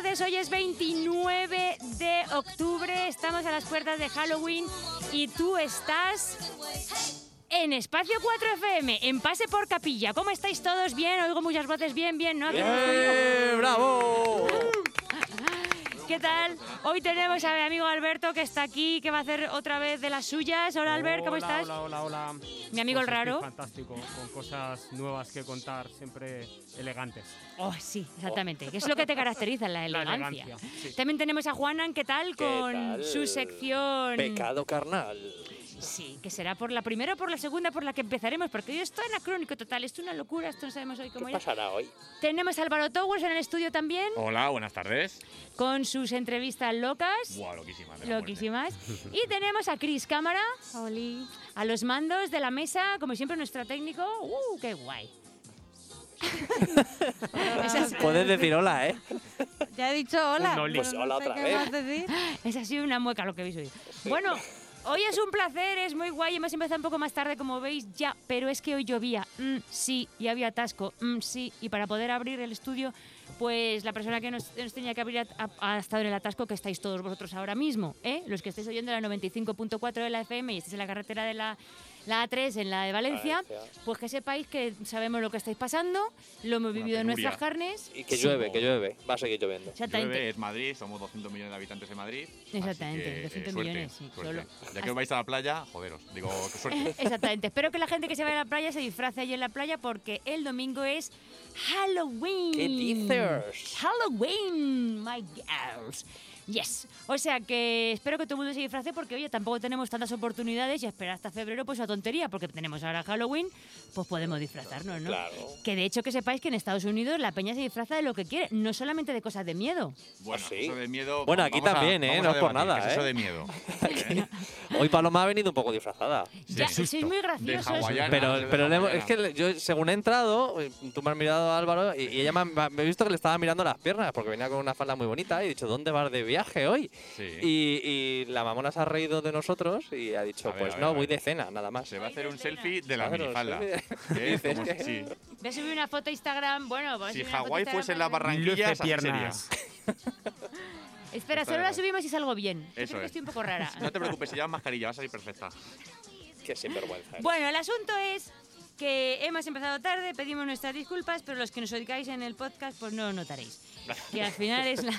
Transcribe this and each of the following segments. señores, hoy es 29 de octubre, estamos a las puertas de Halloween y tú estás en Espacio 4FM, en Pase por Capilla. ¿Cómo estáis todos? Bien, oigo muchas voces bien, bien, ¿no? Aquí no os oigo. ¡Eh, ¡Bravo! ¿Qué tal? Hoy tenemos a mi amigo Alberto que está aquí, que va a hacer otra vez de las suyas. Hola Albert, ¿cómo Hola, estás? Hola, hola, hola. Mi amigo el Pues estoy raro. Fantástico, con cosas nuevas que contar, siempre elegantes. Oh, sí, exactamente. que es lo que te caracteriza, la elegancia. elegancia, sí. También tenemos a Juanan, ¿qué tal? Con tal? su sección... Pecado carnal. Sí, que será por la primera o por la segunda por la que empezaremos, porque hoy esto es anacrónico total, esto es una locura, esto no sabemos hoy ¿Qué cómo era. pasará hoy? Tenemos a Álvaro Towers en el estudio también, Hola, buenas tardes. con sus entrevistas locas, Guau, loquísima. de la loquísimas. Y tenemos a Cris Cámara, a los mandos de la mesa, como siempre nuestro técnico. ¡Uh, qué guay! esa, es- muerte. Puedes decir hola, ¿eh? Ya he dicho hola. Un oli. pero Pues hola no sé otra qué vez. más decir. esa ha sido una mueca lo que habéis oído. Bueno, hoy es un placer, es muy guay, hemos empezado un poco más tarde, como veis, ya, pero es que hoy llovía, mm, sí, y había atasco, mm, sí, y para poder abrir el estudio, pues la persona que nos, nos tenía que abrir ha, ha- ha estado en el atasco que estáis todos vosotros ahora mismo, ¿eh? Los que estáis oyendo la 95.4 de la FM y estáis en la carretera de la, la A3, en la de Valencia, Valencia. pues que sepáis que sabemos lo que estáis pasando, lo hemos vivido en penuria. nuestras carnes. Y que Sí, llueve, que llueve. Va a seguir lloviendo. Exactamente. Llueve, es Madrid, somos 200 millones de habitantes en Madrid. así Exactamente, que, eh, 200 suerte, millones, sí, suerte. solo. Ya que os vais a la playa, joderos. Digo, qué suerte. Exactamente. Espero que la gente que se vaya a la playa se disfrace allí en la playa porque el domingo es Halloween. ¿Qué dices? Halloween, my girls. Yes. O sea que espero que todo el mundo se disfrace porque, oye, tampoco tenemos tantas oportunidades y esperar hasta febrero, pues una tontería, porque tenemos ahora Halloween, pues podemos disfrazarnos, ¿no? Claro. Que de hecho que sepáis que en Estados Unidos la peña se disfraza de lo que quiere, no solamente de cosas de miedo. Bueno, ¿Ah, sí? eso de miedo. Bueno, aquí vamos a- también, ¿eh? vamos No a es por debatir, nada, ¿qué es eso ¿eh? de miedo. Hoy Paloma ha venido un poco disfrazada. De ya, susto, sois muy graciosos. de hawaiana, Pero, de pero le hemos- es hawaiana. que le- yo, según he entrado, eh, tú me has mirado Álvaro y, y ella me ha, me ha- me he visto que le estaba mirando las piernas porque venía con una falda muy bonita y he dicho, ¿dónde vas de viaje hoy? Sí. Y, y la mamona se ha reído de nosotros y ha dicho, A ver, pues a ver, no, a ver. voy de cena, nada más. Se va a hacer un selfie de la Claro, minifalda. sí. Que es Dices como que- si- Voy a subir una foto a Instagram. Bueno, voy a Si subir una foto a Hawái Instagram fuese para la que la- barranquilla, Luce piernas. Espera, Está solo la bien. subimos y salgo bien. Yo Eso creo que es. estoy un poco rara. No te preocupes, si llevas mascarilla, vas a salir perfecta. Qué ¿eh? sinvergüenza. bueno, el asunto es que hemos empezado tarde, pedimos nuestras disculpas, pero los que nos oigáis en el podcast, pues no lo notaréis. Que al final es la,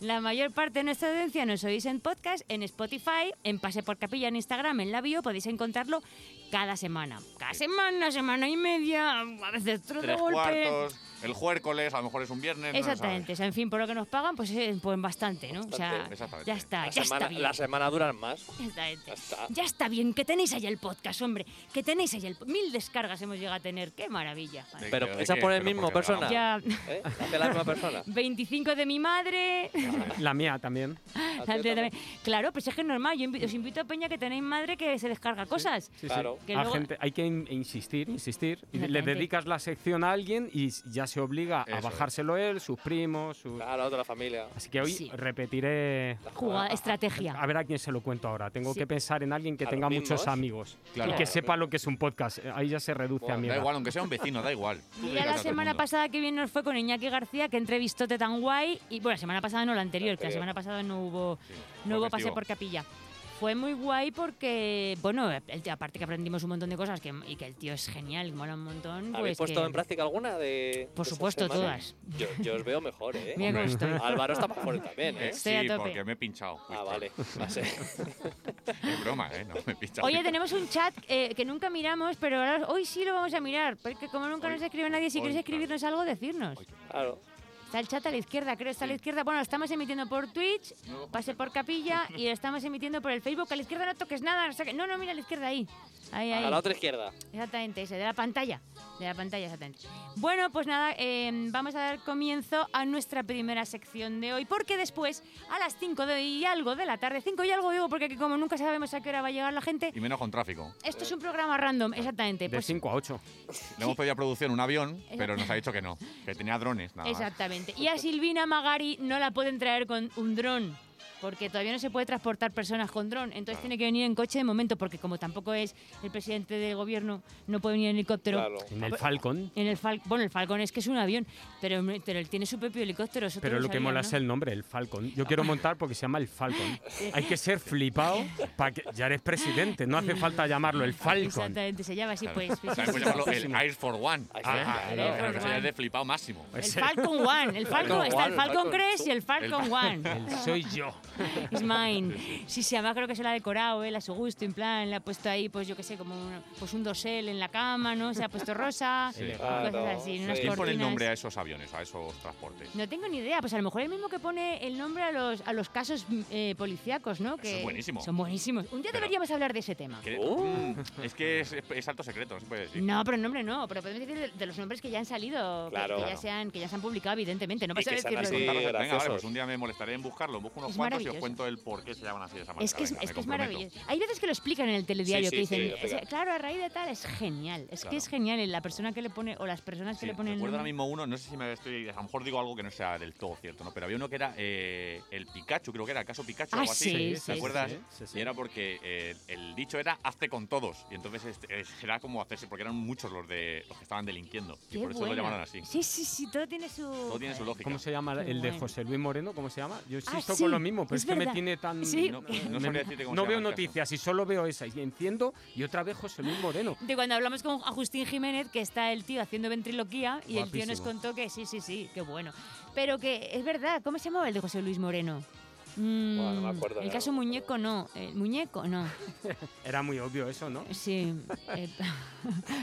la mayor parte de nuestra audiencia nos oís en podcast, en Spotify, en Pase por Capilla, en Instagram, en la bio, podéis encontrarlo cada semana. Cada semana, semana y media, a veces otro de Tres golpe. cuartos, el juércoles, a lo mejor es un viernes. no lo sabes. Exactamente, o sea, en fin, por lo que nos pagan, pues, eh, pues bastante, ¿no? Bastante, o sea, exactamente. ya está, La ya está semana, bien. la semana duran más. Exactamente. Ya está. Ya está bien, que tenéis ahí el podcast, hombre. Que tenéis ahí el po- Mil descargas hemos llegado a tener. ¡Qué maravilla! Vale. ¿De Pero qué- de esa qué? por el Pero mismo porque persona. grabamos. Ya ¿eh? Hace la misma persona. 25 de mi madre. La mía también. ti Andrea también. también. Claro, pero si es que es normal. Yo invi- os invito a Peña que tenéis madre que se descarga cosas. Sí, sí. Claro. Que A luego- gente- hay que in- insistir, insistir. Y le Exactamente. dedicas la sección a alguien y s- ya se obliga Eso a es. bajárselo él, sus primos. sus- Claro, de la familia. Pues Así que hoy Sí. repetiré. Jugada, estrategia. A ver a quién se lo cuento ahora. Tengo Sí. que pensar en alguien que ¿A tenga los muchos mismos? amigos Claro. y que sepa lo que es un podcast. Eh, Ahí ya se reduce a Bueno, mí. Da igual, aunque sea un vecino, da igual. Tú Mira dedícate la a todo el semana mundo. pasada que bien nos fue con Iñaki García, que entrevistote tan guay. Y bueno, la semana pasada no, la anterior, que la anterior. semana pasada no hubo, Sí, no hubo fue pase festivo. por capilla. Fue muy guay porque, bueno, el- aparte que aprendimos un montón de cosas que, y que el tío es genial, mola un montón. ¿Habéis Pues puesto que- en práctica alguna de.? Por de esas supuesto, semanas? todas. Yo, yo os veo mejor, ¿eh? Mira cómo estoy. Álvaro está más fuerte también, Eh, ¿eh? Estoy a sí, tope. porque me he pinchado. Ah, justo. vale. Va a ser. Es broma, ¿eh? No me he pinchado. Oye, tenemos un chat eh, que nunca miramos, pero ahora- hoy sí lo vamos a mirar, porque como nunca Hoy- nos escribe nadie, si hoy, queréis claro. escribirnos algo, decirnos. Hoy. Claro. Está el chat a la izquierda, creo, está a la Sí. izquierda. Bueno, lo estamos emitiendo por Twitch, Nuevo pase concepto. por capilla y lo estamos emitiendo por el Facebook. A la izquierda no toques nada, no, sé qué. no, no, mira a la izquierda ahí. Ahí, ahí. A la otra izquierda. Exactamente, ese, de la pantalla. De la pantalla, exactamente. Bueno, pues nada, eh, vamos a dar comienzo a nuestra primera sección de hoy, porque después, a las 5 de y algo de la tarde, 5 y algo digo, porque aquí como nunca sabemos a qué hora va a llegar la gente, Y menos con tráfico. esto es un programa random, exactamente. De Pues, 5 a 8. Le hemos pedido a producción un avión, pero nos ha dicho que no. Ah. Que tenía drones, nada más. exactamente. Y a Silvina Magari no la pueden traer con un dron. porque todavía no se puede transportar personas con dron. Entonces tiene que venir en coche de momento, porque como tampoco es el presidente del gobierno, no puede venir en helicóptero. Claro. En el Falcon. En el Fal- bueno, el Falcon es que es un avión, pero, pero él tiene su propio helicóptero. eso Pero todos lo que sabían, mola ¿no? es el nombre, el Falcon. Yo quiero montar porque se llama el Falcon. Hay que ser flipado para que ya eres presidente. No hace falta llamarlo el Falcon. Exactamente, se llama así, Claro. pues. pues, También puedes llamarlo el Air for One. Ahí está, Ah, claro. Air Pero for que One. sería de flipado máximo. El Ese- Falcon One, el Falcon, Falcon está el One, Falcon Falcon Crest Two. y el Falcon One. el soy yo. It's mine. Sí, sí, además creo que se la ha decorado él a su gusto, en plan, le ha puesto ahí, pues yo qué sé, como un, pues un dosel en la cama, ¿no? Se ha puesto rosa, Sí. cosas Claro, así, sí. unas ¿Quién pone el cortinas. nombre a esos aviones, a esos transportes? No tengo ni idea, pues a lo mejor el mismo que pone el nombre a los, a los casos mm, eh, policíacos, ¿no? Eso es buenísimo. Son buenísimos. Un día Pero- deberíamos hablar de ese tema. Que- Oh. mm, es que es, es alto secreto, no se puede decir. No, pero el nombre no, pero podemos decir de, de los nombres que ya han salido, que- Claro. que, ya Claro. se han, que ya se han publicado, evidentemente. No Y pasa que a se han decirlo así- de- Contaros el- venga, vale, graciosos. pues un día me molestaré en buscarlo. Busco unos Es cuantos y os maravilloso. cuento el por qué se llaman así de esa manera. Es que, es, Venga, es me que es comprometo. maravilloso. Hay veces que lo explican en el telediario, Sí, sí, que sí, dicen, lo explican. "Es- claro, a raíz de tal, es genial. Es que Claro. es genial eh, la persona que le pone, o las personas que Sí, le ponen el recuerdo ahora nombre. mismo uno, no sé si me estoy. A lo mejor digo algo que no sea del todo cierto, ¿no? Pero había uno que era eh, el Pikachu, creo que era, caso Pikachu, Ah, algo así. sí, ¿Te sí, acuerdas? sí, sí, sí. Y era porque eh, el dicho era hazte con todos. Y entonces este, es- era como hacerse, porque eran muchos los de los que estaban delinquiendo. Qué y por eso buena. lo llamaron así. Sí, sí, sí, todo tiene su... Todo tiene su lógica. ¿Cómo se llama Qué el de bueno. Ah, José Luis Moreno? ¿Cómo se llama? Yo insisto sí, con lo mismo, pero es es, que me verdad. tiene tan. Sí. No, pues, no sabría decirte cómo no se veo llama el caso. noticias y solo veo esa. Y enciendo y otra vez José Luis Moreno. De cuando hablamos con a Justín Jiménez, que está el tío haciendo ventriloquía, y el tío nos Guapísimo. contó que sí, sí, sí, qué bueno. Pero que es verdad, ¿cómo se llamaba el de José Luis Moreno? Mm, Buah, no me acuerdo, el no, caso no me muñeco no, el muñeco no, Era muy obvio eso, ¿no? sí. eh,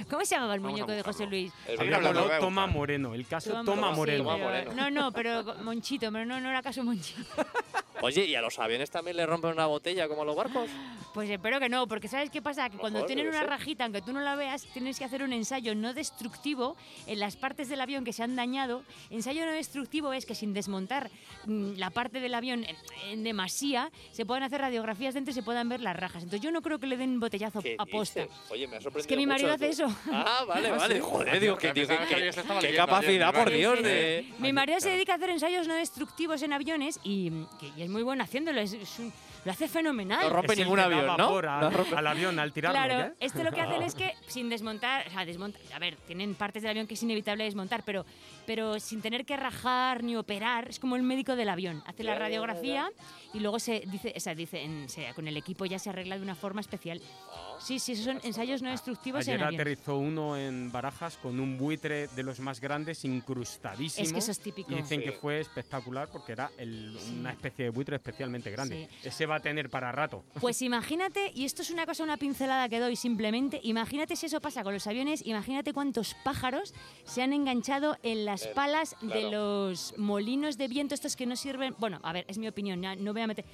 ¿Cómo se llamaba el Vamos a muñeco de José buscarlo. Luis? El Había Había Moreno, hablado, hablado voy a Toma buscar. Moreno, el caso Toma, Toma- sí, Moreno. Toma pero- Moreno. No, no, pero Monchito, pero no, no era caso Monchito. Oye, ¿y a los aviones también le rompen una botella como a los barcos? Pues espero que no, porque ¿sabes qué pasa? Que cuando Mejor, tienen debe una ser. rajita, aunque tú no la veas, tienes que hacer un ensayo no destructivo en las partes del avión que se han dañado. Ensayo no destructivo es que sin desmontar mm, la parte del avión en, en demasía, se puedan hacer radiografías dentro y se puedan ver las rajas. Entonces yo no creo que le den botellazo ¿Qué a posta. dices? Oye, me ha sorprendido Es que mi marido mucho hace tu- eso. Ah, vale, vale. Joder, digo, que, tío, que- Pensaba que yo se estaba que- qué leyendo ayer, capacidad, por vale. Dios, Sí, de. sí. Mi marido se dedica a hacer ensayos no destructivos en aviones y, que- y es muy bueno haciéndolo, es- es un- lo hace fenomenal. Lo rompe Es el ningún que da avión, ¿no? vapor Lo Al, al avión, al tirarlo. Claro, ¿eh? este lo que hacen es que sin desmontar, o sea, desmonta, a ver, tienen partes del avión que es inevitable desmontar, pero, pero sin tener que rajar ni operar, es como el médico del avión, hace la Ya, ya, ya, ya. radiografía y luego se dice, o sea, dice, en- o sea, con el equipo ya se arregla de una forma especial. Oh, Sí, sí, esos pues son ensayos no destructivos Ah, Ayer en avión. aterrizó uno en Barajas con un buitre de los más grandes, incrustadísimo. Es que eso es típico. Y dicen que Sí. fue espectacular porque era el- Sí. una especie de buitre especialmente grande. Ese va a tener para rato. Pues imagínate, y esto es una cosa, una pincelada que doy simplemente, imagínate si eso pasa con los aviones, imagínate cuántos pájaros se han enganchado en las Eh, palas de claro. los molinos de viento, estos que no sirven, bueno, a ver, es mi opinión, na- no voy a meter...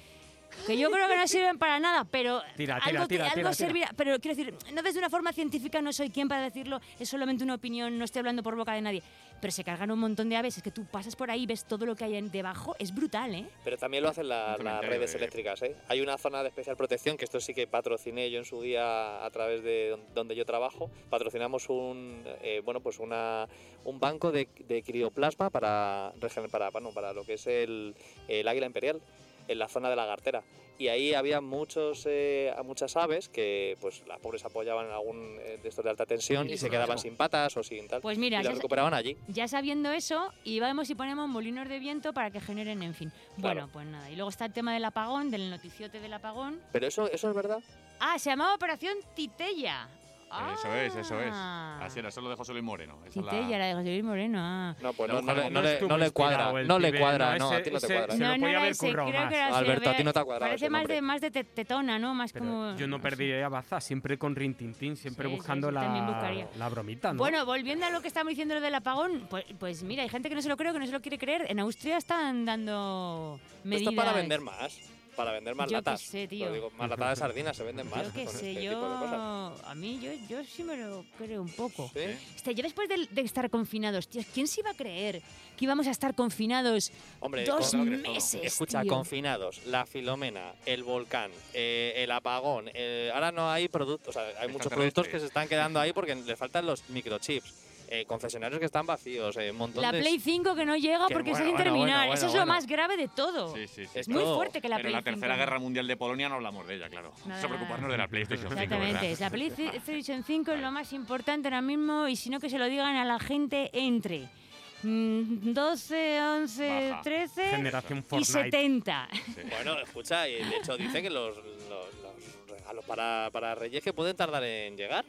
Que yo creo que no sirven para nada, pero Tira, tira, algo, que- tira, algo tira, tira. servirá. Pero quiero decir, no desde una forma científica, no soy quien para decirlo, es solamente una opinión, no estoy hablando por boca de nadie. Pero se cargan un montón de aves, es que tú pasas por ahí, ves todo lo que hay en- debajo, es brutal, ¿eh? Pero también lo hacen la- Un las cementerio redes de- eléctricas, ¿eh? Hay una zona de especial protección, que esto sí que patrociné yo en su día a través de don- donde yo trabajo. Patrocinamos un, eh, bueno, pues una, un banco de, de crioplasma para, regener- para, bueno, para lo que es el, el águila imperial, en la zona de la gartera. Y ahí había muchos, eh, a muchas aves que pues las pobres apoyaban en algún eh, de estos de alta tensión y se quedaban sin patas o sin tal. Pues y mira, las ya sa- recuperaban allí. Ya sabiendo eso, y vamos y ponemos molinos de viento para que generen, en fin. Bueno, Claro. pues nada. Y luego está el tema del apagón, del noticiote del apagón. Pero eso, eso es verdad. Ah, se llamaba Operación Titella. Eso es, eso es. Ah. Así era, eso lo de José Luis Moreno. Esa es la- Titella, la de José Luis Moreno. Ah. No, pues No, no, no le- ojalá. no le, estuvo no le cuadra. inspirado el No le pibe, cuadra, no, a ese- ti no te ese- cuadra. se lo no, no podía era haber ese, currado creo más. que era ese, Alberto, a ti vea- no te ha cuadrado Parece ese más nombre. de, más de te- tetona, ¿no? Más Pero como... yo no perdería baza, siempre con Rintintín, siempre Sí, sí, buscando sí, también buscaría. la, la bromita, ¿no? Bueno, volviendo a lo que estamos diciendo lo del apagón, pues, pues mira, hay gente que no se lo cree, o que no se lo quiere creer. En Austria están dando medidas. Esto es para vender más. Para vender más Yo qué latas. sé, Lo tío. digo, más latas de sardinas se venden más. Yo qué con sé, este tipo de cosas. yo. A mí, yo, yo sí me lo creo un poco. Sí. Sí. Hostia, yo después del- de, estar confinados, tío, ¿quién se iba a creer que íbamos a estar confinados Hombre, dos con- lo crees todo. meses? escucha, tío? confinados, la filomena, el volcán, eh, el apagón. eh, ahora no hay productos, o sea, hay muchos productos que se están quedando ahí porque le faltan los microchips. eh, concesionarios que están vacíos, eh, un montón La de... Play 5 que no llega Qué porque bueno, está sin bueno, terminar. bueno, Eso es bueno, lo bueno. más grave de todo. Sí, sí, sí. Es muy todo. fuerte que la Pero Play la Tercera 5. Guerra Mundial de Polonia no hablamos de ella, claro. Vamos Nada. a preocuparnos de la PlayStation 5. Exactamente, es ¿verdad? la PlayStation 5 es lo más importante ahora mismo y si no que se lo digan a la gente entre mm, 12, 11, Baja. 13 Generación y Fortnite. 70. Bueno, escucha, y de hecho dicen que los, los- los regalos para, para Reyes que pueden tardar en llegar.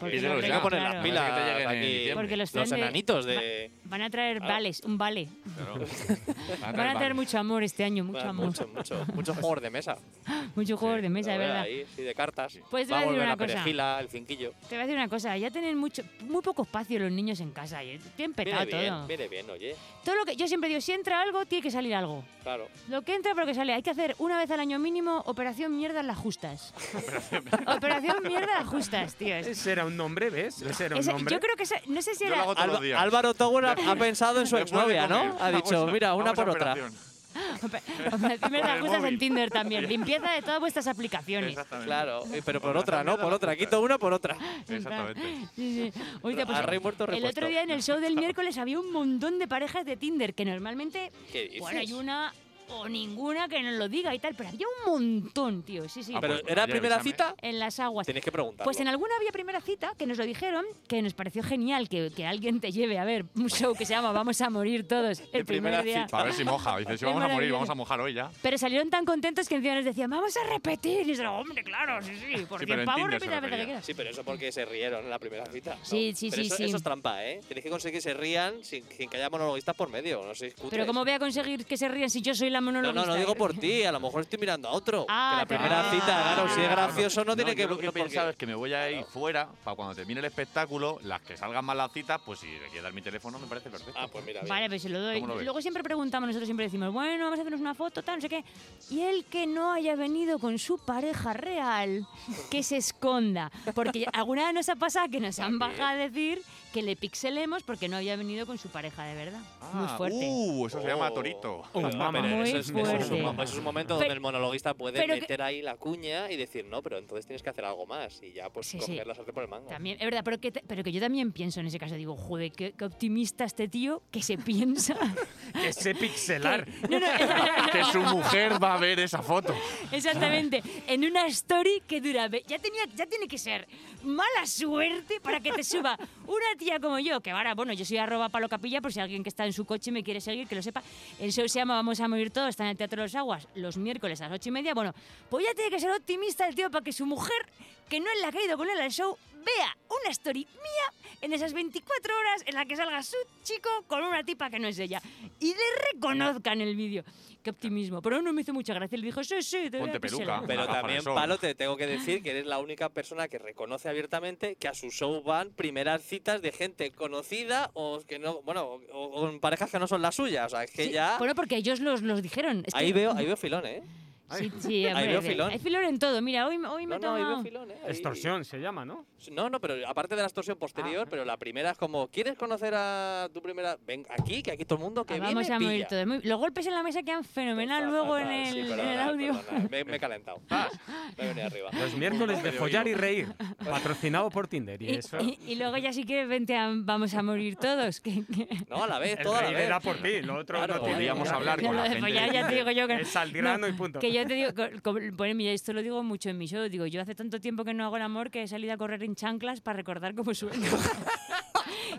Porque Pídelo no ya. Hay que poner claro. las pilas Que te lleguen en aquí. diciembre. Porque los los traen de- enanitos de... Van a traer Claro. vales, un vale. Claro. Van a traer mucho amor este año, mucho bueno, amor, mucho, mucho, mucho juegos de mesa. mucho juegos de mesa, La de verdad, verdad. ahí, sí, de cartas. Pues te Va a voy a decir volver una la cosa. perejila, el cinquillo. Te voy a decir una cosa, ya tienen mucho, muy poco espacio los niños en casa, y Viene tienen petado bien, todo. viene bien, oye. Todo lo que yo siempre digo, si entra algo tiene que salir algo. Claro. Lo que entra, pero que sale. Hay que hacer una vez al año mínimo operación mierda en las justas. operación mierda en las justas, tío. Es- Ese era un nombre, ¿ves? Ese era un ese- nombre. yo creo que esa- no sé si Yo lo era hago todos los Alba- días. Álvaro Tower ha, ha pensado en su Después de exnovia, ¿no? comer, Ha vamos dicho, a- mira, una vamos a por otra. operación. ope- operación mierda en las el justas en móvil. Tinder también. Limpieza de todas vuestras aplicaciones. Exactamente. Claro, eh, pero por Operación otra, ¿no? mierda, Por la otra. puta. Quito una por otra. Exactamente. Sí, sí. Oiga, pues, A rey muerto el repuesto. otro día en el show del miércoles había un montón de parejas de Tinder que normalmente, ¿Qué dices? bueno, hay una o ninguna que nos lo diga y tal, pero había un montón, tío. Sí, sí. Ah, Pero pues, era oye, primera avísame. cita, en las aguas. tenéis que preguntar. Pues en alguna había primera cita que nos lo dijeron, que nos pareció genial que, que alguien te lleve a ver un show que se llama Vamos a morir todos el De primera primer día. cita. Para ver si moja. Dice, si Qué vamos a morir, maravilla. vamos a mojar hoy ya. Pero salieron tan contentos que encima nos decían, vamos a repetir. Y nosotros, hombre, claro, sí, sí, por Sí, 100 pero en pavos Tinder repite se la vez que refería. quieras. Sí, pero eso porque se rieron en la primera cita. ¿no? Sí, sí, Pero sí, eso, sí. Eso es trampa, ¿eh? Tenéis que conseguir que se rían sin, sin que haya monologuistas por medio. No sé, Pero ¿cómo voy a conseguir que se rían si yo soy la No, monologuista? no, no digo por ti, a lo mejor estoy mirando a otro. Ah, que la te primera refieres. cita, claro, si es Ah. gracioso no, tiene yo que... Lo que he porque- pensado es que me voy a ir fuera para cuando termine el espectáculo, las que salgan mal las citas, pues si le quiere dar mi teléfono me parece perfecto. Ah, pues mira, bien. Vale, pues se lo doy. ¿Cómo lo ves? Luego siempre preguntamos, nosotros siempre decimos, bueno, vamos a hacernos una foto, tal, no sé qué. Y el que no haya venido con su pareja real, que se esconda. Porque alguna vez nos ha pasado que nos ¿Ah, han bajado a decir que le pixelemos porque no había venido con su pareja de verdad. Muy Ah, fuerte. Uh, eso se llama Oh. torito. Oh, Pero mamá. eso Muy es- eso es un fuerte. mo- eso es un momento Pero- donde el monologuista puede pero que- meter ahí la cuña y decir, no, pero entonces tienes que hacer algo más. Y ya, pues, Sí, sí. coger la sartén por el mango. También, es verdad, pero que, te- pero que yo también pienso en ese caso. Digo, joder, qué, qué optimista este tío que se piensa. Que sé pixelar. que- no, no, que su mujer va a ver esa foto. exactamente. En una story que dura. ve- Ya, tenía, ya tiene que ser mala suerte para que te suba una tía como yo, que ahora, bueno, yo soy arroba palo capilla, por si alguien que está en su coche me quiere seguir, que lo sepa. El show se llama Vamos a morir todos, está en el Teatro de los Aguas los miércoles a las ocho y media. Bueno, pues ya tiene que ser optimista el tío para que su mujer, que no es la que ha ido con él al show, vea una story mía en esas 24 horas en la que salga su chico con una tipa que no es ella y le reconozcan el vídeo. Qué optimismo. Pero no me hizo mucha gracia. Le dijo, sí, sí, te voy a Ponte peluca. pixelar". Pero Gafas de también, sol. Palo, te tengo que decir que eres la única persona que reconoce abiertamente que a su show van primeras citas de gente conocida o que no, bueno, o- o con parejas que no son las suyas. O sea, es que Sí, ya Bueno, porque ellos los, los dijeron. Es ahí que- veo, ahí veo filón, ¿eh? Sí, sí, hombre, veo ve- filón. Hay filón en todo. Mira, hoy, hoy No, me he no, ahí veo tomado... filón, ¿eh? Ahí- Extorsión se llama, ¿no? No, no, pero aparte de la extorsión Ah. posterior, pero la primera es como, ¿quieres conocer a tu primera? Ven aquí, que aquí todo el mundo que Ah, vamos viene a morir pilla. todos. Muy- Los golpes en la mesa quedan fenomenal Está luego en fatal, sí, el, en el perdonad, audio. perdonad, Me, me he calentado. Ah, Me he venido arriba. Los miércoles de follar y reír. Patrocinado por Tinder. Y Y, eso. y- y luego ya sí que vente a Vamos a morir todos. que- que- No, a la vez, El toda la reír vez. era por ti, lo otro Claro, no tiene- podíamos hablar Ya con lo la de gente follar de ya te digo yo que Es al grano y punto. Que yo te digo, co- co- bueno, mira, esto lo digo mucho en mi show. Digo, yo hace tanto tiempo que no hago el amor que he salido a correr en chanclas para recordar cómo suena.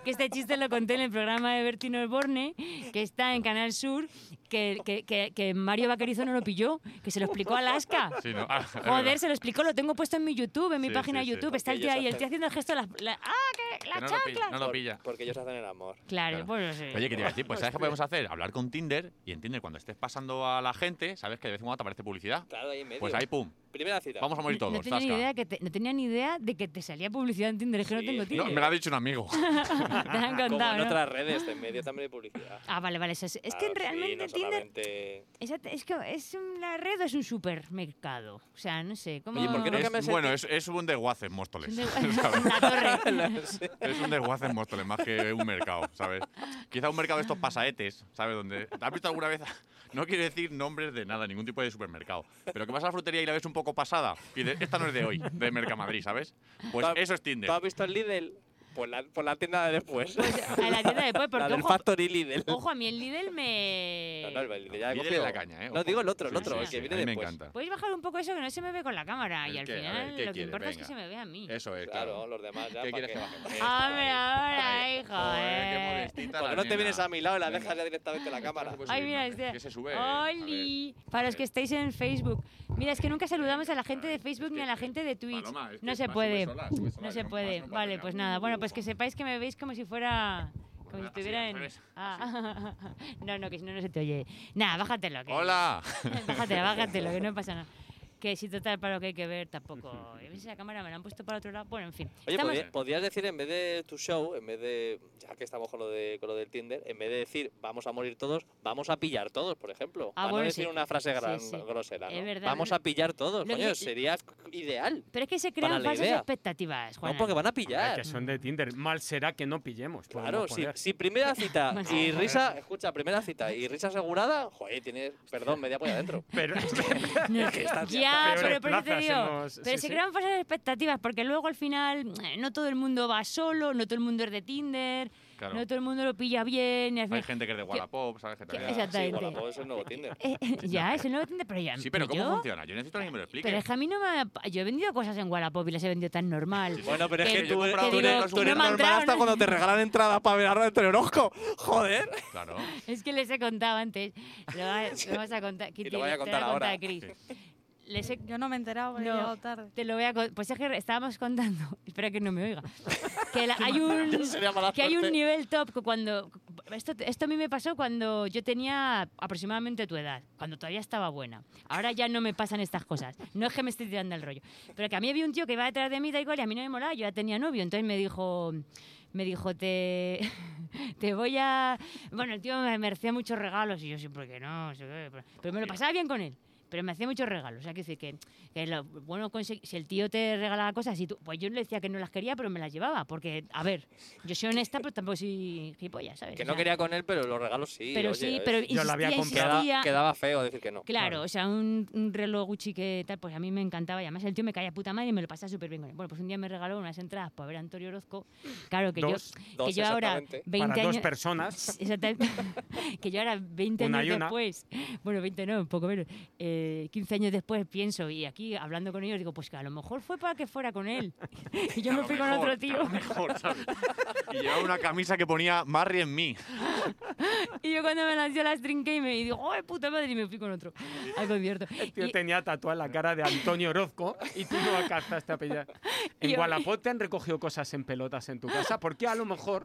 que este chiste lo conté en el programa de Bertino Borne, que está en Canal Sur, que, que- que- que Mario Vaquerizo no lo pilló, que se lo explicó a Alaska. Sí, ¿no? Ah, es Joder, verdad. se lo explicó, lo tengo puesto en mi YouTube, en mi Sí, página sí, de sí. YouTube. Está el tío Aquellos ahí, el hacen- tío haciendo el gesto de las. la- ¡Ah, que la Que no lo pilla, chancla! eh, no lo pilla. Porque ellos hacen el amor. Claro, Claro. bueno, sí. Oye, quería decir, pues ¿sabes qué podemos hacer? Hablar con Tinder y en Tinder cuando estés pasando a la gente, sabes que de vez en cuando te aparece publicidad. Claro, ahí en medio. Pues ahí, pum, Primera cita. vamos a morir no, todos. tenía ni zasca. idea que te- no tenía ni idea de que te salía publicidad en Tinder, es que no Sí, tengo no, Tinder. No, me lo ha dicho un amigo. Te han Como contado, en ¿no? otras redes, en medio también hay publicidad. Ah, vale, vale. eso Es, es que Claro, sí, realmente no Tinder solamente- exacto, es, que es una red o es un supermercado. O sea, no sé. ¿cómo... Oye, ¿por qué no Es- cambias el bueno, es, es un desguace en Móstoles. ¿sabes? La torre. Es un desguace en Móstoles, más que un mercado, ¿sabes? Quizá un mercado de estos pasaetes, ¿sabes? Donde, ¿Has visto alguna vez? No quiero decir nombres de nada, ningún tipo de supermercado. Pero que vas a la frutería y la ves un poco pasada. Y dices, esta no es de hoy, de Mercamadrid, ¿sabes? Pues Pa- eso es Tinder. ¿Tú has visto el Lidl? Pues la, pues la tienda de después. Pues, A la tienda después, la porque del ojo, Factory Lidl. ojo, a mí el Lidl me... No, no, el Lidl ya he Líder en cogido. la caña, ¿eh? No, Ojo. digo el otro, el Sí, otro, sí, el que sí, viene a mí después. Me encanta. Podéis bajar un poco eso que no se me ve con la cámara y ¿El al qué? A ver, final ¿qué lo que quiere? importa es que Venga. se me vea a mí. Eso es. Claro, los demás ya. pues ¿Qué ¿pa' quieres que baje? Eso, Hombre, ahora, ahí. hijo, Joder, qué eh. modestita Porque la no te nena. vienes a mi lado y la Venga. dejas ya directamente en la cámara. Pues Ay, subir, mira, ¿no? este. Que se sube. ¡Oli! Para los que estáis en Facebook. Mira, es que nunca saludamos a la gente de Facebook ni a la gente de Twitch. Paloma, es que No se más puede. sube sola, sube sola, No que se Pues no- puede. más no Vale, pasa pues nada. nada. Bueno, pues que sepáis que me veis como si fuera. Como si Así, estuviera al en. revés, Ah, No, no, que si no, no se te oye. Nada, bájatelo. que- Hola. Bájatelo, bájatelo, que no pasa nada. Que si total para lo que hay que ver tampoco. A ver si la cámara me la han puesto para otro lado. Bueno, en fin. Oye, pues Estamos- podría- podrías decir en vez de tu show, en vez de. Ya que estamos con lo, de, con lo del Tinder, en vez de decir vamos a morir todos, vamos a pillar todos, por ejemplo. Ah, para bueno, no decir sí. una frase Sí, gran- sí. grosera. Es ¿no? verdad. Vamos a pillar todos, Lo que coño, yo- sería ideal. Pero es que se para crean la falsas idea. expectativas, Juan. No, porque van a pillar. Que son de Tinder. Mal será que no pillemos. Claro, podemos si, poner. si primera cita Bueno, y risa, escucha, primera cita y risa asegurada, joder, tienes, perdón, media polla adentro. Pero, Ya, Peores pero por eso te plazas digo. hemos- pero sí, se sí. crean falsas expectativas, porque luego al final eh, no todo el mundo va solo, no todo el mundo es de Tinder, Claro. no todo el mundo lo pilla bien. Y al Hay final, gente que es de Wallapop, ¿sabes? Que que- también- exacto. Exactamente. Sí, Wallapop es el nuevo Tinder. Eh, eh, ya, eso no lo entiendo, pero ya. Sí, pero yo- ¿cómo funciona? Yo necesito que alguien me lo explique. Pero es que a mí no me. ha- Yo he vendido cosas en Wallapop y las he vendido tan normal. Bueno, pero es Que- que tú, que eres- digo, tú eres, tú eres que no me ha normal entrado, hasta ¿no? cuando te regalan entradas para ver a Antonio Orozco. Joder. Claro. Es que les he contado antes. Lo, va- lo vas a contar. Kitty, voy a te contar lo ahora. contar, Cris. Les he- Yo no me he enterado, he No. llegado tarde. te lo voy a con- Pues es que estábamos contando. Espera que no me oiga. Que la- hay un. Sería mala que hay un suerte. nivel top cu- cuando esto, esto a mí me pasó cuando yo tenía aproximadamente tu edad, cuando todavía estaba buena. Ahora ya no me pasan estas cosas. No es que me esté tirando el rollo, pero que a mí había un tío que iba detrás de mí da igual y a mí no me molaba, yo ya tenía novio, entonces me dijo me dijo te te voy a bueno, el tío me merecía muchos regalos y yo siempre que no, no sé qué, pero- pero me lo pasaba bien con él. Pero me hacía muchos regalos, o sea, que decir que, que lo bueno conse- si el tío te regalaba cosas y tú, pues yo le decía que no las quería, pero me las llevaba, porque a ver, yo soy honesta, pero tampoco soy gilipollas, ¿sabes? Que O no sea, quería con él, pero los regalos sí. Pero oye, sí, ¿eh? pero Yo la había insistía, comprado. insistía. Queda- quedaba feo decir que no. Claro, Claro. o sea, un, un reloj Gucci que tal, pues a mí me encantaba y además el tío me caía puta madre y me lo pasaba súper bien con él. Bueno, pues un día me regaló unas entradas para ver a Antonio Orozco. Claro, que Dos. yo, que Dos, yo ahora, exactamente. 20 para años. dos personas. Exactamente. que yo ahora, 20 Una años y una. después, bueno, 20 no, un poco menos, eh, 15 años después pienso y aquí hablando con ellos digo, pues que a lo mejor fue para que fuera con él. y yo A me lo fui con mejor, otro tío. a lo mejor, ¿sabes? Y llevaba una camisa que ponía Marry en mí. Y yo cuando me las dio las trinqué y me y digo, ¡oh, puta madre! Y me fui con otro al concierto. Yo Y- tenía tatuada la cara de Antonio Orozco y tú no alcanzaste a pillar. Y- En Wallapop te han recogido cosas en pelotas en tu casa, porque a lo mejor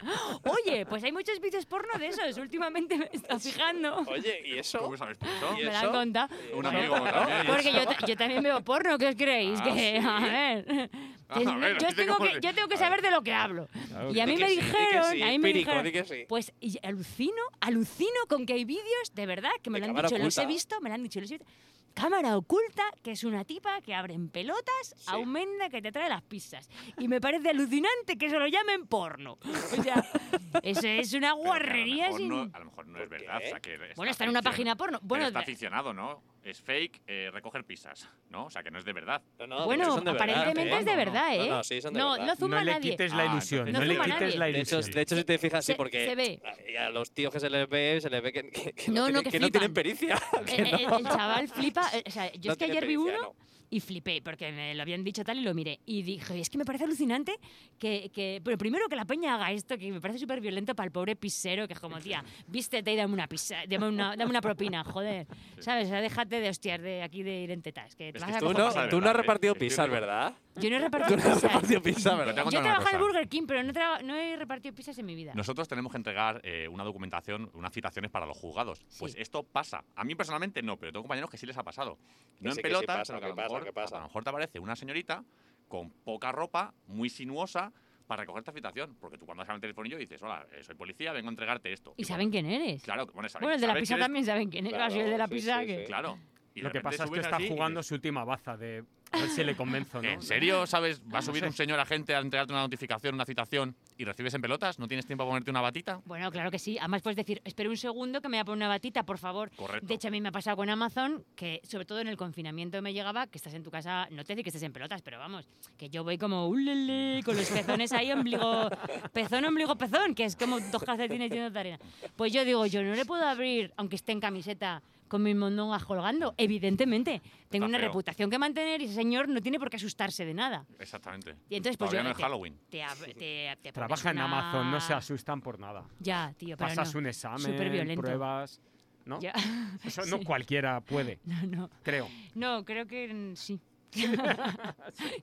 Oye, pues hay muchos vídeos porno de esos. Últimamente me está fijando. Oye, ¿y eso? ¿Cómo sabes tú eso? ¿Y Me la han eso? contado. Un amigo también. Porque yo, ta- yo también veo porno, ¿qué os creéis? Ah, que, sí. a ver. A ver, yo, dice tengo cómo que, le- yo tengo que a ver. saber de lo que hablo. y a Di mí que me sí, di que dijeron, sí, a mí me Pirico, dijeron, di que sí. pues y alucino, alucino con que hay vídeos, de verdad, que De me lo han cámara dicho, los he oculta. visto, me lo han dicho, los he visto. Cámara oculta, que es una tipa que abre en pelotas a Sí. un menda que te trae las pizzas. Y me parece alucinante que se lo llamen porno. O sea, eso es una Pero que guarrería a lo, mejor sin... no, a lo mejor no es ¿Por qué? verdad. O sea, que está Bueno, está en una ficcion- página porno. pero Bueno, está la- aficionado, ¿no? Es fake eh, recoger pizzas, ¿no? O sea, que no es de verdad. No, no, bueno, pero son de verdad, aparentemente ¿eh? es de No, no, verdad, no, ¿eh? no, sí, son de verdad. no zumba no a le nadie. quites la Ah, ilusión. no No, le zumba a quites nadie. la De hecho, ilusión. de hecho, si te fijas, sí, Se- porque se ve. a- a los tíos que se les ve, se les ve que, que- que No, no, no, tienen, que que no tienen flipan. pericia. El, Eh, el- el chaval flipa. eh, O sea, yo No es que tiene ayer vi uno pericia, no. y flipé, porque me lo habían dicho tal y lo miré. Y dije, es que me parece alucinante que. que pero primero que la peña haga esto, que me parece súper violento para el pobre pisero, que es como, tía, vístete y dame una pizza, dame una, dame una propina, joder. ¿Sabes? O sea, déjate de hostiar de aquí de ir en tetas. Que te Es vas que a Tú coger no, por saco. pasa de tú no verdad, has ¿eh? repartido Estoy pizzas, seguro. ¿verdad? Yo no he Tú repartido no has pizzas. repartido pizzas, Pero te ¿verdad? hago- Yo he Cuéntame una trabajado en cosa. Burger King, pero no he, traba- no he repartido pizzas en mi vida. Nosotros tenemos que entregar eh, una documentación, unas citaciones para los juzgados. Pues Sí. esto pasa. A mí personalmente no, pero tengo compañeros que sí les ha pasado. No sí, en que sí pelotas, pasa, pero que a que lo pasa, mejor- que pasa. a lo mejor te aparece una señorita con poca ropa, muy sinuosa, para recoger esta citación. Porque tú cuando llamas al telefonillo dices, hola, eh, soy policía, vengo a entregarte esto. Y cuando- saben quién eres. Claro, bueno, saben- Bueno, el de la sabes pizza que eres- también saben quién es. Claro, Claro, el de la sí, pizza sí, que. sí. Claro. Y de Lo que repente pasa es que subes está así y jugando dices, su última baza de a ver si le convenzo o no. ¿En serio? ¿Sabes? ¿Va a No subir sé. un señor agente a entregarte una notificación, una citación? y recibes en pelotas, no tienes tiempo a ponerte una batita. Bueno, claro que sí. Además puedes decir, espera un segundo que me voy a poner una batita, por favor. Correcto. De hecho, a mí me ha pasado con Amazon que, sobre todo en el confinamiento, me llegaba que estás en tu casa, no te digo que estés en pelotas, pero vamos, que yo voy como ulele, con los pezones ahí, ombligo, pezón, ombligo, pezón, que es como dos calcetines llenos de arena. Pues yo digo, yo no le puedo abrir, aunque esté en camiseta, con mi mondonga colgando, evidentemente. Tengo Está una feo. reputación que mantener y ese señor no tiene por qué asustarse de nada. Exactamente. Y entonces, pues Todavía yo no es te- Halloween. Te, ab- te- te pones Trabaja en una- Amazon, no se asustan por nada. Ya, tío, pero Pasas no. un examen, Superviolento. pruebas. ¿no? Ya. Eso no cualquiera puede, No, no. creo. No, creo que mm, sí.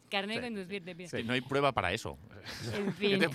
Carne Sí. de conducir, te pido. Que No hay prueba para eso. En ¿Qué fin. te-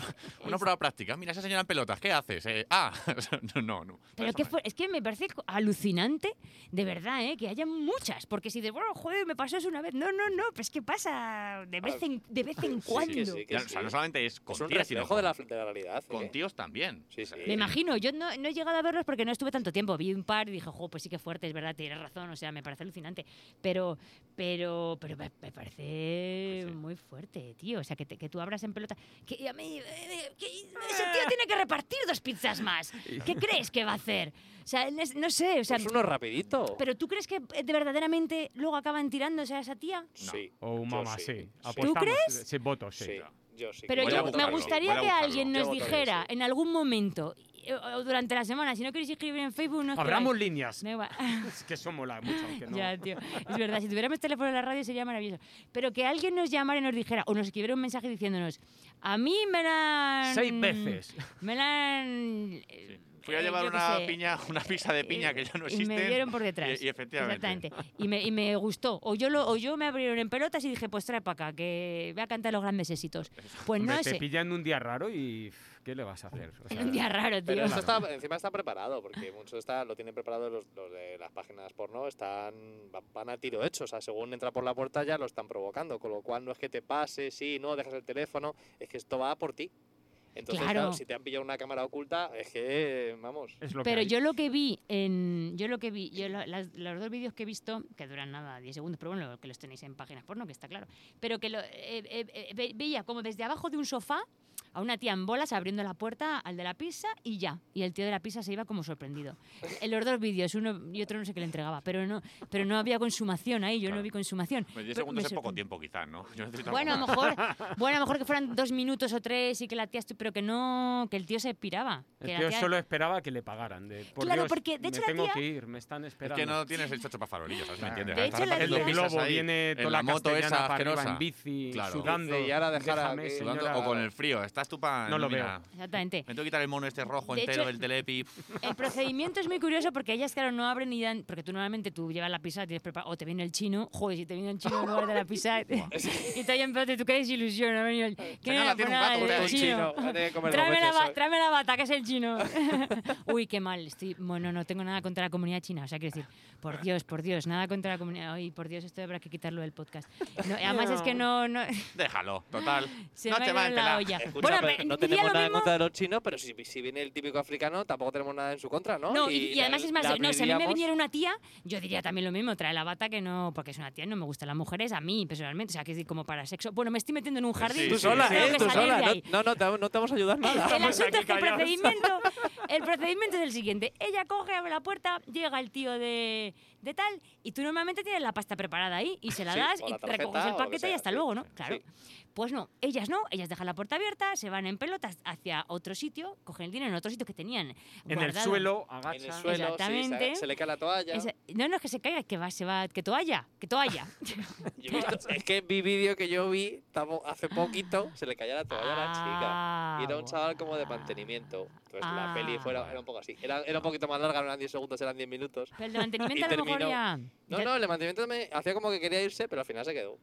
una prueba práctica. Mira, esa señora en pelotas, ¿qué haces? Eh, ah, no, no. no. Pero Eso que no. fue- es que me parece co- alucinante, de verdad, ¿eh? que haya muchas. Porque si de, bueno, joder, me pasó eso una vez. No, no, no, pues que pasa de vez en, de vez en cuando. sí, sí. Ya, o sea, no solamente es con Es un tías, sino reflejo de la, con- de la realidad. ¿eh? con tíos también. Sí, sí. Me imagino, yo no, no he llegado a verlos porque no estuve tanto tiempo. Vi un par y dije, jo, pues sí que fuerte, es verdad, tienes razón, o sea, me parece alucinante. Pero, pero, pero me, me parece Pues sí. muy fuerte, tío. O sea, que, te- que tú abras en pelota. Que a mí, eh, que ese tío tiene que repartir dos pizzas más. ¿Qué crees que va a hacer? O sea, él es- no sé, o sea. Es uno rapidito. Pero tú crees que eh, de verdaderamente luego acaban tirándose a esa tía? Sí. O un Yo mamá, sí, sí. sí. ¿Tú crees? Sí, voto, sí. Sí, yo sí. Pero Eh, Voy a yo me buscarlo, gustaría voy a que buscarlo. alguien Yo nos votaré, dijera sí. en algún momento eh, o durante la semana, si no queréis escribir en Facebook, no escribáis. Abramos líneas. Da igual. Es que eso mola mucho, aunque no. Ya, tío. Es verdad, si tuviéramos teléfono en la radio sería maravilloso. Pero que alguien nos llamara y nos dijera, o nos escribiera un mensaje diciéndonos, a mí me la han... Seis veces. Me la han... eh, Fui a eh, llevar yo qué una sé, piña, una pizza de piña eh, que ya no Y existe. me dieron por detrás. Y, efectivamente. Exactamente. Y me, y me gustó. O yo, lo, o yo me abrieron en pelotas y dije, pues trae para acá, que voy a cantar los grandes éxitos. Pues no Hombre, sé. te pillan un día raro y pff, ¿qué le vas a hacer? O sea, Un día raro, tío. Pero esto Claro. está, encima está preparado, porque muchos está, lo tienen preparado los, los de las páginas porno, están va- van a tiro hecho, o sea, según entra por la puerta ya lo están provocando, con lo cual no es que te pases, sí, no, dejas el teléfono, es que esto va por ti. Entonces, Claro. claro, si te han pillado una cámara oculta, es que, vamos, es lo que Pero hay. yo lo que vi en. Yo lo que vi. Yo lo- las- los dos vídeos que he visto, que duran nada, 10 segundos, pero bueno, que los tenéis en páginas porno, que está claro. Pero que lo, eh, eh, eh, ve- veía como desde abajo de un sofá a una tía en bolas abriendo la puerta al de la pizza y ya. Y el tío de la pizza se iba como sorprendido. En los dos vídeos, uno y otro no sé qué le entregaba, pero no, pero no había consumación ahí, yo no Claro. vi consumación. Pues diez Pero segundos me es poco sorprende. tiempo, quizás, ¿no? Yo necesito algo Bueno, a lo más. mejor, bueno, a lo mejor que fueran dos minutos o tres y que la tía estu- pero que no, que el tío se piraba. que El la tío tía- solo esperaba que le pagaran. de, por Claro, Dios, porque, de hecho, me la tengo tía- que ir, me están Es esperando. que no tienes el chocho para farolillos, ¿sabes? ¿Me entiendes? De Estás hecho, la repartiendo tía- El El pizzas globo ahí, viene en toda la moto castellana esa para arriba asquerosa. en bici, Claro. sudando. Dice, "Y ahora dejar a- déjame, que- Sudando señora". o con el frío. Estás tú para... No lo veo. Exactamente. Me tengo que quitar el mono este rojo De entero hecho- del telepi. El procedimiento es muy curioso porque ellas, claro, no abren ni dan. Porque tú normalmente tú llevas la pizza, tienes preparado. O te viene el chino. Joder, si te viene el chino en lugar de la pizza. y te hayan pegado, tú qué desilusión. Ha venido el. ¿Quién Señora, era? Pues tiene un nada, gato, el usted, chino. Tráeme eh. la, ba- tráeme la bata, que es el chino. Uy, qué mal. Estoy, bueno, no tengo nada contra la comunidad china. O sea, quiero decir, por Dios, por Dios, nada contra la comunidad. Ay, por Dios, esto habrá que quitarlo del podcast. No, además es que no, no- Déjalo, total. se no me te va ha a ido la enterar. olla. Escucha, bueno, pero me- no diría tenemos lo nada en mismo. contra de los chinos, pero pero si, si viene el típico africano, tampoco tenemos nada en su contra, ¿no? No, y, y la- además es más, eh, la no, si a mí me abriríamos. viniera una tía, yo diría también lo mismo, trae la bata que no, porque es una tía, no me gustan las mujeres, a mí personalmente, o sea, que es como para sexo. Bueno, me estoy metiendo en un jardín. sí, tú tengo sola, que ¿eh? Tú salir de sola. ahí. No, no, no, te, no te vamos a ayudar nada. El asunto es que el callados. procedimiento, el procedimiento es el siguiente. Ella coge, abre la puerta, llega el tío de, de tal, y tú normalmente tienes la pasta preparada ahí, y se la Sí, das, o y la tarjeta, recoges o el lo que paquete y sea, hasta sí, luego, ¿no? sí, Claro. sí. Pues no, ellas no, ellas dejan la puerta abierta, se van en pelotas hacia otro sitio, cogen el dinero en otro sitio que tenían En el guardado. suelo, En el agacha. suelo, sí, Exactamente. se, se le cae la toalla. Esa- no, no es que se caiga, es que va, se va, que toalla, que toalla. Yo he visto- Es que mi vídeo que yo vi tamo- hace Ah. poquito se le caía la toalla a la chica. Y era un chaval como de mantenimiento. Entonces Ah. la peli fuera, era un poco así. Era, era un poquito más larga, no eran 10 segundos, eran 10 minutos. Pero el de mantenimiento Y a lo mejor terminó. ya. No, ya- no, el de mantenimiento me hacía como que quería irse, pero al final se quedó.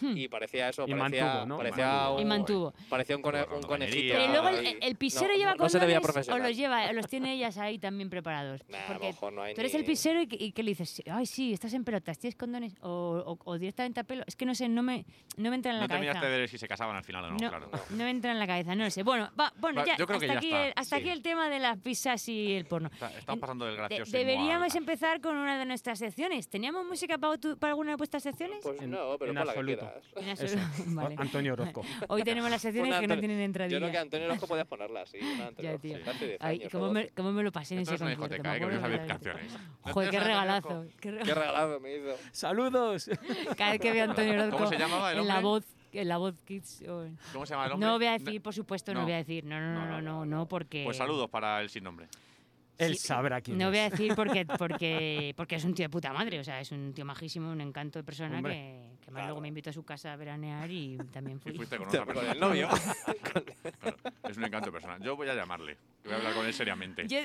Hmm. Y parecía eso, Y parecía, mantuvo, ¿no? parecía Mantuvo. Y un, mantuvo. parecía un, cone- Como un compañería. conejito. Pero luego el, ahí. el pisero No, no- lleva no se le veía condones o profesional. los lleva, los tiene ellas ahí también preparados. Nah, a lo Porque mejor no hay tú eres ni- el pisero y, que- y que le dices, ay sí, estás en pelotas, tienes condones o, o- o directamente a pelo. Es que no sé, no me, no me entra en la No cabeza. terminaste de ver si se casaban al final o no, No, claro. no me entra en la cabeza, no lo sé. Bueno, va- bueno, Va, ya, yo creo que hasta, ya aquí, está, el, hasta sí. aquí el tema de las pizzas y el porno. Está- Estamos pasando del De- gracioso. deberíamos empezar con una de nuestras secciones. ¿Teníamos música para, tu- para alguna de vuestras secciones? Pues En- no, pero pon en la que absoluto. absoluto. En Eso. absoluto. Vale. Antonio Orozco. Hoy tenemos las secciones Una que no Antonio- tienen entradilla. Yo creo que Antonio Orozco podías ponerla, sí. una Antonio Ya, Orozco, tío. sí, hace 10 Ay, años cómo o me, cómo me lo pasé en Esto ese es una concierto. discoteca, me eh, que venimos a acuerdo ver claramente. canciones. Joder, qué Entonces, regalazo. qué Qué regalazo. regalado me hizo. ¡Saludos! Cada vez que veo a Antonio Orozco ¿Cómo se llamaba el en la hombre? voz, en la voz Kids. o- ¿Cómo se llama el hombre? No voy a decir, por supuesto, no, No. voy a decir. No, no, no, no, no, no, porque. Pues saludos para el sin nombre. Él Sí. sabrá quién No es. voy a decir porque, porque, porque es un tío de puta madre, o sea, es un tío majísimo, un encanto de persona Hombre. que, que más Claro. luego me invitó a su casa a veranear y también Y fui. fuiste con otra Con persona. el novio. Claro, es un encanto personal. Yo voy a llamarle. Voy a hablar con él seriamente. Yo,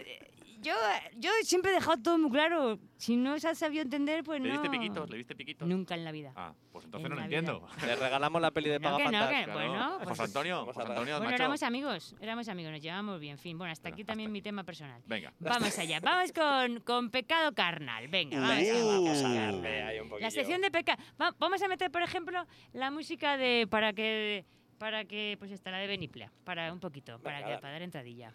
yo, yo siempre he dejado todo muy claro. Si no se ha sabido entender, pues ¿Le no. diste piquitos? ¿Le diste piquitos? Nunca en la vida. Ah, pues entonces En no lo la vida. entiendo. Le regalamos la peli de No, que no, Pagafantas. que- bueno, pues- José Antonio, Vamos a José hablar. Antonio, bueno, macho. éramos amigos, éramos amigos, nos llevamos bien, en fin. Bueno, hasta Bueno, aquí también hasta mi aquí. tema personal. Venga. Vamos allá, vamos con, con pecado carnal. Uh. Venga, vamos allá. Vamos a darle ahí un La poquillo. sección de pecado. Vamos a meter, por ejemplo, la música de para que para que pues está la de Benipla, para un poquito, para que dale. para dar entradilla.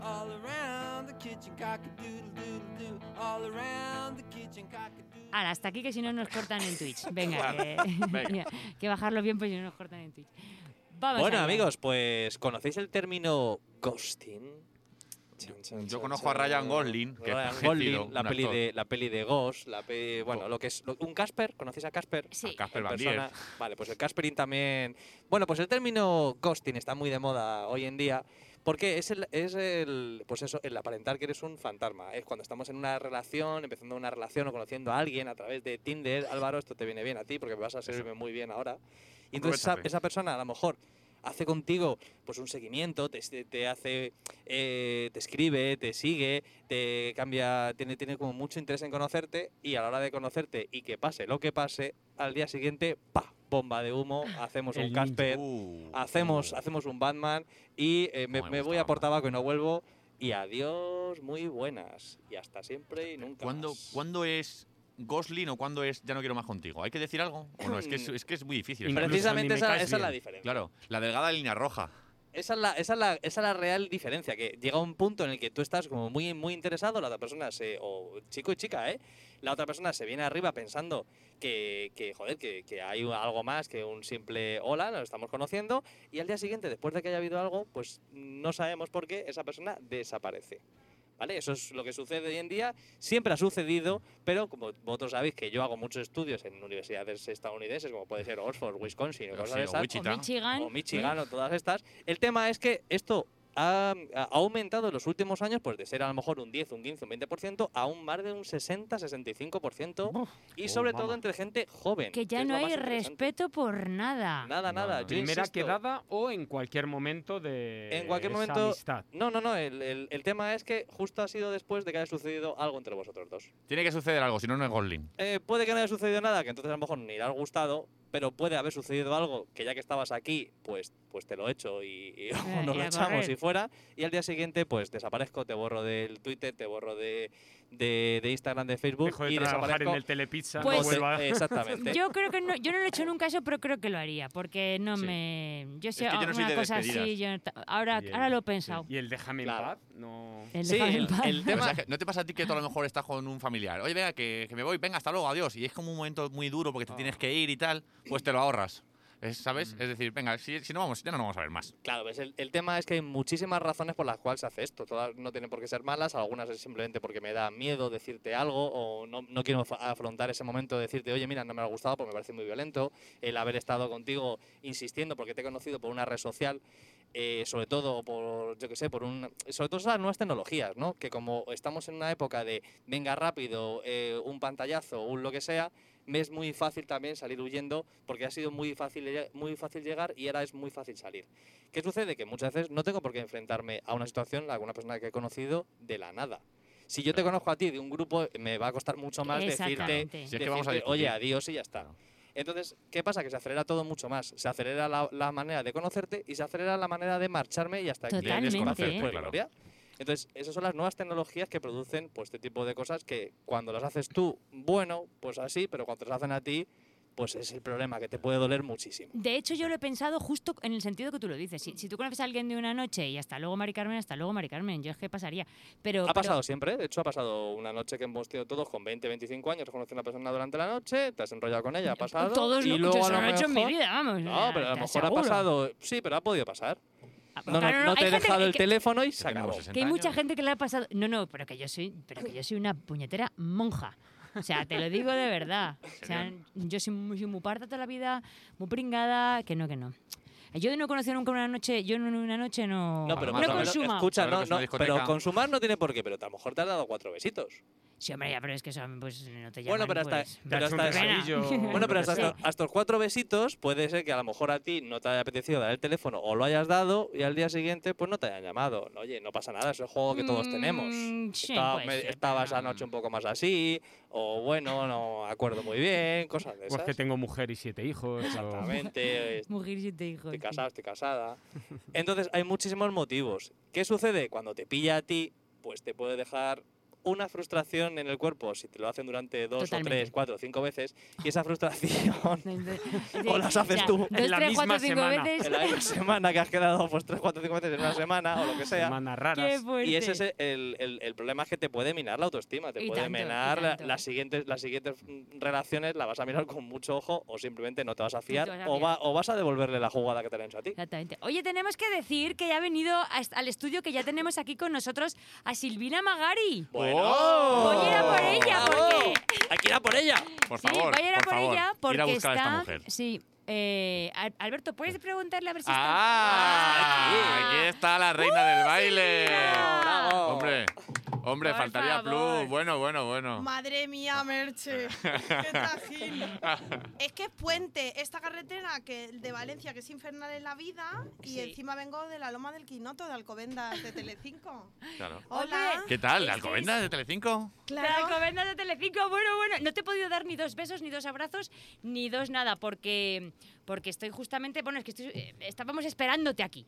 All around the kitchen, cock a doodle doodle doo. All around the kitchen, cock a doodle. Ahora, hasta aquí que si no nos cortan en Twitch. Venga, Claro, que, venga. que bajarlo bien pues si no nos cortan en Twitch. Vamos Bueno, allá. amigos, pues ¿conocéis el término ghosting? Chan, chan, Yo chan, conozco a chan. Ryan Gosling, que es Ryan parecido, Gosling, un la peli actor. de la peli de Ghost, la pe- bueno, lo que es lo- un Casper, ¿conocéis a Casper? Sí. Casper El Van Dier. persona- Vale, pues el Casperin también. Bueno, pues el término ghosting está muy de moda hoy en día. Porque es el, es el, pues eso, el aparentar que eres un fantasma. Es cuando estamos en una relación, empezando una relación o conociendo a alguien a través de Tinder. Álvaro, esto te viene bien a ti porque vas a servirme muy bien ahora. Y entonces esa, Aprovéchate. esa persona a lo mejor hace contigo pues un seguimiento, te, te hace, eh, te escribe, te sigue, te cambia, tiene, tiene como mucho interés en conocerte y a la hora de conocerte y que pase lo que pase, al día siguiente, pa, bomba de humo, hacemos El un ninja. Casper, Uh, hacemos, uh. hacemos un Batman y eh, me, Como me me voy a gustaba. por tabaco y no vuelvo y adiós, muy buenas y hasta siempre y nunca ¿Cuándo, más. ¿Cuándo es Gosling o cuándo es Ya no quiero más contigo? ¿Hay que decir algo? ¿O no? Es que Hmm. es, es que es muy difícil. Incluso Precisamente ni esa, me caes esa es la bien. diferencia. Claro, la delgada línea roja. Esa es, la, esa, es la, esa es la real diferencia, que llega un punto en el que tú estás como muy, muy interesado, la otra persona se, o chico y chica, ¿eh? La otra persona se viene arriba pensando que, que, joder, que, que hay algo más que un simple hola, nos estamos conociendo, y al día siguiente, después de que haya habido algo, pues no sabemos por qué esa persona desaparece. ¿Vale? Eso es lo que sucede hoy en día, siempre ha sucedido, pero como vosotros sabéis que yo hago muchos estudios en universidades estadounidenses, como puede ser Oxford, Wisconsin o Pero cosas sí, de o esas, O Wichita. Michigan. o Michigan o todas estas. El tema es que esto ha, ha aumentado en los últimos años, pues de ser a lo mejor un 10, un 15, un 20%, a un más de un 60, 65%. Buf. y Oh, sobre todo mamá. entre gente joven. Que ya es no lo hay más interesante. respeto por nada. Nada, No, nada. no. yo Primera insisto. quedada o en cualquier momento de En cualquier esa momento- amistad. No, no, no. El, el- el tema es que justo ha sido después de que haya sucedido algo entre vosotros dos. Tiene que suceder algo, si no, no es Gosling. Eh, puede que no haya sucedido nada, que entonces a lo mejor ni le ha gustado. Pero puede haber sucedido algo que ya que estabas aquí, pues, pues te lo echo y, y Eh, nos y lo a echamos correr. y fuera. Y al día siguiente, pues desaparezco, te borro del Twitter, te borro de, de, de Instagram, de Facebook Dejo de y trabajar desaparezco. eh, en el Telepizza, Pues- no No vuelvo a- sé, Exactamente. Yo creo que no, yo no lo he hecho nunca eso, pero creo que lo haría, porque no Sí. me, yo sé que yo no soy una de cosa así, despedidas. yo ta- ahora, Y el- ahora lo he pensado. Y el déjame Claro. Eh, en paz, no... El Sí, dejarme en el, paz. el O sea, tema. que ¿No te pasa a ti que tú a lo mejor estás con un familiar? Oye, venga, que, que me voy, venga, hasta luego, adiós. Y es como un momento muy duro porque te tienes que ir y tal, pues te lo ahorras. Es, ¿Sabes? Es decir, venga, si, si no vamos, ya no nos vamos a ver más. Claro, ves, el, el tema es que hay muchísimas razones por las cuales se hace esto. Todas no tienen por qué ser malas, algunas es simplemente porque me da miedo decirte algo o no, no quiero af- afrontar ese momento de decirte, oye, mira, no me ha gustado porque me parece muy violento. El haber estado contigo insistiendo porque te he conocido por una red social, eh, sobre todo por, yo qué sé, por un. Sobre todo las nuevas tecnologías, ¿no? Que como estamos en una época de venga rápido, eh, un pantallazo, un lo que sea, me es muy fácil también salir huyendo porque ha sido muy fácil, lle- muy fácil llegar y ahora es muy fácil salir. ¿Qué sucede? Que muchas veces no tengo por qué enfrentarme a una situación, a una persona que he conocido de la nada. Si yo te conozco a ti de un grupo, me va a costar mucho más decirte, Exactamente. Si es que vamos a decirte, oye, discutir". adiós y ya está. Claro. Entonces, ¿qué pasa? Que se acelera todo mucho más. Se acelera la, la manera de conocerte y se acelera la manera de marcharme y hasta Totalmente, que Desconocer, desconocer, claro. gloria. Entonces, esas son las nuevas tecnologías que producen pues, este tipo de cosas que cuando las haces tú, bueno, pues así, pero cuando te las hacen a ti, pues es el problema, que te puede doler muchísimo. De hecho, yo lo he pensado justo en el sentido que tú lo dices. Si, si tú conoces a alguien de una noche y hasta luego, Mari Carmen, hasta luego, Mari Carmen, yo es que pasaría. Pero, Ha pero- pasado siempre, ¿eh? de hecho ha pasado una noche que hemos tenido todos con 20, 25 años, conoces a una persona durante la noche, te has enrollado con ella, ha pasado. Todos y lo- luego yo a eso lo no lo he hecho en mi mejor- vida, vamos. No, pero a lo te mejor ha aseguro. pasado. Sí, pero ha podido pasar. Ah, No, no, claro, no te hay he gente dejado que- el que- teléfono y se Tenemos acabó. 60 Que hay mucha años. gente que le ha pasado. No, no, pero que yo soy, pero que yo soy una puñetera monja. O sea, te lo digo de verdad. O sea, yo soy muy, soy muy parda toda la vida, muy pringada, que no, que no. Yo no he conocido nunca una noche, yo en una noche no, No, pero No más o menos- consuma. escucha, Claro que no, es una no, pero discoteca. consumar no tiene por qué, pero a lo mejor te has dado cuatro besitos. Sí, hombre, ya, pero es que eso pues, no te llaman, Bueno, pero hasta, pues. pero Das un hasta, Pena. besillo, Bueno, pues lo pero que hasta, sea. estos- hasta los cuatro besitos puede ser que a lo mejor a ti no te haya apetecido dar el teléfono o lo hayas dado y al día siguiente pues no te hayan llamado. Oye, no pasa nada, es el juego que todos tenemos. Mm, sí, Estaba- puede me- ser, estabas pero- anoche un poco más así, o bueno, no acuerdo muy bien, cosas de Pues esas. que tengo mujer y siete hijos. o- Exactamente, Mujer y te hijos. estoy sí. casado, estoy casada. Entonces hay muchísimos motivos. ¿Qué sucede? Cuando te pilla a ti, pues te puede dejar una frustración en el cuerpo si te lo hacen durante dos Totalmente. o tres, cuatro o cinco veces y esa frustración Sí, O las haces o sea, tú. Dos, En la tres, misma cuatro, cinco semana. veces. en la misma semana que has quedado pues tres, cuatro, cinco veces en una semana o lo que sea. Semanas Qué raras. fuerte. Y ese es el, el- el problema es que te puede minar la autoestima, te Y puede tanto, y minar la- tanto. las siguientes las siguientes mm, relaciones, la vas a mirar con mucho ojo o simplemente no te vas a fiar, vas a o, fiar. va- o vas a devolverle la jugada que te la han hecho a ti. Exactamente. Oye, tenemos que decir que ya ha venido a est- al estudio que ya tenemos aquí con nosotros a Silvina Magari. Bueno, Voy a ir a por Oh. ella, ¡Bravo! porque- hay que ir a por ella. Por sí, favor, voy a ir a por, por favor, ella porque ir a buscar está. a esta mujer. Sí. eh, Al- Alberto, ¿puedes preguntarle a ver si ¡Ah! está? Aquí está la reina del baile. Silvina! Bravo. Hombre, hombre, Por faltaría favor. plus. Bueno, bueno, bueno. Madre mía, Merche. Qué trajín. Es que es puente. Esta carretera que de Valencia, que es infernal en la vida, y Sí. encima vengo de la Loma del Quinoto, de Alcobendas, de Telecinco. Claro. Hola. ¿Qué tal? Ese ¿La es- Alcobendas de Telecinco? La encomienda de Telecinco, bueno, bueno. No te he podido dar ni dos besos, ni dos abrazos, ni dos nada, porque, porque estoy justamente, bueno, es que estoy- eh, estábamos esperándote aquí.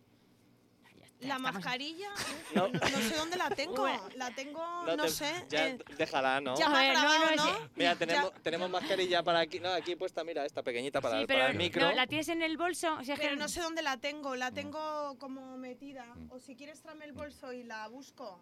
Ya está, La estamos- mascarilla, No. no. sé dónde la tengo. Bueno. La tengo, no, No te- sé. Ya, eh, déjala, ¿no? ya A me ha ver, no, grabado, no, ¿no? es Mira, Ya. tenemos, tenemos mascarilla para aquí. No, aquí puesta, mira, esta pequeñita para, Sí, el, pero para el micro. no, la tienes en el bolso. O sea, que- Pero no sé dónde la tengo. Mm. La tengo como metida. O si quieres, tráeme el bolso y la busco.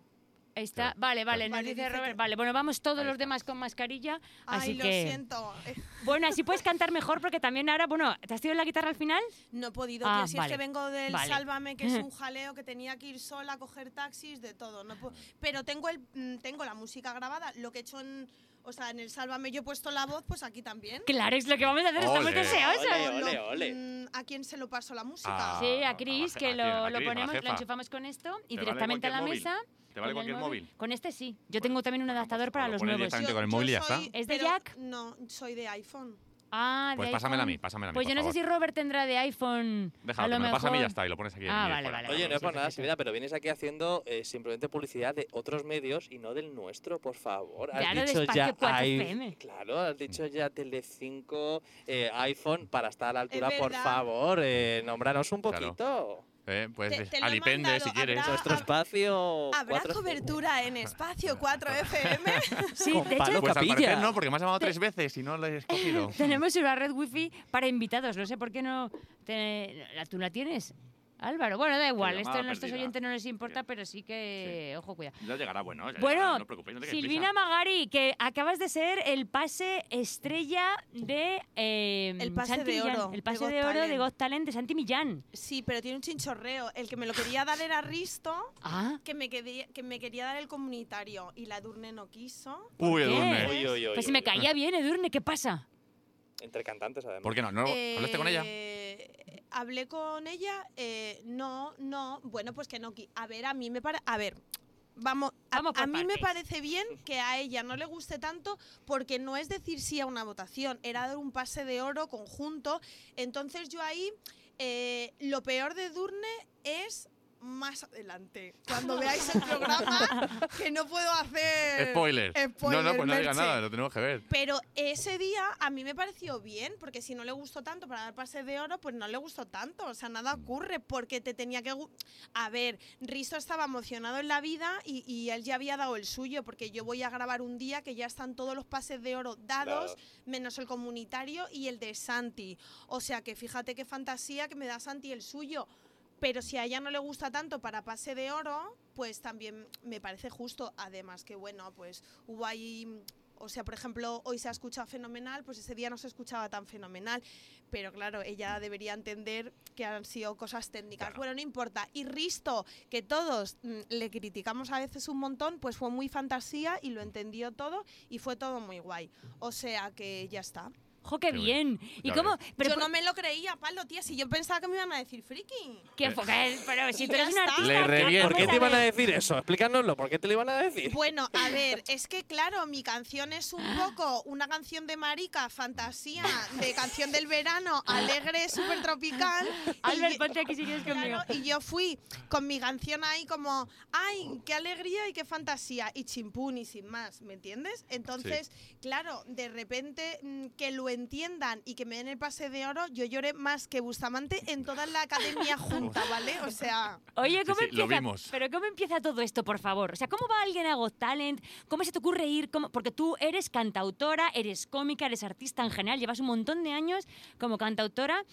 Ahí está. Vale, vale, nos Vale, dice dice Robert. que- Vale, bueno, vamos todos Ahí los está. demás con mascarilla. Ay, así lo que. siento. Eh, Bueno, así puedes cantar mejor porque también ahora, bueno, ¿te has tirado la guitarra al final? No he podido, Ah, tío, si vale, es que vengo del vale. Sálvame, que es un jaleo, que tenía que ir sola a coger taxis, de todo. No pu- pero tengo, el, mm, tengo la música grabada, lo que he hecho en, o sea, en el Sálvame yo he puesto la voz, pues aquí también. Claro, es lo que vamos a hacer, estamos Ole. deseosos. Ole, Lo- ole, ole. mm, ¿A quién se lo paso la música? Ah. Sí, a a Cris, la que je- a lo, la lo Cris, a la ponemos, lo jefa. enchufamos con esto y Te vale directamente a la cualquier mesa. ¿Te vale con el cualquier móvil? Con este sí. Yo tengo también un Bueno, adaptador pues, para o lo los pones nuevos. directamente con el móvil y ya soy- está. ¿Es de pero- Jack? No, soy de iPhone. Ah, de Pues pásamela a iPhone. mí, pásamela a mí. Pues yo por no sé si favor. Robert tendrá de iPhone. a Déjalo, lo que me la mejor. pasas a mí y ya está, y lo pones aquí. en Ah, mi vale, fuera. vale, Oye, no es por nada, perfecto. Silvia, pero vienes aquí haciendo eh, simplemente publicidad de otros medios y no del nuestro, por favor. Has Claro, dicho despacio, ya 4FM. i- Claro, has dicho ya Telecinco, eh, iPhone, para estar a la altura, por verdad. favor, eh, nómbranos un Claro. poquito. Eh, pues Te- te lo he alipende mandado, si quieres. habrá- Nuestro hab- Oh, espacio. Ah, ¿Habrá 4. cobertura en espacio 4FM? Sí, con de hecho, palo. Pues al Capilla. parecer no, porque me has llamado tres veces y no la he escogido. tenemos una red wifi para invitados. No sé por qué no. te- la- ¿Tú la tienes? Álvaro, bueno, da igual, esto llamada a nuestros perdida. oyentes no les importa, Bien. pero sí que, ojo, cuidado. Ya llegará, bueno. ya Bueno, llegará, no os preocupéis, no tengáis Silvina prisa. Magari, que acabas de ser el pase estrella de eh, El pase de Santi Millán, oro el de pase Got de oro de Talent. Got Talent de Santi Millán. sí, pero tiene un chinchorreo. El que me lo quería dar era Risto, Ah, que me, quedé- que me quería dar el comunitario y la Durne no quiso. Uy, Edurne. ¿Qué? Uy, uy, uy, pues uy, si me uy. caía bien, Edurne, ¿qué pasa? Entre cantantes, además. ¿Por qué no? ¿No ¿Hablaste con ella? Eh, Hablé con ella, eh, no, no, bueno, pues que no. qui- A ver, a mí me parece. A ver. Vamos, a, Vamos por a mí me partes. parece bien que a ella no le guste tanto porque no es decir sí a una votación, era dar un pase de oro conjunto. Entonces yo ahí, eh, lo peor de Durne es más adelante, cuando veáis el programa, que no puedo hacer Spoiler. spoiler, No, no, pues no digas Merche. nada, lo tenemos que ver. Pero ese día a mí me pareció bien, porque si no le gustó tanto para dar pase de oro, pues no le gustó tanto. O sea, nada ocurre, porque te tenía que. gu- A ver, Risto estaba emocionado en la vida y, y él ya había dado el suyo, porque yo voy a grabar un día que ya están todos los pases de oro dados, Dados. menos el comunitario y el de Santi. O sea, que fíjate qué fantasía que me da Santi el suyo. Pero si a ella no le gusta tanto para pase de oro, pues también me parece justo. Además que bueno, pues hubo ahí, o sea, por ejemplo, hoy se ha escuchado fenomenal, pues ese día no se escuchaba tan fenomenal. Pero claro, ella debería entender que han sido cosas técnicas. Bueno, no importa. Y Risto, que todos mm, le criticamos a veces un montón, pues fue muy fantasía y lo entendió todo y fue todo muy guay. O sea que ya está. ¡Jo, qué Qué bien! bien. ¿Y Ya cómo? Pero, Yo por- no me lo creía, palo, tía, si yo pensaba que me iban a decir freaking. que fo- que- pero si tú Ya eres un está. artista, Le ¿qué reviento. ¿Por vamos qué Vamos te a iban a ver? decir eso? Explícanoslo, ¿por qué te lo iban a decir? Bueno, a ver, es que claro, mi canción es un Ah. poco una canción de marica, fantasía, de canción del verano, alegre, súper tropical. Albert, ponte aquí si quieres conmigo. y yo fui con mi canción ahí como, ay, qué alegría y qué fantasía, y chimpún y sin más, ¿me entiendes? Entonces, claro, de repente mm, que lo entiendan y que me den el pase de oro, yo lloré más que Bustamante en toda la academia junta, ¿vale? O sea... Oye, ¿cómo sí, lo empieza? vimos. Pero ¿cómo empieza todo esto, por favor? O sea, ¿cómo va alguien a Got Talent? ¿Cómo se te ocurre ir? ¿Cómo- Porque tú eres cantautora, eres cómica, eres artista en general, llevas un montón de años como cantautora,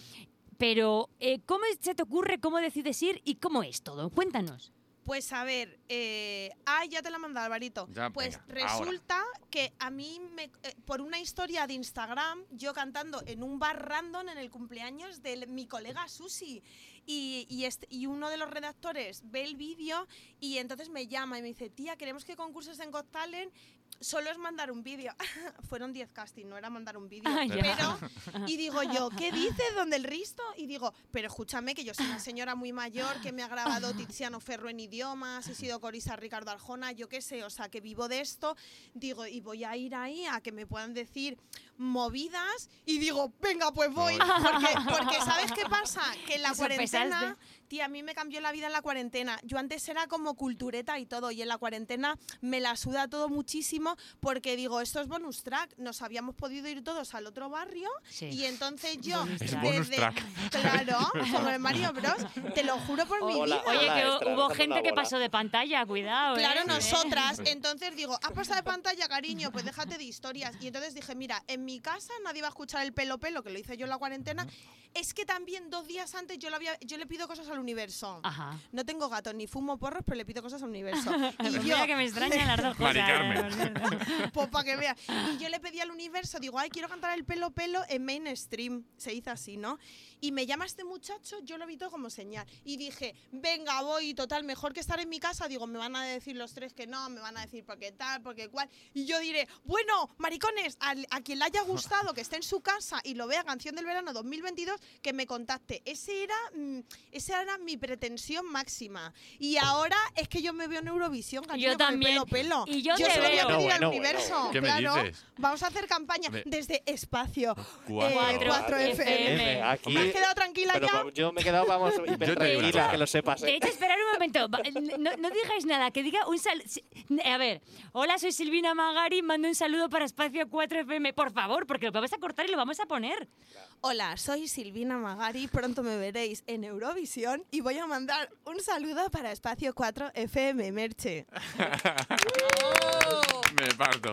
pero eh, ¿cómo se te ocurre, cómo decides ir y cómo es todo? Cuéntanos. Pues a ver, eh, ah, ya te la he mandado Alvarito. Ya, pues venga, ahora. resulta que a mí, me, eh, por una historia de Instagram, yo cantando en un bar random en el cumpleaños de l- mi colega Susi, y, y este- y uno de los redactores ve el vídeo y entonces me llama y me dice, tía, queremos que concurses en Got Talent, solo es mandar un vídeo. Fueron 10 castings, no era mandar un vídeo. Ah, ya. pero y digo yo, ¿qué dices, donde el Risto? Y digo, pero escúchame que yo soy una señora muy mayor, que me ha grabado Tiziano Ferro en idiomas, he sido corista Ricardo Arjona, yo qué sé, o sea, que vivo de esto. Digo, y voy a ir ahí a que me puedan decir movidas. Y digo, venga, pues voy. Voy. Porque, porque ¿sabes qué pasa? Que en la Eso cuarentena... pesaste. Tía, a mí me cambió la vida en la cuarentena. Yo antes era como cultureta y todo, y en la cuarentena me la suda todo muchísimo porque digo, esto es bonus track. Nos habíamos podido ir todos al otro barrio Sí. y entonces yo, Bonus Es track. bonus desde- track. claro, como en Mario Bros, te lo juro por mi Hola, vida. Oye, Hola, que extra, hubo lanzando gente la que bola. pasó de pantalla, cuidado. ¿eh? Claro, Sí. nosotras. Entonces digo, has pasado de pantalla, cariño, pues déjate de historias. Y entonces dije, mira, en mi casa nadie va a escuchar el pelo pelo, que lo hice yo en la cuarentena. Es que también dos días antes yo, lo había, yo le pido cosas al universo. Ajá. No tengo gatos ni fumo porros, pero le pido cosas al universo. Pues Y yo, mira que me extrañan las dos cosas. eh, Mari Carmen. la verdad. pues pa' que vea. Y yo le pedí al universo, digo, ay, quiero cantar el pelo pelo en mainstream. Se hizo así, ¿no? Y me llama este muchacho, yo lo vi todo como señal. Y dije, venga, voy, total, mejor que estar en mi casa. Digo, me van a decir los tres que no, me van a decir porque tal, porque cual. Y yo diré, bueno, maricones, al- a, quien le haya gustado, que esté en su casa y lo vea Canción del Verano 2022, que me contacte. Ese era, mm, esa era mi pretensión máxima. Y ahora es que yo me veo en Eurovisión, cariño, con el también. pelo pelo. Y yo te se lo voy a veo. pedir Bueno, al bueno, universo. bueno. ¿Qué me claro. dices? Vamos a hacer campaña Me- desde espacio. eh, Cuatro. 4FM. Eh, Aquí, ¿Te has quedado tranquila pero ya? pa- yo me he quedado, vamos, hiper Yo te digo una tranquila, cosa. que lo sepas. De eh. hecho, esperar un momento. Va- eh, No, no digáis nada, que diga un saludo. A ver, hola, soy Silvina Magari, mando un saludo para Espacio 4FM. Por favor, porque lo vamos a cortar y lo vamos a poner. Hola, soy Silvina Magari. Pronto me veréis en Eurovisión y voy a mandar un saludo para Espacio 4 FM Merche. Me parto.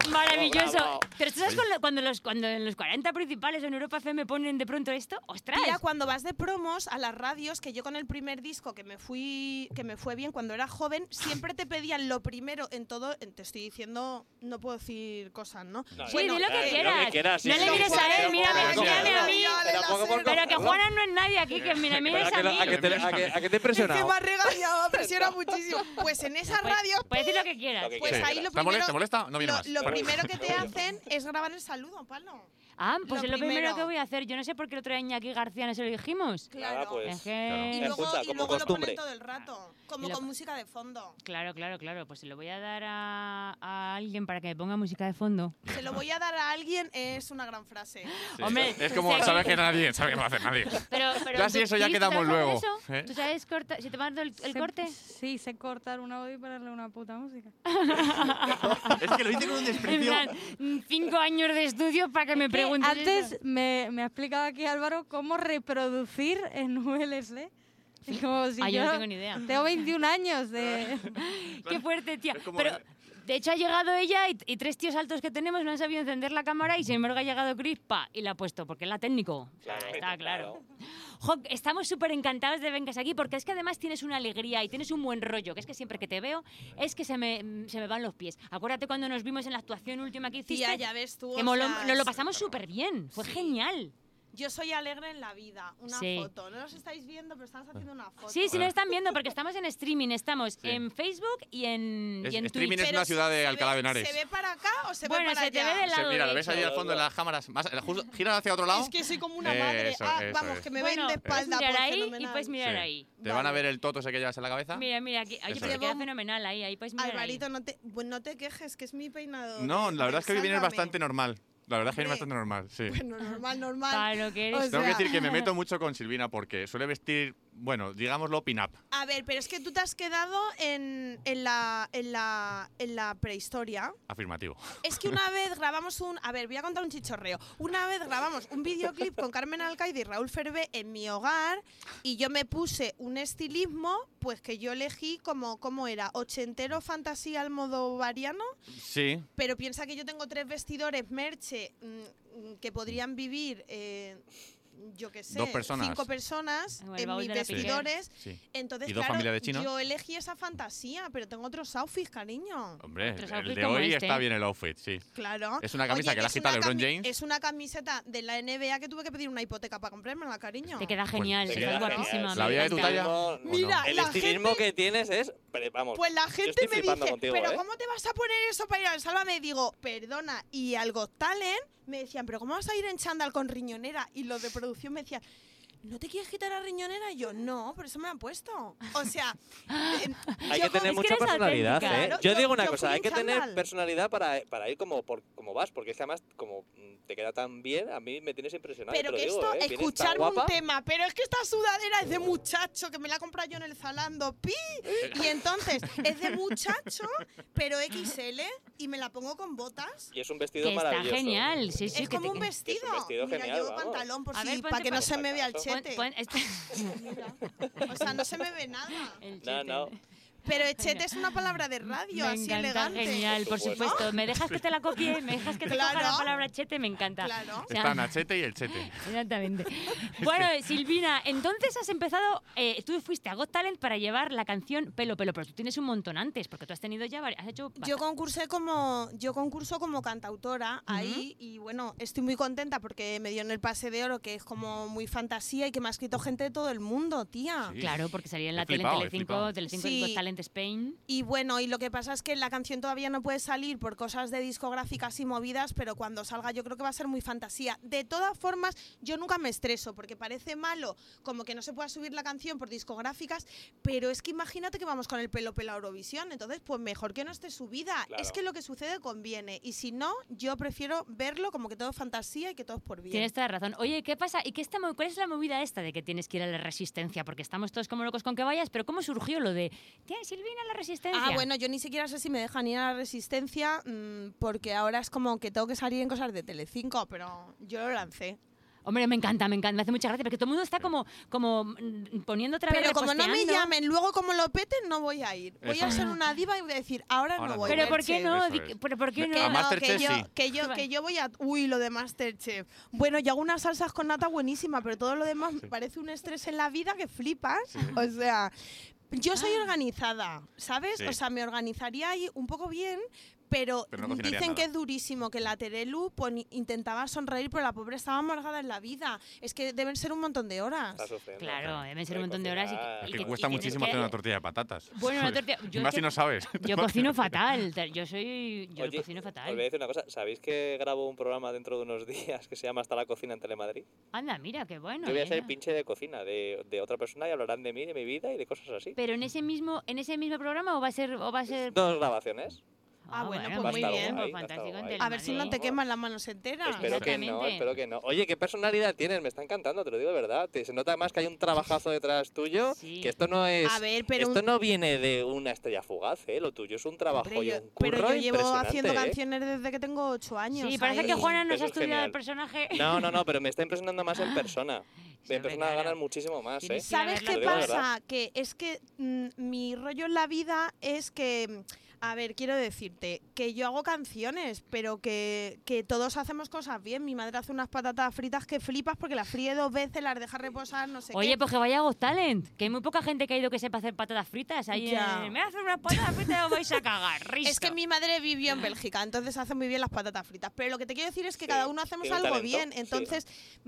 Bravo, Maravilloso. bravo. Pero tú sabes con lo- cuando, los, cuando en los 40 principales en Europa FM ponen de pronto esto, ostras. Tía, cuando vas de promos a las radios, que yo con el primer disco que me fui, que me fue bien cuando era joven, siempre te pedían lo primero en todo. en- Te estoy diciendo, no puedo decir cosas, ¿no? No, sí, bueno, di lo que eh, quieras. lo que quieras, sí, no sí, le sí. mires a él, Pero mírame, bueno, mírame a mí. Pero tampoco por Pero que cogerlo. Juana no es nadie aquí, que me Pero ¿A mires que, a lo- mí. a que te, a que- a que te he Es que presionado? me ha regañado, presiona muchísimo. Pues en esa radio, Puedes decir lo que quieras. Lo que pues Sí. ahí lo ¿Te molesta? primero. ¿Te molesta? No Lo, viene más. lo Vale. primero que te hacen es grabar el saludo, Pablo. Ah, pues Lo es lo primero primero. que voy a hacer. Yo no sé por qué el otro día Iñaki García no se lo dijimos. Claro. Nada, pues. Es que... Y Claro. luego, Escucha, y como luego lo costumbre. ponen todo el rato, como Y lo- con música de fondo. Claro, claro, claro. Pues se lo voy a dar a, a alguien para que me ponga música de fondo. Se lo voy a dar a alguien es una gran frase. Sí. Hombre, es como, sí. sabes que nadie, sabes que no va a hacer nadie. Pero, pero Ya si ¿tú- eso ya Cris, tú quedamos sabes luego, hacer eso? ¿eh? ¿Tú sabes cortar? ¿Se te mando el, el Sé- corte? Sí, sé cortar un audio y ponerle una puta música. Es que lo hice con un En desprecio. plan, mm, cinco años de estudio para que me Que preguntes. Antes eso. me, me ha explicado aquí Álvaro cómo reproducir en VLC. Y Como si Ah, yo yo no tengo ni idea. tengo 21 años de... Qué fuerte, tía. Es como- Pero, de hecho, ha llegado ella y, y tres tíos altos que tenemos no han sabido encender la cámara y sin embargo ha llegado Cris, pa, y la ha puesto, porque es la técnico. O sea, está claro. Jo, estamos súper encantados de que vengas aquí porque es que además tienes una alegría y tienes un buen rollo, que es que siempre que te veo es que se me, mm, se me van los pies. Acuérdate cuando nos vimos en la actuación última que hiciste, Tía, ya ves tú. que o moló- sea, nos lo pasamos súper bien, fue genial. Yo soy alegre en la vida. Una Sí. foto. No os estáis viendo, pero estamos haciendo una foto. Sí, sí, lo están viendo porque estamos en streaming, estamos Sí. en Facebook y en, Es- y en streaming Twitch. es una ciudad de ¿se ve- Alcalá de Henares. ¿Se ve para acá o se Bueno, ve para se te ve allá? de lado mira, lo ves derecho. ahí al fondo de las cámaras. Más, eh, justo- gira hacia otro lado. Es que soy como una Eh, madre. eso, ah, eso vamos, es. que me Bueno, ven de puedes espalda. mirar por ahí y fenomenal. puedes Sí. mirar ahí. Te van a Vale. ver el toto ese que llevas en la cabeza. Mira, mira, aquí. Ay, Eso pero es. queda fenomenal ahí, ahí puedes mirar. ahí. Alvarito, no te, bueno, no te quejes, que es mi peinado. No, de- la verdad es que hoy del vienes Sálvame. bastante normal. La verdad es que vienes Hombre. bastante normal, sí. Bueno, normal, normal. Para lo que eres. O sea- Tengo que decir que me meto mucho con Silvina porque suele vestir, bueno, digámoslo, pin-up. A ver, pero es que tú te has quedado en, en la, en, la, en la prehistoria. Afirmativo. Es que una vez grabamos un. A ver, voy a contar un chichorreo. Una vez grabamos un videoclip con Carmen Alcaide y Raúl Ferbe en mi hogar y yo me puse un estilismo, pues que yo elegí como, ¿cómo era? Ochentero fantasía al modo variano. Sí. Pero piensa que yo tengo tres vestidores merche mm, mm, que podrían vivir. eh, yo qué sé, Dos personas. cinco personas En el en baúl mis de la piquera. vestidores. Sí. Entonces, ¿Y dos claro, familias de chinos? yo elegí esa fantasía, pero tengo otros outfits, cariño. Hombre, Otros el outfits de como hoy este, está ¿eh? bien el outfit, sí. Claro. Es una camisa Oye, que la es quita una LeBron cami- James. Es una camiseta de la NBA que tuve que pedir una hipoteca para comprármela, cariño. Te Pues queda genial, te estás queda guapísima. genial. La me vida de tu encanta. talla. Mira, El la estilismo gente- que tienes es. pero Vamos. Pues la estoy gente me dice, flipando contigo, pero ¿eh? ¿cómo te vas a poner eso para ir al Sálvame? Y digo, perdona. Y al Got Talent me decían, pero ¿cómo vas a ir en chándal con riñonera? Y los de producción me decían, ¿no te quieres quitar la riñonera? Y yo, no, por eso me la han puesto. O sea, eh, hay yo que tener es que mucha eres personalidad, auténtica. ¿eh? Claro, yo, yo- digo una yo cosa, fui hay un que tener chándal. personalidad para, para ir como, por, como vas, porque es que además, como mm, te queda tan bien, a mí me tienes impresionado. Pero te lo que digo, esto, ¿eh? Vienes tan escucharme un guapa. tema, pero es que esta sudadera es de muchacho, que me la he comprado yo en el Zalando, pi, y entonces es de muchacho, pero XL, y me la pongo con botas. Y es un vestido Que está maravilloso. genial, sí, Es sí. que te- como un vestido. Es un vestido Mira, genial, llevo vamos. pantalón por A si, ver, para ponte que no pa- se me vea el Pon- chete. pon- este- Mira. O sea, no se me ve nada. el chete. No, no. Pero el chete es una palabra de radio, Me así encanta, elegante. genial, por Por supuesto. supuesto. ¿Me dejas que te la copie? ¿Me dejas que te coja Claro. la palabra chete? Me encanta. Claro. O sea, Están Achete y el Chete. Exactamente. Bueno, Silvina, entonces has empezado, eh, tú fuiste a Got Talent para llevar la canción Pelo Pelo, pero tú tienes un montón antes, porque tú has tenido ya varias, has hecho... bast- Yo concursé como yo concurso como cantautora ahí y bueno, estoy muy contenta porque me dio en el pase de oro que es como muy fantasía y que me ha escrito gente de todo el mundo, tía. Sí. Claro, porque salía en He la tele, en flipado, he Telecinco, flipado. Telecinco en Sí. Got Talent Spain. Y bueno, y lo que pasa es que la canción todavía no puede salir por cosas de discográficas y movidas, pero cuando salga yo creo que va a ser muy fantasía. De todas formas, yo nunca me estreso porque parece malo como que no se pueda subir la canción por discográficas, pero es que imagínate que vamos con el pelo pelo a Eurovisión, entonces pues mejor que no esté subida. Claro. Es que lo que sucede conviene y si no, yo prefiero verlo como que todo es fantasía y que todo es por bien. Tienes toda la razón. Oye, ¿qué pasa? ¿Y qué está, cuál es la movida esta de que tienes que ir a la resistencia? Porque estamos todos como locos con que vayas, pero ¿cómo surgió lo de "Tía, Silvina a la resistencia? Ah, bueno, yo ni siquiera sé si me dejan ir a la Resistencia mm, porque ahora es como que tengo que salir en cosas de Telecinco, pero yo lo lancé. Hombre, me encanta, me encanta, me hace mucha gracia, porque todo el mundo está como, como mm, poniendo otra vez Pero como no me reposteando. llamen, luego como lo peten, no voy a ir. Voy Eso a es. ser una diva y voy a decir, ahora, Ahora no no. voy. Pero ¿por qué Merche. no? Eso Di- es. ¿Pero por qué Que no? a Que no, que Masterchef yo, sí. que, yo, que yo voy a... Uy, lo de Masterchef. Bueno, yo hago unas salsas con nata buenísima, pero todo lo demás me parece un estrés en la vida que flipas. O Ah. sea, yo soy organizada, ¿sabes? Sí. O sea, me organizaría ahí un poco bien, Pero, Pero no cocinaría dicen nada. que es durísimo, que la Terelu pues, ni- intentaba sonreír, pero la pobre estaba amargada en la vida. Es que deben ser un montón de horas. Está sufriendo. pues, Claro, deben ser un montón de horas. y cocinar. y que cuesta y tienes muchísimo que- hacer una tortilla de patatas. Bueno, una tortilla. Y Yo, es más si que- no sabes. yo cocino fatal. tal, Yo soy. Yo Oye, cocino Os voy a fatal. decir una cosa. ¿Sabéis que grabo un programa dentro de unos días que se llama Hasta la cocina en Telemadrid? Anda, mira, qué bueno. ¿eh? Yo voy a ser mira. pinche de cocina de, de otra persona y hablarán de mí, de mi vida y de cosas así. Pero en ese mismo, en ese mismo programa o va a ser, o va a ser. Dos grabaciones. Ah, bueno, pues Va a muy estar guay, bien. va a estar fantástico. en guay. A ver si no te Telemadrid. queman las manos enteras. Espero que no, Exactamente. espero que no. Oye, qué personalidad tienes, me está encantando, te lo digo de verdad. Te- se nota más que hay un trabajazo detrás tuyo, Sí. que que esto no es... A ver, pero esto un- no viene de una estrella fugaz, ¿eh? Lo tuyo es un trabajo hombre, y yo- un curro pero yo llevo impresionante, haciendo ¿eh? canciones desde que tengo ocho años. Sí, parece ahí. que Juana nos Eso ha es estudiado genial. el personaje. No, no, no, pero me está impresionando más en persona. Sí, hombre, En persona claro. ganas muchísimo más, ¿eh? Tienes- ¿Sabes Sin haberla qué visto. De pasa? Que es que mm, mi rollo en la vida es que, mm, a ver, quiero decirte, que yo hago canciones, pero que, que todos hacemos cosas bien. Mi madre hace unas patatas fritas que flipas porque las fríe dos veces, las deja reposar, no sé Oye, qué. pues que vaya a Got Talent, que hay muy poca gente que ha ido que sepa hacer patatas fritas. Ahí Ya. en- me hacen unas patatas fritas y os vais a cagar. Es que Risto. mi madre vivió en Bélgica, entonces hace muy bien las patatas fritas. Pero lo que te quiero decir es que Sí, cada uno hacemos tiene algo talento, bien. sí. Entonces,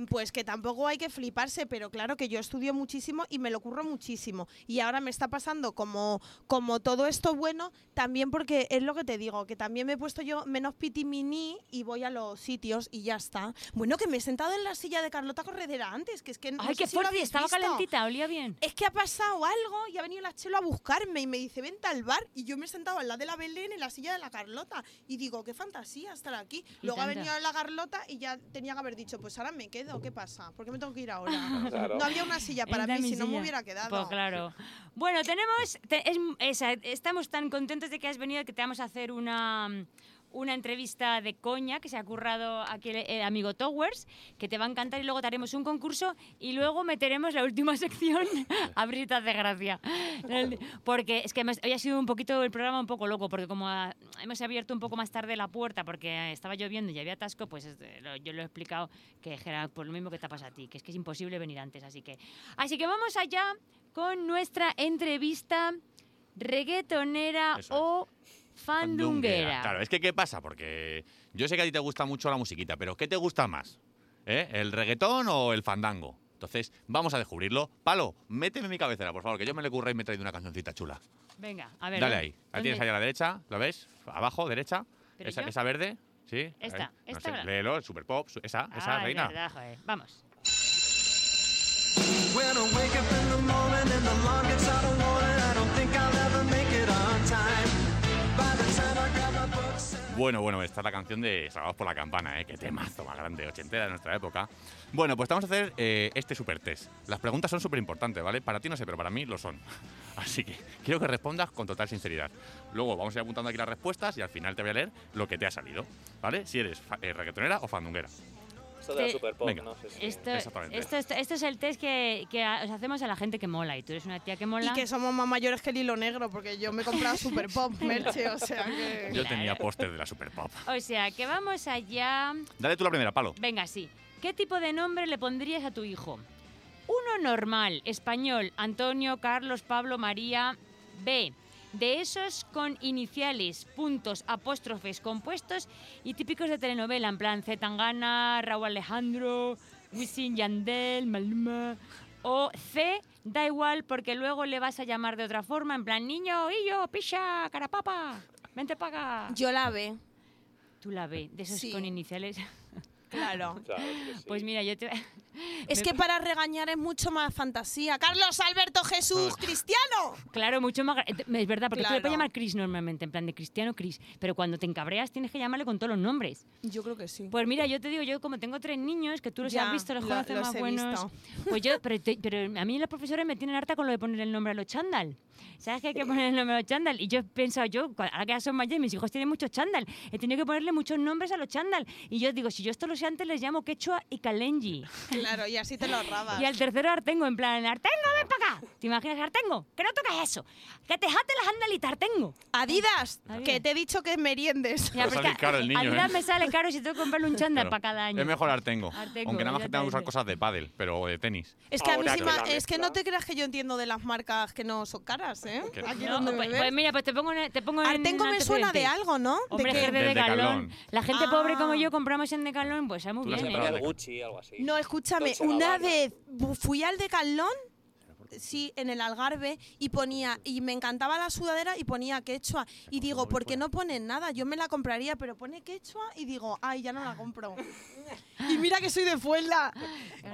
pues que tampoco hay que fliparse, pero claro que yo estudio muchísimo y me lo curro muchísimo. Y ahora me está pasando como, como todo esto bueno, también porque es lo que te digo, que también me he puesto yo menos pitiminí y voy a los sitios y ya está. Bueno, que me he sentado en la silla de Carlota Corredera antes, que es que no Ay, sé qué si lo fuerte, habéis estaba visto calentita, olía bien. es que ha pasado algo y ha venido la Chelo a buscarme y me dice, vente al bar. Y yo me he sentado al lado de la Belén en la silla de la Carlota. Y digo, qué fantasía estar aquí. Luego ha tanta. venido la Carlota y ya tenía que haber dicho, pues ahora me quedo, ¿qué pasa? ¿Por qué me tengo que ir ahora? Claro. No había una silla para Entra mí, en si mi Ah, no me silla. hubiera quedado. Pues claro. Bueno, tenemos. te- es- esa- estamos tan contentos de que has venido que te vamos a hacer una, una entrevista de coña que se ha currado aquí el, el amigo Towers, que te va a encantar y luego te haremos un concurso y luego meteremos la última sección a Brisitas de Gracia. El- Porque es que hemos- hoy ha sido un poquito el programa un poco loco, porque como ah, hemos abierto un poco más tarde la puerta porque eh, estaba lloviendo y había atasco, pues este, lo- yo lo he explicado que Gerard, por lo mismo que te pasa a ti, que es que es imposible venir antes, así que Así que vamos allá con nuestra entrevista reggaetonera Eso es. o Fandunguera. fandunguera. Claro, es que ¿qué pasa? Porque yo sé que a ti te gusta mucho la musiquita, pero ¿qué te gusta más? ¿Eh? ¿El reggaetón o el fandango? Entonces, vamos a descubrirlo. Palo, méteme mi cabecera, por favor, que yo me le curré y me he traído una cancioncita chula. Venga, a ver. Dale ¿dó- ahí. La dónde? tienes ahí a la derecha, ¿lo ves? Abajo, derecha. ¿Pero Esa, yo? esa verde, ¿sí? Esta, Ahí. esta No ahora. sé, léelo, el super pop, su- esa, esa, Ah, es reina. verdad, joder. Vamos. When I wake up in the morning and the alarm gets out of warning, I don't think I'll ever make it on time. By the time I grab my books and Bueno, bueno, esta es la canción de Salvados por la Campana, ¿eh? Qué temazo más grande, ochentera de nuestra época. Bueno, pues vamos a hacer eh, este super test. Las preguntas son súper importantes, ¿vale? Para ti no sé, pero para mí lo son. Así que quiero que respondas con total sinceridad. Luego vamos a ir apuntando aquí las respuestas y al final te voy a leer lo que te ha salido, ¿vale? Si eres fa- eh, reggaetonera o fandunguera. Esto de la Este- super pop, Venga. no sé si- Esto, Exactamente. esto, esto- esto es el test que, que a- os hacemos a la gente que mola. Y tú eres una tía que mola. Y que somos más mayores que el hilo negro, porque yo me he comprado Super Pop, Merche, o sea que... Yo tenía póster de la super pop. O sea, que vamos allá. Dale tú la primera, Palo. Venga, sí. ¿Qué tipo de nombre le pondrías a tu hijo? Uno normal, español, Antonio, Carlos, Pablo, María. B. De esos con iniciales, puntos, apóstrofes compuestos y típicos de telenovela, en plan Z Tangana, Raúl Alejandro, Wisin Yandel, Maluma. O C. Da igual porque luego le vas a llamar de otra forma, en plan niño, hillo, picha, carapapa, vente paga. Yo la ve, Tú la B, de esos Sí. con iniciales. claro. Claro, es que sí. Pues mira, yo te. Es Me- que para regañar es mucho más fantasía. Carlos, Alberto, Jesús, Cristiano. Claro, mucho más. gra- eh, Es verdad, porque tú le puedes Claro. llamar Chris normalmente, en plan de Cristiano Chris. Pero cuando te encabreas tienes que llamarle con todos los nombres. Yo creo que sí. Pues mira, yo te digo, yo como tengo tres niños, que tú los Ya, has visto, los lo- conoces los más he buenos. visto. Pues yo, pero, te- pero a mí las profesoras me tienen harta con lo de poner el nombre a los chándal. ¿Sabes que hay que poner el nombre a los chándal? Y yo he pensado, yo, cua- ahora que ya son mayores, mis hijos tienen muchos chándal. He tenido que ponerle muchos nombres a los chándal. Y yo digo, si yo esto lo sé antes, les llamo Quechua y Kalenji. Claro, y así te lo arrabas. Y al tercero Artengo, en plan, Artengo, ven para acá. ¿Te imaginas? Artengo, que no toques eso. Que te jate las andalitas, Artengo. Adidas, Adidas. que te he dicho que meriendes. Ya, Va pero a es salir pues que caro el niño, Adidas ¿eh? me sale caro si tengo que comprarle un chándal Claro. para cada año. Es mejor Artengo. Artengo, Aunque nada más ya que te tenga que usar digo. cosas de pádel, pero o de tenis. Es que a mí Ahora sí que ma- la es que mezcla. no te creas que yo entiendo de las marcas que no son caras, ¿eh? Que- Aquí No, donde me pues, ves. pues mira, pues te pongo en, te pongo en Artengo me suena de antecedentes. algo, ¿no? ¿De Hombre, qué? es que de Del Decathlon. Decathlon. La gente pobre como Ah. yo compramos en Decathlon, pues está muy Tú las bien, ¿eh? comprabas. Era Gucci, algo así. No, escúchame, Dolce una Gabbana. vez bu- fui al Decathlon, sí, en el Algarve, y ponía, y me encantaba la sudadera y ponía quechua. Y digo, ¿por qué no ponen nada? Yo me la compraría, pero pone quechua y digo, ay, ya no la compro. y mira que soy de Fuenla.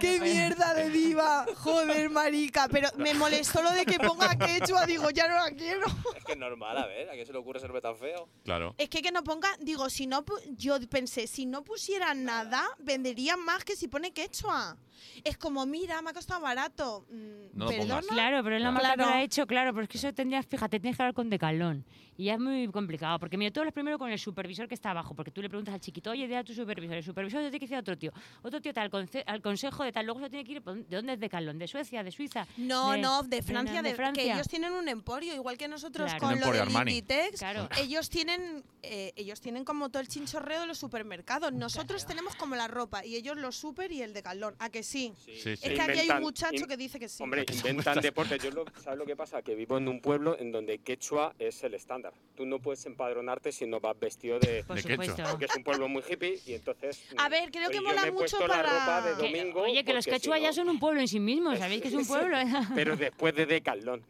¡Qué mierda de diva! Joder, marica. Pero me molestó lo de que ponga quechua, digo, ya no la quiero. Es que es normal, a ver, ¿a qué se le ocurre ser tan feo? Claro. Es que que no ponga, digo, si no, pu- yo pensé, si no pusieran nada, venderían más que si pone quechua. Es como, mira, me ha costado barato. Mm, No lo ¿Perdona? pongas. Claro, pero es la marca que lo Claro. ha hecho, claro, pero es que eso tendrías, fíjate, tienes que hablar con Decalón. Y ya es muy complicado, porque mira, tú hablas primero con el supervisor que está abajo, porque tú le preguntas al chiquito, oye, dile a tu supervisor, el supervisor te tiene que decir a otro tío, otro tío tal, conce- al consejo de tal, luego se tiene que ir, ¿de dónde es Decalón? ¿De Suecia? ¿De Suiza? No, De- no, de de- Francia, de de- que Francia. ellos tienen un emporio, igual que nosotros Claro. Un con lo emporio de Armani. Inditex. Claro. Ellos tienen, eh, ellos tienen como todo el chinchorreo de los supermercados. Nosotros tenemos como la ropa y ellos los super y el de calón. ¿A que sí? Sí, sí. Es que aquí hay un Inventan- muchacho in- que dice que sí. Hombre, inventan deportes. Yo lo, ¿Sabes lo que pasa? Que vivo en un pueblo en donde quechua es el estándar. Tú no puedes empadronarte si no vas vestido de... Por ¿De qué supuesto. Porque es un pueblo muy hippie y entonces... A ver, creo oye, que yo mola me he mucho puesto la para- ropa de Que- domingo Oye, que los porque si quechua ya no- son un pueblo en sí mismos, ¿sabéis que es un pueblo? Pero después de Decathlon.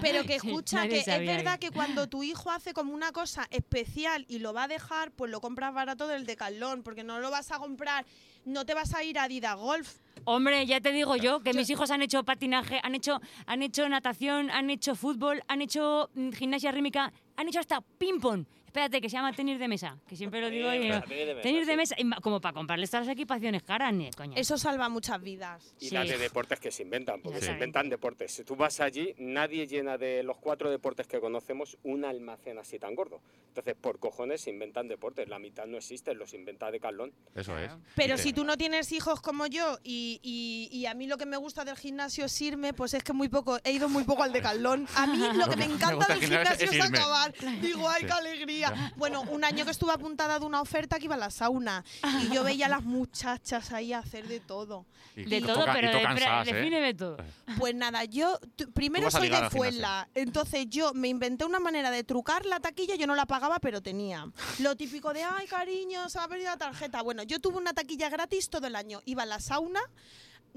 Pero que Sí, escucha, nadie que es sabía verdad eso. que cuando tu hijo hace como una cosa especial y lo va a dejar, pues lo compras barato del decalón, porque no lo vas a comprar, no te vas a ir a Adidas Golf. Hombre, ya te digo yo que mis hijos han hecho patinaje, han hecho, han hecho natación, han hecho fútbol, han hecho mm, gimnasia rítmica, han hecho hasta ping-pong. Espérate, que se llama tenis de mesa, que siempre lo digo. y digo, tenis de mesa, tenis de sí. mesa, y ma- como para comprarles todas las equipaciones caras, ni de coña. Eso salva muchas vidas. Y Sí. las de deportes que se inventan, porque Sí. se inventan deportes. Si tú vas allí, nadie llena de los cuatro deportes que conocemos un almacén así tan gordo. Entonces, por cojones se inventan deportes. La mitad no existen, los inventa Decathlon. Eso es. Pero Y te- si tú no tienes hijos como yo y, y- y a mí lo que me gusta del gimnasio es irme, pues es que muy poco, he ido muy poco al decalón. A mí lo que me encanta gusta del al gimnasio gimnasio es es irme. acabar. Digo, ay, Sí. qué alegría. Bueno, un año que estuve apuntada de una oferta que iba a la sauna y yo veía a las muchachas ahí hacer de todo. y de to- todo, toca- y pero de, tocan pre- sas, ¿eh? defíneme todo. Pues nada, yo tu- primero vas a soy ligar de al gimnasio. Fuenla, entonces yo me inventé una manera de trucar la taquilla, yo no la pagaba, pero tenía. Lo típico de, ay cariño, se me ha perdido la tarjeta. Bueno, yo tuve una taquilla gratis todo el año, iba a la sauna.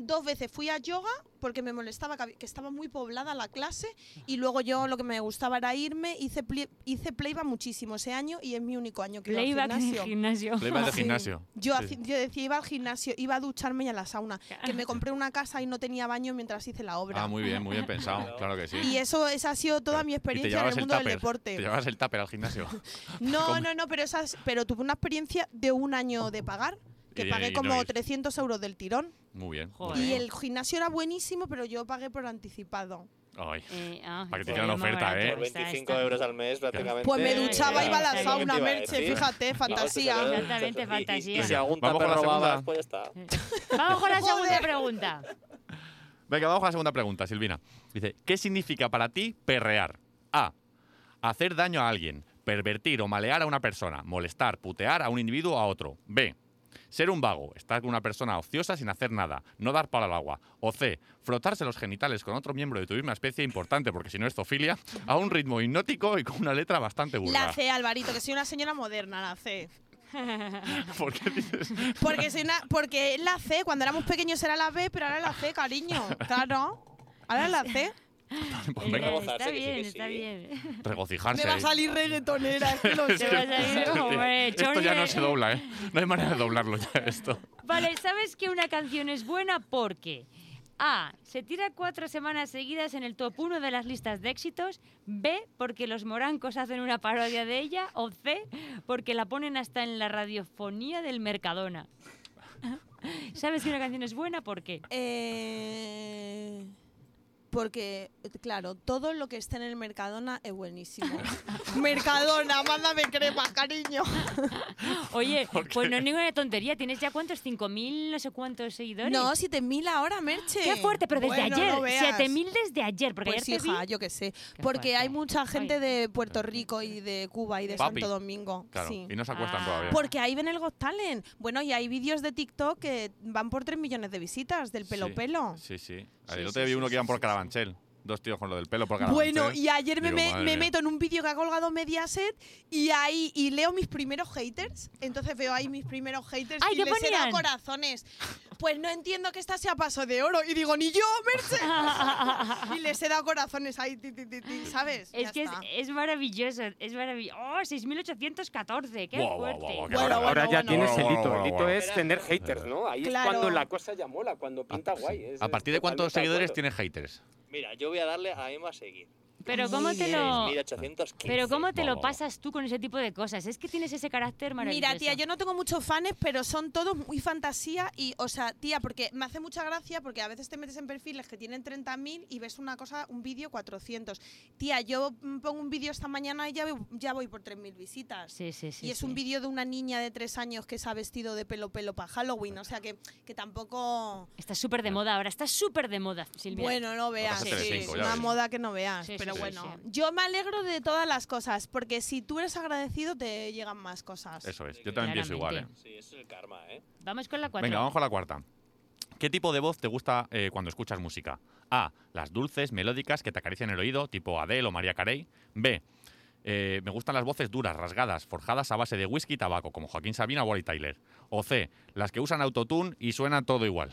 Dos veces fui a yoga porque me molestaba que hab- que estaba muy poblada la clase y luego yo lo que me gustaba era irme, hice, pli- hice playback muchísimo ese año y es mi único año que iba al Playback en el gimnasio. gimnasio. Playback de Sí. gimnasio. Yo, Sí. haci- yo decía, iba al gimnasio, iba a ducharme y a la sauna. Que me compré una casa y no tenía baño mientras hice la obra. Ah, muy bien, muy bien pensado. Claro que sí. Y eso esa ha sido toda mi Y te experiencia en llevabas el mundo del tupper, Te deporte. llevabas el tupper al gimnasio. No, ¿Cómo? no, no, pero esa es- pero tuve una experiencia de un año de pagar, que Y de- y pagué no como ir. 300 euros del tirón. Muy bien. Joder. muy Y bien. el gimnasio era buenísimo, pero yo pagué por anticipado. Ay, Eh, ah, Para que te sí, hicieran más oferta, barato, ¿eh? Por está, está. 25 euros al mes prácticamente. Pues me sí, duchaba, iba a sí, eh, sí, la es lo que sauna, te iba a Merche, decir. fíjate, fantasía. Exactamente, fantasía. Y, y si algún Vamos con tupper la segunda. robabas, pues ya está. Vamos con la segunda Joder. pregunta. Venga, vamos con la segunda pregunta, Silvina. Dice, ¿qué significa para ti perrear? A. Hacer daño a alguien, pervertir o malear a una persona, molestar, putear a un individuo o a otro. B. Ser un vago, estar con una persona ociosa sin hacer nada, no dar palo al agua. O C. Frotarse los genitales con otro miembro de tu misma especie, importante porque si no es zoofilia, a un ritmo hipnótico y con una letra bastante La vulgar. C, Alvarito, que soy una señora moderna, la C. ¿Por qué dices? Porque soy una, porque es la C, cuando éramos pequeños era la B, pero ahora es la C, cariño. Claro. Ahora es la C. Pues venga, Eh, gozarse, está que sí, que bien, sí. está bien. regocijarse. Me va a ahí. salir reggaetonera, es que lo Te va a sé. salir, hombre, Esto ya Chorne. no se dobla, ¿eh? No hay manera de doblarlo ya esto. Vale, ¿sabes que una canción es buena? Porque A. Se tira cuatro semanas seguidas en el top 1 de las listas de éxitos. B. Porque los morancos hacen una parodia de ella. O C. Porque la ponen hasta en la radiofonía del Mercadona. ¿Sabes que una canción es buena? ¿Por qué? Eh, Porque, claro, todo lo que esté en el Mercadona es buenísimo. Mercadona, mándame cremas, cariño. Oye, pues no es ninguna tontería. ¿Tienes ya cuántos? ¿5.000 no sé cuántos seguidores? No, 7000 ahora, Merche. Qué fuerte, pero desde Bueno, ayer. no veas. 7.000 desde ayer, porque Pues ayer te vi- hija, yo qué sé. Porque fuerte. hay mucha gente Ay. de Puerto Rico y de Cuba y de Papi. Santo Domingo. Claro, sí. y no se acuestan Ah. todavía. Porque ahí ven el Got Talent. Bueno, y hay vídeos de TikTok que van por 3 millones de visitas del pelo Sí. pelo. Sí, sí. Sí, Yo sí, te vi sí, uno que sí, iban por sí, sí. Carabanchel. Dos tíos con lo del pelo por Carabanchel. Bueno, y ayer me, Digo, me- madre me mía. meto en un vídeo que ha colgado Mediaset y ahí y leo mis primeros haters. Entonces veo ahí mis primeros haters Ay, y ¿qué les he dado ponían? corazones. Pues no entiendo que esta sea paso de oro. Y digo, ni yo, Merche. y les he dado corazones ahí, ti, ti, ti, ti, ¿sabes? Es Ya que es, está. es maravilloso, es maravilloso. ¡Oh, 6.814! ¡Qué Guau, guau, fuerte! guau, guau, qué Bueno, barbaridad. Ahora ya bueno, tienes bueno. el hito. Bueno, El hito bueno, es tener haters, haters. ¿no? Ahí Claro. es cuando la cosa ya mola, cuando pinta Ah, sí. guay. es- ¿A partir de es totalmente cuántos seguidores acuerdo. tienes haters? Mira, yo voy a darle a Emma a seguir. Pero ¿cómo te lo...? 1815. Pero ¿cómo te Guau, lo guau, guau. pasas tú con ese tipo de cosas? Es que tienes ese carácter maravilloso. Mira, tía, yo no tengo muchos fans, pero son todos muy fantasía y, o sea, tía, porque me hace mucha gracia porque a veces te metes en perfiles que tienen 30.000 y ves una cosa, un vídeo 400. Tía, yo mm, pongo un vídeo esta mañana y ya, voy- ya voy por 3.000 visitas. Sí, sí, sí. y es un sí. vídeo de una niña de 3 años que se ha vestido de pelo pelo para Halloween, o sea que, que tampoco... Está súper de moda ahora, está súper de moda, Silvia. Bueno, no veas, Lo que hace sí, Telecinco, ya una ves. moda que no veas, Sí, sí, pero sí, bueno, sí. yo me alegro de todas las cosas, porque si tú eres agradecido te llegan más cosas. Eso es. Yo también pienso igual, ¿eh? Claramente. Sí, eso es el karma, ¿eh? Vamos con la cuatro. Venga, vamos con la cuarta. ¿Qué tipo de voz te gusta eh, cuando escuchas música? A. Las dulces, melódicas que te acarician el oído, tipo Adele o María Carey. B. eh, me gustan las voces duras, rasgadas, forjadas a base de whisky y tabaco, como Joaquín Sabina o Wally Tyler. O C. Las que usan autotune y suena todo igual.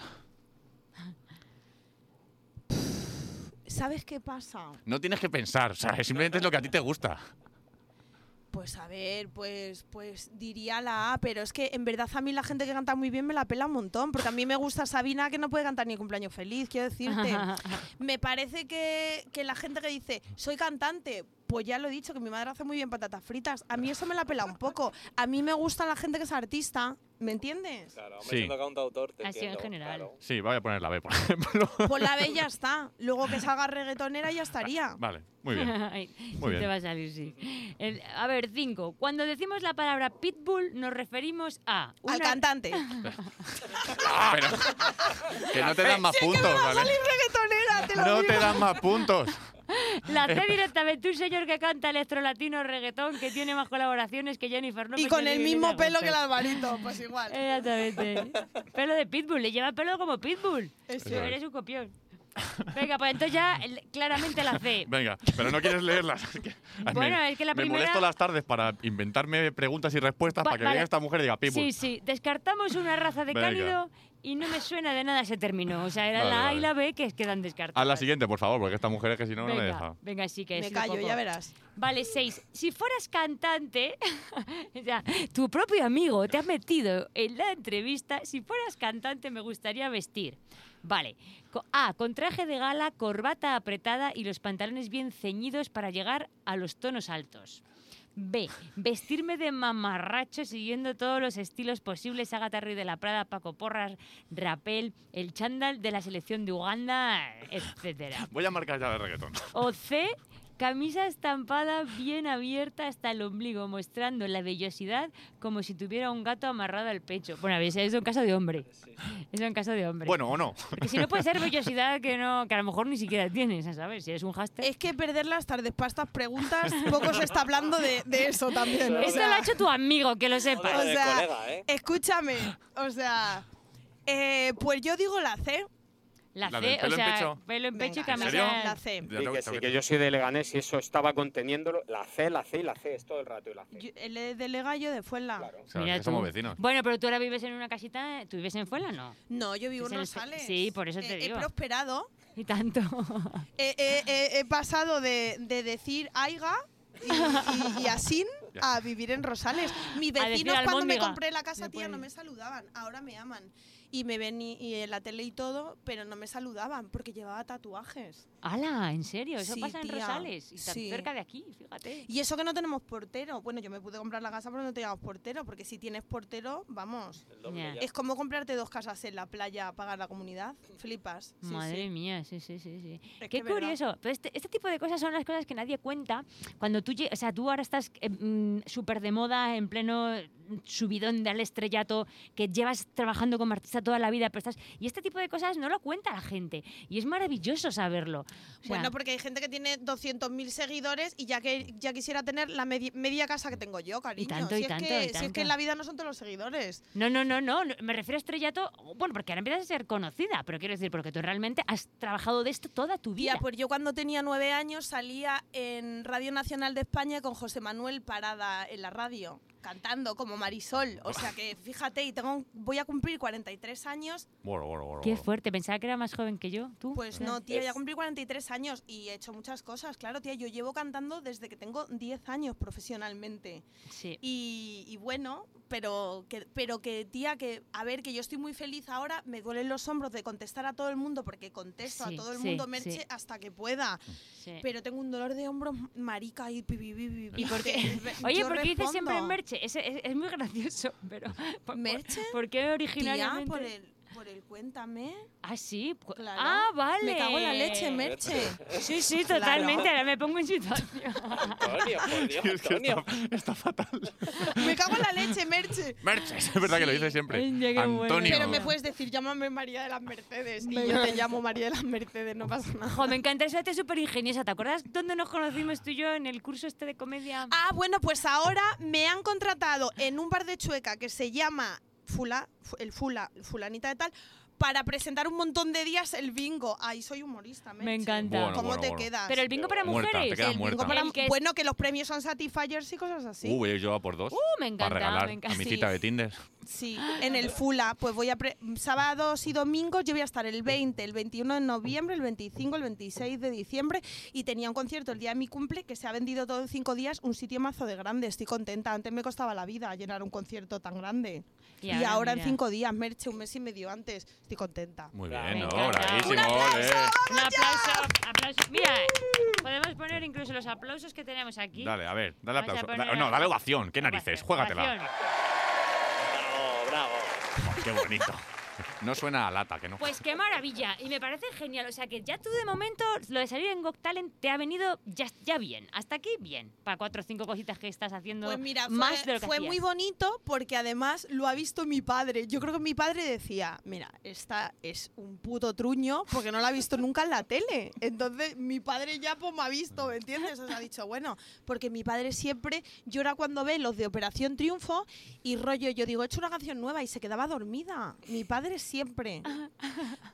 ¿Sabes qué pasa? No tienes que pensar, o sea, simplemente es lo que a ti te gusta. Pues a ver, pues, pues diría la A, pero es que en verdad a mí la gente que canta muy bien me la pela un montón, porque a mí me gusta Sabina que no puede cantar ni cumpleaños feliz, quiero decirte. me parece que, que la gente que dice, soy cantante, pues ya lo he dicho, que mi madre hace muy bien patatas fritas, a mí eso me la pela un poco. A mí me gusta la gente que es artista, ¿me entiendes? Claro, Sí. hombre, siendo cantautor, te Así en entiendo, general. claro. Sí, voy a poner la B, por ejemplo. Pues la B ya está, luego que salga reggaetonera ya estaría. Vale, muy bien. Ay, Muy Te bien. va a salir, sí. El- a ver, cinco. Cuando decimos la palabra pitbull, nos referimos a. Al una- cantante. Pero- que no te dan más puntos, ¿vale? reggaetonera, te lo No digo. te dan más puntos. La C directamente, un señor que canta electrolatino reggaetón que tiene más colaboraciones que Jennifer López. Y con el Olivia mismo Newton-John. pelo que el Alvarito, pues igual. Exactamente. Pelo de pitbull, le lleva pelo como pitbull. Eso Pero es. eres un copión. Venga, pues entonces ya el- claramente la C. Venga, pero no quieres leerlas. es que- ay, Bueno, me, es que la me primera- molesto las tardes para inventarme preguntas y respuestas Va- para que vale. venga esta mujer y diga Pitbull. Sí, sí, descartamos una raza de Venga. cánido y no me suena de nada ese término. O sea, era Vale, la A vale. y la B que quedan descartadas. A la siguiente, por favor, porque esta mujer es que si no, no me Venga, deja. venga, sí que es Me un callo, poco- ya verás. Vale, seis. Si fueras cantante, o sea, tu propio amigo te ha metido en la entrevista. Si fueras cantante, me gustaría vestir. Vale. Co- A. Con traje de gala, corbata apretada y los pantalones bien ceñidos para llegar a los tonos altos. B. Vestirme de mamarracho siguiendo todos los estilos posibles. Agatha Ruiz de la Prada, Paco Porras, Rapel, el chándal de la selección de Uganda, etcétera. Voy a marcar ya de reggaetón. O C, camisa estampada bien abierta hasta el ombligo, mostrando la vellosidad como si tuviera un gato amarrado al pecho. Bueno, a ver, eso en caso de hombre. Eso en caso de hombre. Bueno, o no. Porque si no puede ser vellosidad que, no, que a lo mejor ni siquiera tienes, a saber, si eres un hashtag. Es que perder las tardes para estas preguntas, poco se está hablando de, de eso también. o Esto sea, lo ha hecho tu amigo, que lo O sepas. Joder, sea, colega, ¿eh? Escúchame, o sea, eh, pues yo digo la C. La la C, del o pelo en sea, pecho. pelo en pecho y Venga, ¿En camisa. serio? La C. Ya Sí, tengo- que, sí, tengo- que yo soy de Leganés y eso estaba conteniéndolo. La C, la C y la C, es todo el rato y la C. Yo- él es de Lega, yo de Fuenla. Claro. o sea, Mira que somos tú. vecinos. Bueno, pero tú ahora vives en una casita, ¿tú vives en Fuela no? No, yo vivo Es en el se- Rosales. sí, por eso te Eh, digo. He prosperado. Y tanto. Eh, eh, eh, he pasado de, de decir Aiga y, y, y Asín a vivir en Rosales. Mis A decir vecinos cuando me almóndiga. compré la casa, Me tía, puede. no me saludaban. Ahora me aman. y me ven y, y en la tele y todo, pero no me saludaban porque llevaba tatuajes. ¡Hala! ¿En serio? Eso Sí, pasa en tía, Rosales. Y tan sí. cerca de aquí, fíjate. Y eso que no tenemos portero. Bueno, yo me pude comprar la casa, pero no teníamos portero, porque si tienes portero, vamos. El doble Ya. ya. Es como comprarte dos casas en la playa a pagar la comunidad. Flipas. Sí, Madre sí. mía, sí, sí, sí. sí. Es que Qué es verdad. curioso. Pero este, este tipo de cosas son las cosas que nadie cuenta. Cuando tú, lle- o sea, tú ahora estás eh, mm, súper de moda, en pleno mm, subidón del estrellato, que llevas trabajando como artista toda la vida, pero estás... Y este tipo de cosas no lo cuenta la gente. Y es maravilloso saberlo. O sea, bueno, porque hay gente que tiene 200.000 seguidores y ya que ya quisiera tener la medi- media casa que tengo yo, cariño. tanto, si y es tanto, que, y Si es tanto. que en la vida no son todos los seguidores. No, no, no, no. no, Me refiero a estrellato, bueno, porque ahora empiezas a ser conocida, pero quiero decir, porque tú realmente has trabajado de esto toda tu vida. Tía, pues yo cuando tenía nueve años salía en Radio Nacional de España con José Manuel Parada en la radio, cantando como Marisol. O sea que fíjate, y tengo, voy a cumplir 43 años. Bueno, bueno, bueno, Qué bueno. fuerte. Pensaba que era más joven que yo. ¿Tú? Pues no, tía, Es- voy a cumplir 43 años y he hecho muchas cosas. Claro, tía, yo llevo cantando desde que tengo 10 años profesionalmente. Sí. Y, y bueno, pero que, pero que tía, que a ver, que yo estoy muy feliz ahora, me duelen los hombros de contestar a todo el mundo, porque contesto Sí, a todo el sí, mundo, sí. Merche, hasta que pueda. sí. Pero tengo un dolor de hombros marica y pi, pi, pi, pi, pi, ¿Y por qué? que Oye, yo ¿por qué dices respondo. siempre Merche? Es, es- es muy gracioso, pero... ¿por- por- ¿Merche? ¿Por qué Tía, originalmente? por el, por el cuéntame. Ah, sí. cu- Claro. Ah, vale. Me cago en la leche, Merche. Sí, sí, Claro. totalmente. Ahora me pongo en situación. Antonio, por Dios, Tío, es que Antonio. está, está fatal. Me cago en la leche, Merche. Merches, es verdad que lo dice siempre. Ay, ya, qué bueno. Antonio. Pero me puedes decir, llámame María de las Mercedes. Y Venga. yo te llamo María de las Mercedes, no pasa nada. Jo, me encanta eso, te súper ingeniosa. ¿Te acuerdas dónde nos conocimos tú y yo en el curso este de comedia? Ah, bueno, pues ahora me han contratado en un bar de Chueca que se llama Fula, fu- el Fula, fulanita de tal, para presentar un montón de días el bingo. Ay, soy humorista, Merche. encanta. Bueno, ¿Cómo bueno, te bueno. quedas? Pero el bingo para Muerta, te mujeres. quedas El- muerta. Bingo para- El que es- bueno, que los premios son satisfiers y cosas así. Uh, yo llevo por dos. Uh, me para encanta, regalar me a encanta. mi cita de Tinder. Sí, en el Fula, pues voy a pre- sábados y domingos yo voy a estar el 20, el 21 de noviembre, el 25, el 26 de diciembre y tenía un concierto el día de mi cumple que se ha vendido todo en cinco días, un sitio mazo de grande, estoy contenta, antes me costaba la vida llenar un concierto tan grande y, ahora, en mira. cinco días, Merche, un mes y medio antes, estoy contenta. Muy Bravo. bien, Me ¿no? encanta. Bravísimo, ¡Un ole. Un aplauso, aplauso. Mira, podemos poner incluso los aplausos que tenemos aquí. Dale, a ver, dale Vamos a aplauso. poner Da- no, a- dale ovación, qué narices, Ovación, juégatela. ovación. Bravo, bravo. Oh, qué bonito. No suena a lata, que no. Pues qué maravilla. Y me parece genial. O sea que ya tú de momento lo de salir en Got Talent te ha venido ya, ya bien. Hasta aquí bien. Para cuatro o cinco cositas que estás haciendo Pues mira, fue, más de lo que fue hacías. muy bonito porque además lo ha visto mi padre. Yo creo que mi padre decía, mira, esta es un puto truño porque no la ha visto nunca en la tele. Entonces mi padre ya pues me ha visto, ¿me entiendes? O sea, ha dicho, bueno, porque mi padre siempre llora cuando ve los de Operación Triunfo y rollo, yo digo, he hecho una canción nueva y se quedaba dormida. Mi padre siempre.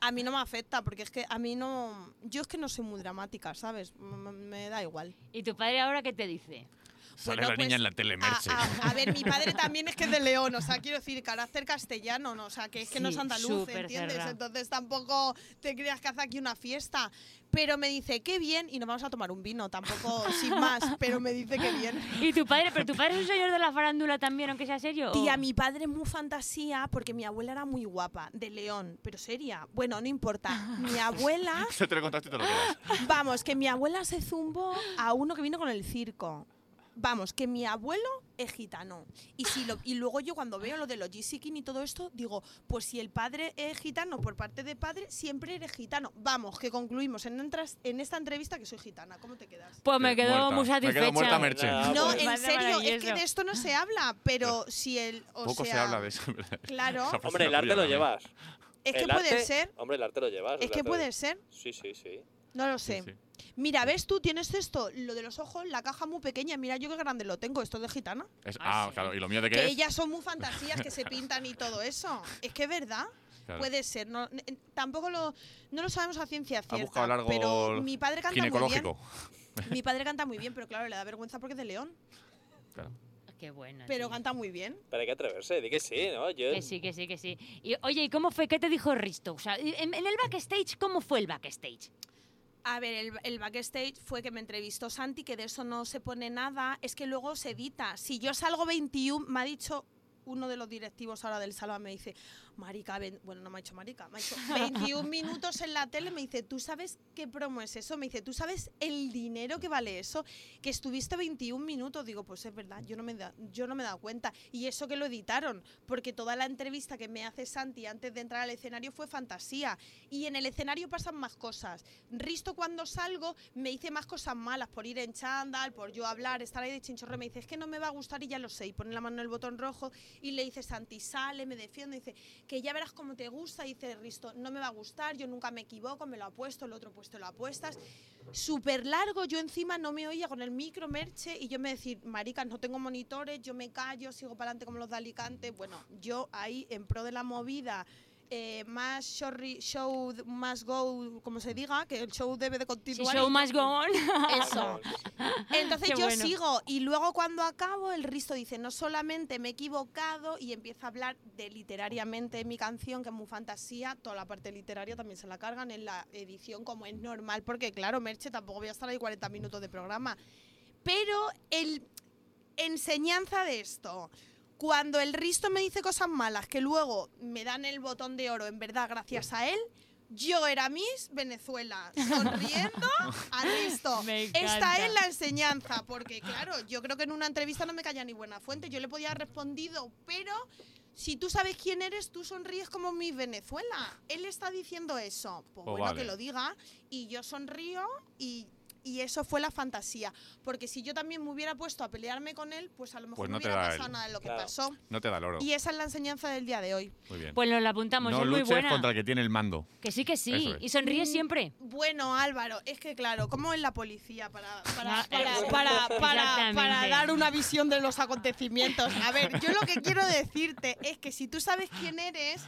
A mí no me afecta porque es que a mí no... Yo es que no soy muy dramática, ¿sabes? M- me da igual. ¿Y tu padre ahora qué te dice? Sale bueno, la niña pues, en la tele, a, Merche. a- a ver, mi padre también es que es de León, o sea, quiero decir, carácter castellano, ¿no? o sea, que es que no es Sí, andaluz, súper ¿entiendes? cerrado. Entonces tampoco te creas que hace aquí una fiesta. Pero me dice, qué bien, y nos vamos a tomar un vino, tampoco sin más, pero me dice que bien. ¿Y tu padre? ¿Pero tu padre es un señor de la farándula también, aunque sea serio? o- Tía, mi padre es muy fantasía porque mi abuela era muy guapa, de León, pero seria. Bueno, no importa. Mi abuela, Eso te lo contaste y te lo quedas. Pues vamos, que mi abuela se zumbó a uno que vino con el circo. Vamos, que mi abuelo es gitano. Y, si lo- y luego yo cuando veo lo de los G-Sikin y todo esto, digo, pues si el padre es gitano por parte de padre, siempre eres gitano. Vamos, que concluimos en, entras- en esta entrevista que soy gitana. ¿Cómo te quedas? Pues me Eh, quedo muerta. muy Me satisfecha. eh, quedo muerta, Merche. Nada, Ah, no, eh, pues. en Parece serio, es que maravilloso. de esto no se habla, pero si el... O Poco se sea, habla de eso, en ¿verdad? Claro, Esa frase Hombre, el la arte tuya lo también. llevas. es que El puede arte- ser, Hombre, el arte lo llevas. es el que arte puede lo- ser, Sí, sí, sí. no lo Sí, sé. sí. Mira, ¿ves tú? Tienes esto, lo de los ojos, la caja muy pequeña. Mira yo qué grande lo tengo, esto es de gitana. Es- Ah, ah, sí. claro, ¿y lo mío de qué Que es? ellas son muy fantasías que se pintan y todo eso. Es que es verdad. Claro. Puede ser. No, n- n- tampoco lo, no lo sabemos a ciencia buscado cierta. algo pero mi padre canta Ginecológico. muy bien. Mi padre canta muy bien, pero claro, le da vergüenza porque es de León. Qué bueno. Pero tío. canta muy bien. Pero hay que atreverse, di que sí, ¿no? Yo, Que sí, que sí, que sí. Y, oye, ¿y cómo fue? ¿Qué te dijo Risto? O sea, y- en, en el backstage, ¿cómo fue el backstage? A ver, el, el backstage fue que me entrevistó Santi, que de eso no se pone nada. Es que luego se edita. Si yo salgo 21, me ha dicho uno de los directivos ahora del salón, me dice, marica, ven- bueno, no me ha dicho marica, me ha dicho 21 minutos en la tele, me dice, ¿tú sabes qué promo es eso? Me dice, ¿tú sabes el dinero que vale eso? Que estuviste 21 minutos, digo, pues es verdad, yo no me, da- yo no me he dado cuenta. Y eso que lo editaron, porque toda la entrevista que me hace Santi antes de entrar al escenario fue fantasía. Y en el escenario pasan más cosas. Risto cuando salgo me dice más cosas malas por ir en chándal, por yo hablar, estar ahí de chinchorro. Me dice, es que no me va a gustar y ya lo sé. Y pone la mano en el botón rojo y le dice, Santi, sale, me defiende. Dice, que ya verás cómo te gusta. Y dice Risto, no me va a gustar, yo nunca me equivoco, me lo apuesto, el otro puesto lo apuestas. Súper largo, yo encima no me oía con el micro, merche, y yo me decir, maricas, no tengo monitores, yo me callo, sigo para adelante como los de Alicante. Bueno, yo ahí en pro de la movida eh, más showri- show, d- más go, como se diga, que el show debe de Si continuar. show must go on. Ah, Eso. Entonces Qué yo bueno. sigo y luego cuando acabo el Risto dice, no solamente me he equivocado y empieza a hablar de literariamente mi canción, que es muy fantasía, toda la parte literaria también se la cargan en la edición como es normal, porque claro, Merche, tampoco voy a estar ahí 40 minutos de programa. Pero el enseñanza de esto. Cuando el Risto me dice cosas malas que luego me dan el botón de oro, en verdad, gracias a él, yo era Miss Venezuela, sonriendo a Risto. Me Esta encanta. es la enseñanza, porque claro, yo creo que en una entrevista no me calla ni buena fuente, yo le podía haber respondido, pero si tú sabes quién eres, tú sonríes como Miss Venezuela. Él está diciendo eso, pues Pues bueno, vale. que lo diga, y yo sonrío y... y eso fue la fantasía. Porque si yo también me hubiera puesto a pelearme con él, pues a lo mejor Pues no no te hubiera da pasado él. nada de lo que Claro. pasó. No te da el oro. Y esa es la enseñanza del día de hoy. Muy bien. Pues nos la apuntamos, no es muy luches buena. contra el que tiene el mando. Que sí, que sí. Eso es. Y Mm. sonríe siempre. Bueno, Álvaro, es que claro, ¿cómo es la policía para, para, Ah, para, eh, para, para, exactamente. para dar una visión de los acontecimientos? A ver, yo lo que quiero decirte es que si tú sabes quién eres,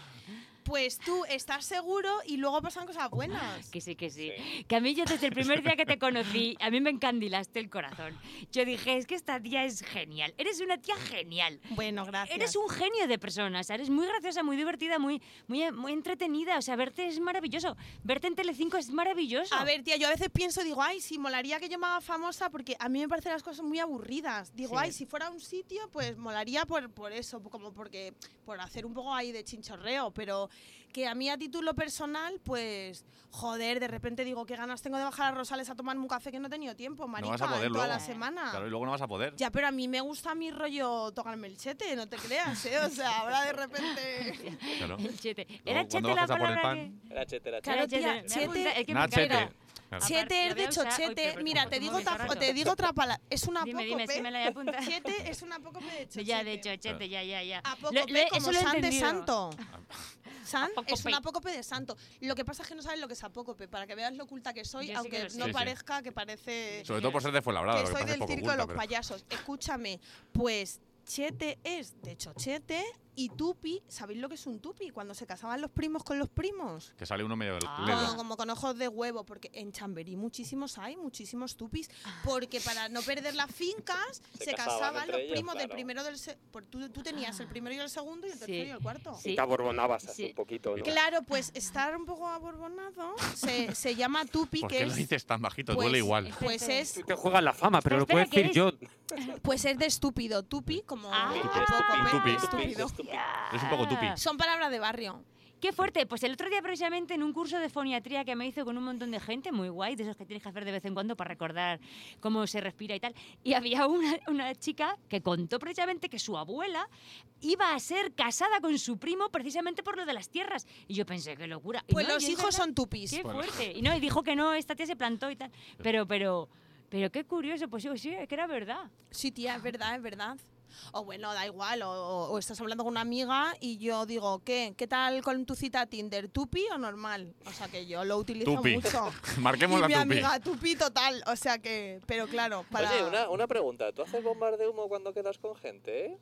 pues tú estás seguro y luego pasan cosas buenas. Que sí, que sí. Que a mí yo desde el primer día que te conocí, a mí me encandilaste el corazón. Yo dije, es que esta tía es genial. Eres una tía genial. Bueno, gracias. Eres un genio de persona, o sea, eres muy graciosa, muy divertida, muy, muy, muy entretenida. O sea, verte es maravilloso. Verte en Telecinco es maravilloso. A ver, tía, yo a veces pienso, digo, ay, sí, molaría que yo me haga famosa porque a mí me parecen las cosas muy aburridas. Digo, Sí. ay, si fuera un sitio, pues molaría por, por eso, como porque, por hacer un poco ahí de chinchorreo, pero que a mí a título personal, pues, joder, de repente digo, qué ganas tengo de bajar a Rosales a tomarme un café que no he tenido tiempo, marica, no vas a poder en toda luego. la semana. Claro, y luego no vas a poder. Ya, pero a mí me gusta mi rollo tocarme el chete, no te creas, ¿eh? O sea, ahora de repente... Claro. El chete. Luego, Era chete cuando la bajas a por el palabra pan, que- Era chete, era chete. Claro, Era tía, me he apuntado- chete- es que me Nah, chete. encanta. Claro. Chete Aparte, es de la voy a usar- Uy, chochete. perdón, Mira, perdón, te digo, muy otra- barato. te digo otra palabra. Es una Dime, apócope. dime, es que me la he apuntado. Chete es una apócope de chochete. Ya, de hecho, chete, ya, ya, ya. Lo- Apócope lo- eso como lo he san de entendido. santo. San es Apócope. un apócope de santo. Lo que pasa es que no sabes lo que es apócope, para que veas lo oculta que soy, Yo sí que aunque lo sé. no Sí, sí. parezca que parece Sobre todo por ser de Fuenlabrada, que lo que soy pasa es del poco circo de oculto. los pero- payasos. Escúchame, pues chete es de chochete y tupi, ¿sabéis lo que es un tupi? Cuando se casaban los primos con los primos. Que sale uno medio del Ah. ledo. Como, como con ojos de huevo, porque en Chamberí muchísimos hay, muchísimos tupis, Ah. porque para no perder las fincas se, Se casaban, casaban los entre ellos, primos del claro. primero del se- por- tú, tú tenías el primero y el segundo y el tercero Ah. Sí. y el cuarto. Sí. Y te aborbonabas así Sí. un poquito, ¿no? Claro, pues estar un poco aborbonado se, se llama tupi, ¿Por que qué lo es, dices tan bajito? pues- Duele igual. pues es Tú te juegas la fama, Pero lo Espera, puedes que decir yo. pues es de estúpido, tupi como Ah. apócope, Tupi, tupi. estúpido. Es un poco tupi. Son palabras de barrio. Qué fuerte. Pues el otro día precisamente en un curso de foniatría que me hizo con un montón de gente, muy guay, de esos que tienes que hacer de vez en cuando para recordar cómo se respira y tal. Y había una, una chica que contó precisamente que su abuela iba a ser casada con su primo precisamente por lo de las tierras. Y yo pensé, qué locura. Y Pues no, los y es hijos verdad. son tupis. Qué fuerte. Y no, y dijo que no, esta tía se plantó y tal. Pero, pero, pero qué curioso. Pues sí, sí, es que era verdad. Sí, tía, es verdad, es verdad. O bueno, da igual, o, o- o estás hablando con una amiga y yo digo, ¿qué? ¿Qué tal con tu cita Tinder? ¿Tupi o normal? O sea que yo lo utilizo Tupi. mucho. y Marquemos mi la tupi. amiga, tupi total. O sea que, pero claro, para Oye, una, una pregunta. ¿Tú haces bombas de humo cuando quedas con gente, eh?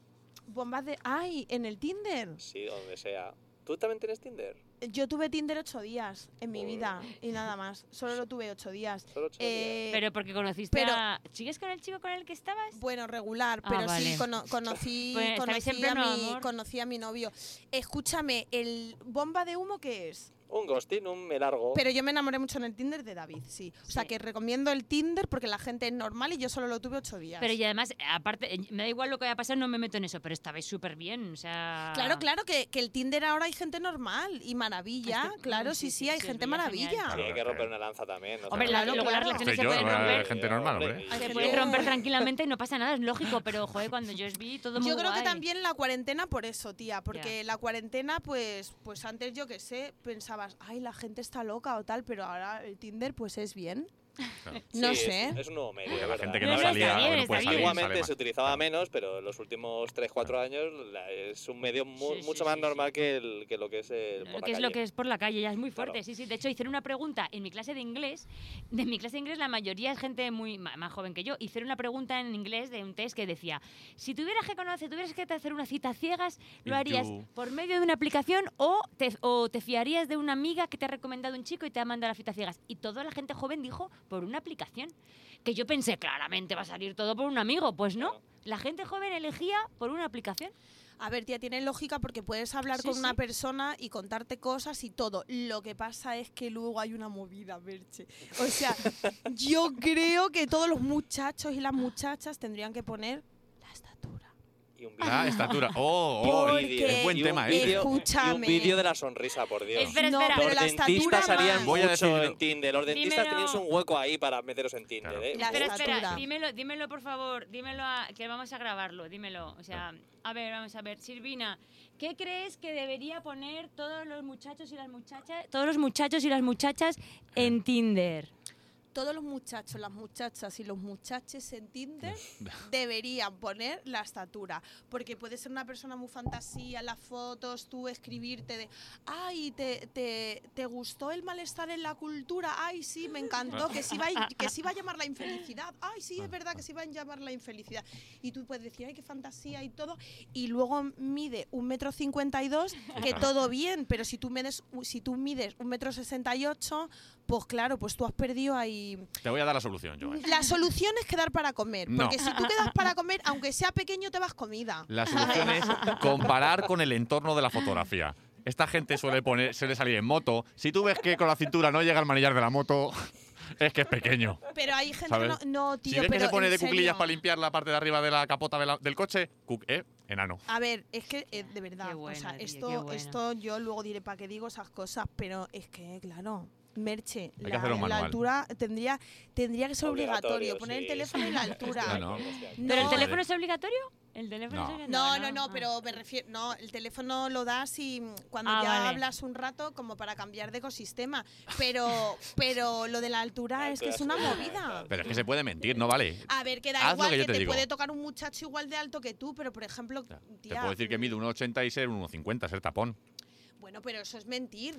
bombas de... ¡Ay! En el Tinder. Sí, donde sea. ¿Tú también tienes Tinder? Yo tuve Tinder ocho días en mi Joder. vida y nada más. Solo lo tuve ocho días. Solo ocho Eh, Pero porque conociste pero- a... ¿Sigues con el chico con el que estabas? Bueno, regular, Ah, pero sí vale. cono- conocí, Pues estaré conocí, siempre a no, mi, amor. conocí a mi novio. Escúchame, ¿el bomba de humo qué es? días. un ghostinum, me largo. Pero yo me enamoré mucho en el Tinder de David, sí. O sea, Sí. que recomiendo el Tinder porque la gente es normal y yo solo lo tuve ocho días. Pero y además, aparte, eh, me da igual lo que vaya a pasar, no me meto en eso, pero estabais súper bien, o sea... Claro, claro, que, que el Tinder ahora hay gente normal y maravilla. Esto- claro, mm, sí, sí, sí, sí, hay sí, es gente verdad, maravilla. genial. Sí, hay que Claro, romper claro. una lanza también. o sea, Hombre, la- Claro, luego las claro. relaciones se Estoy yo, pueden la romper. Ah, gente normal, hombre. y- Hay Se que y- pueden yo- romper tranquilamente y no pasa nada, es lógico, pero joder, cuando yo os vi todo muy Yo creo que guay. también la cuarentena por eso, tía, porque la cuarentena, pues, pues antes yo que sé, pensabas, ay, la gente está loca o tal, pero ahora el Tinder, pues es bien. Claro. No sí, es- sé. Es, un nuevo medio. Porque la ¿verdad? gente que No, no, no, está salía bien, o no está puede bien. salir. sale Antiguamente más. se utilizaba Claro. menos, pero en los últimos 3-4 años la- es un medio mu- Sí, sí, mucho más sí, normal sí. Que, el- que lo que es el. Lo eh, por la que es lo calle. que es por la calle, ya es muy Claro. fuerte, sí, sí. De hecho, hicieron una pregunta en mi clase de inglés. De mi clase de inglés, la mayoría es gente muy ma- más joven que yo. Hicieron una pregunta en inglés de un test que decía: si tuvieras que conocer, tuvieras que hacer una cita a ciegas, ¿lo Y harías you. por medio de una aplicación o te, o te fiarías de una amiga que te ha recomendado un chico y te ha mandado a la cita a ciegas? Y toda la gente joven dijo: por una aplicación. Que yo pensé, claramente va a salir todo por un amigo. Pues no. Claro. La gente joven elegía por una aplicación. A ver, tía, tiene lógica porque puedes hablar Sí, con una sí. persona y contarte cosas y todo. Lo que pasa es que luego hay una movida, Merche. O sea, yo creo que todos los muchachos y las muchachas tendrían que poner la estatura. Y un vídeo. Ah, estatura. Oh, Y un oh. Porque- vídeo. Buen Y un tema, vídeo- ¿eh? Y un Escúchame. vídeo de la sonrisa, por Dios. Espera, no, espera. pero Los la estatura dentistas harían más. Voy a mucho decirlo. en Tinder. Los dentistas Dímelo. tenéis un hueco ahí para meteros en Tinder, Claro. ¿eh? La Espera, espera, estatura. dímelo, dímelo por favor, dímelo a- que vamos a grabarlo, dímelo. O sea, a ver, vamos a ver, Silvina, ¿qué crees que debería poner todos los muchachos y las muchachas, todos los muchachos y las muchachas Eh. en Tinder? Todos los muchachos, las muchachas y los muchaches en Tinder deberían poner la estatura. Porque puede ser una persona muy fantasía, las fotos, tú escribirte de, ay, te, te, te gustó el malestar en la cultura, ay, sí, me encantó, que sí, va a, que sí va a llamar la infelicidad, ay, sí, es verdad que sí va a llamar la infelicidad. Y tú puedes decir, ay, qué fantasía y todo. Y luego mide un metro cincuenta y dos, que todo bien, pero si tú mides, si tú mides un metro sesenta y ocho, pues claro, pues tú has perdido ahí... Te voy a dar la solución, yo. La solución es quedar para comer. No. Porque si tú quedas para comer, aunque sea pequeño, te vas comida. La solución es comparar con el entorno de la fotografía. Esta gente suele, poner, suele salir en moto. Si tú ves que con la cintura no llega al manillar de la moto, es que es pequeño. Pero hay gente que ¿Sabes? no, no, Si tío, ves que pero se pone en de serio. cuclillas para limpiar la parte de arriba de la capota de la- del coche, cu- eh, enano. A ver, es que eh, de verdad, Qué o sea, buena, tío, esto, qué buena. esto yo luego diré para qué digo esas cosas, pero es que, claro, Merche, que la, hacer un la manual. altura tendría, tendría que ser obligatorio, Obligatorio, poner el sí, teléfono sí. en la altura. Ah, No. no. ¿Pero el No. teléfono es obligatorio? ¿El teléfono No. es obligatorio? No, no, no, Ah. pero me refiero, no, el teléfono lo das y mm, cuando Ah, ya vale. hablas un rato como para cambiar de ecosistema, pero pero lo de la altura La es que es una altura es movida. fundamental. Pero es que se puede mentir, no vale. A ver, que Haz da lo igual que que, yo te te digo. puede tocar un muchacho igual de alto que tú, pero por ejemplo, Te tía, puedo decir que mm, mide 1,80 y ser 1,50, ser tapón. Bueno, pero eso es mentir,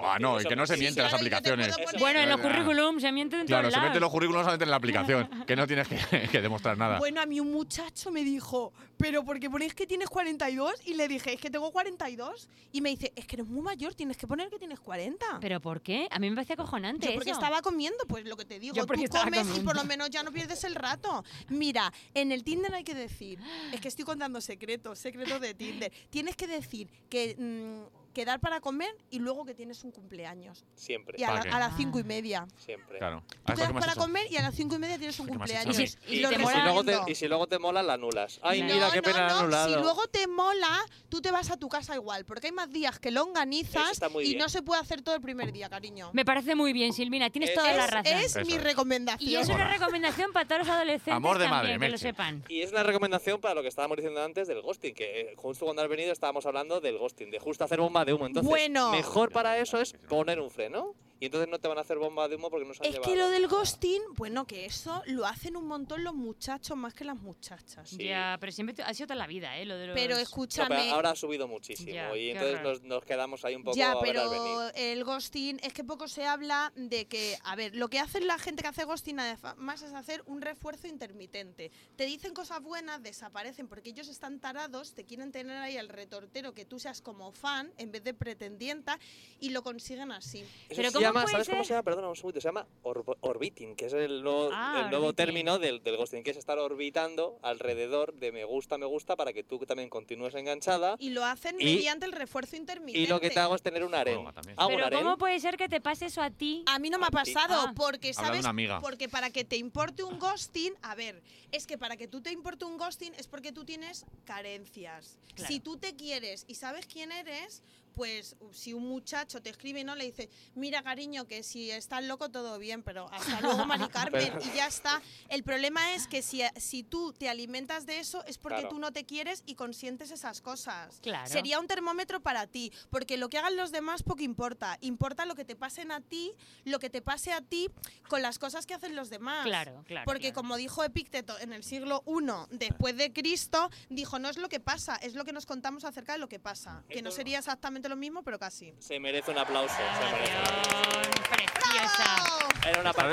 claro. ah, no, es que no se Sí, mienten las claro, y yo te puedo aplicaciones. poner- Bueno, en los Ah. currículum se mienten en Claro, todos se meten los lados. currículos solamente en la aplicación, que no tienes que, que demostrar nada. Bueno, a mí un muchacho me dijo, pero ¿por qué ponéis que tienes 42? Y le dije, es que tengo 42. Y me dice, es que eres muy mayor, tienes que poner que tienes 40. ¿Pero por qué? A mí me parece acojonante Yo porque eso. estaba comiendo, pues lo que te digo, Yo porque tú estaba comes y comiendo. por lo menos ya no pierdes el rato. Mira, en el Tinder hay que decir, es que estoy contando secretos, secretos de Tinder. Tienes que decir que mm, quedar para comer y luego que tienes un cumpleaños. Siempre, Y a, la- ¿Para qué? a las cinco y media. siempre. Claro. Tú Ah, ¿esto quedas qué me has para hecho? comer y a las cinco y media tienes un ¿Qué me has cumpleaños. hecho? Y si- y si lo te Y si, luego te, recomiendo. y si luego te mola, la anulas. Ay, No, mira, qué pena la anulado. si luego te mola, tú te vas a tu casa igual, porque hay más días que lo Eso organizas está muy y bien. no se puede hacer todo el primer día, cariño. Me parece muy bien, Silvina, tienes toda Es- la razón. Es Eso mi es. recomendación. y es una Mola. recomendación para todos los adolescentes Amor de madre, también, que lo Merche. sepan. Y es una recomendación para lo que estábamos diciendo antes del ghosting, que eh, justo cuando has venido estábamos hablando del ghosting, de justo hacer bomba de humo. Entonces, Bueno. mejor para eso es poner un freno. Y entonces no te van a hacer bomba de humo porque no se han Es que llevado. lo del ghosting, bueno, que eso lo hacen un montón los muchachos más que las muchachas. Sí. Ya, pero siempre te- ha sido toda la vida, ¿eh? Lo de los... Pero No, pero escúchame, ahora ha subido muchísimo Ya, y qué entonces horror. nos, nos quedamos ahí un poco ya, a ver al venir. pero el ghosting, es que poco se habla de que, a ver, lo que hace la gente que hace ghosting además es hacer un refuerzo intermitente. Te dicen cosas buenas, desaparecen, porque ellos están tarados, te quieren tener ahí el retortero, que tú seas como fan en vez de pretendienta, y lo consiguen así. Eso Pero sí, ¿cómo llama, puede ¿sabes cómo ser? se llama? Perdona un segundo, se llama orb- orbiting, que es el nuevo, Ah, el nuevo orbiting. término del, del ghosting, que es estar orbitando alrededor de me gusta, me gusta, para que tú también continúes enganchada. Y lo hacen Y- mediante el refuerzo intermitente. Y lo que te hago es tener un harem. Psicóloga también. Hago un Pero ¿cómo harem. puede ser que te pase eso a ti? A mí no me ha A ti. pasado, Ah. porque Habla de sabes, una amiga. porque para que te importe un ghosting, a ver, es que para que tú te importe un ghosting es porque tú tienes carencias. Claro. Si tú te quieres y sabes quién eres, pues si un muchacho te escribe y no le dices, mira cariño, que si estás loco todo bien, pero hasta luego Mari Carmen Pero- y ya está. El problema es que si, si tú te alimentas de eso es porque Claro. tú no te quieres y consientes esas cosas. Claro. Sería un termómetro para ti, porque lo que hagan los demás poco importa. Importa lo que te pasen a ti, lo que te pase a ti con las cosas que hacen los demás. Claro, claro. Porque claro. como dijo Epícteto en el siglo I después de Cristo, dijo, no es lo que pasa, es lo que nos contamos acerca de lo que pasa. Que no sería exactamente lo mismo, pero casi. Se merece un aplauso. se merece un aplauso. Canción preciosa. ¡Bravo! Era una Está parte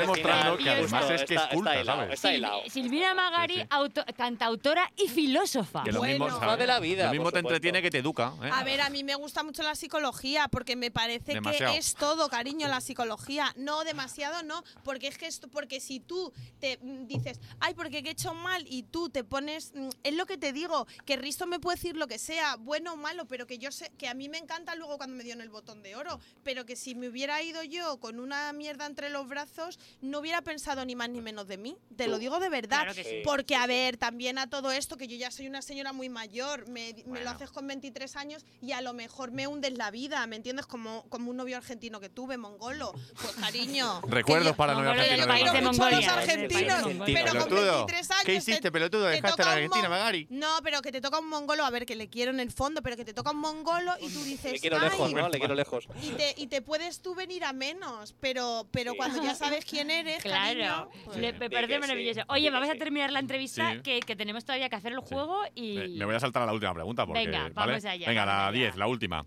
final, demostrando que justo, además es que es está- culta, está hilado, ¿sabes? Está hilado. Silvi- Silvina Magari, Sí, sí. auto- cantautora y filósofa. Que lo Bueno, mismo, va ¿sabes? de la vida, Lo mismo por te supuesto. entretiene que te educa. ¿eh? A ver, a mí me gusta mucho la psicología porque me parece Demasiado. que es todo, cariño, la psicología. No, demasiado no, porque es que esto, porque si tú te mm, dices, ay, porque que he hecho mal y tú te pones, mm, es lo que te digo, que Risto me puede decir lo que sea, bueno o malo, pero que yo sé, que a mí me encanta luego cuando me dio en el botón de oro, pero que si me hubiera ido yo con una mierda entre los brazos, no hubiera pensado ni más ni menos de mí. Te lo digo de verdad. Claro que sí. Sí. Porque, a ver, también a todo esto, que yo ya soy una señora muy mayor, me, me Bueno. lo haces con 23 años y a lo mejor me hundes la vida, ¿me entiendes? Como, como un novio argentino que tuve, mongolo. Pues cariños. Recuerdos para no Mongolia, argentinos. el país de hermano. mucho a los Mongolia. el país de argentinos, Mongolia. pero con Pelotudo, 23 años ¿Qué te- hiciste, pelotudo? te ¿Dejaste a la toca un Argentina, mon- Magari? No, pero que te toca un mongolo, a ver, que le quiero en el fondo, pero que te toca un mongolo y tú dices, Le quiero "Ay, lejos, ¿no? Le quiero lejos. y, te, y te puedes tú venir a menos, pero, pero Sí. cuando ya sabes quién eres, Claro, cariño, pues- Le- Sí. me Di parece que sí, maravilloso. di Oye, que vamos a sí. terminar la entrevista Sí. que, que tenemos todavía que hacer el juego y... Me, me voy a saltar a la última pregunta. Porque, Venga, ¿vale? vamos allá, Venga, vamos la allá. 10, la última.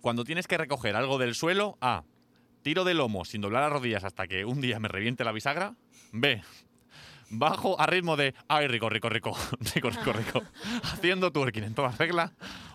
Cuando tienes que recoger algo del suelo, A. Tiro de lomo sin doblar las rodillas hasta que un día me reviente la bisagra. B. Bajo a ritmo de ay, rico, rico, rico, rico, rico, rico, haciendo twerking en todas reglas.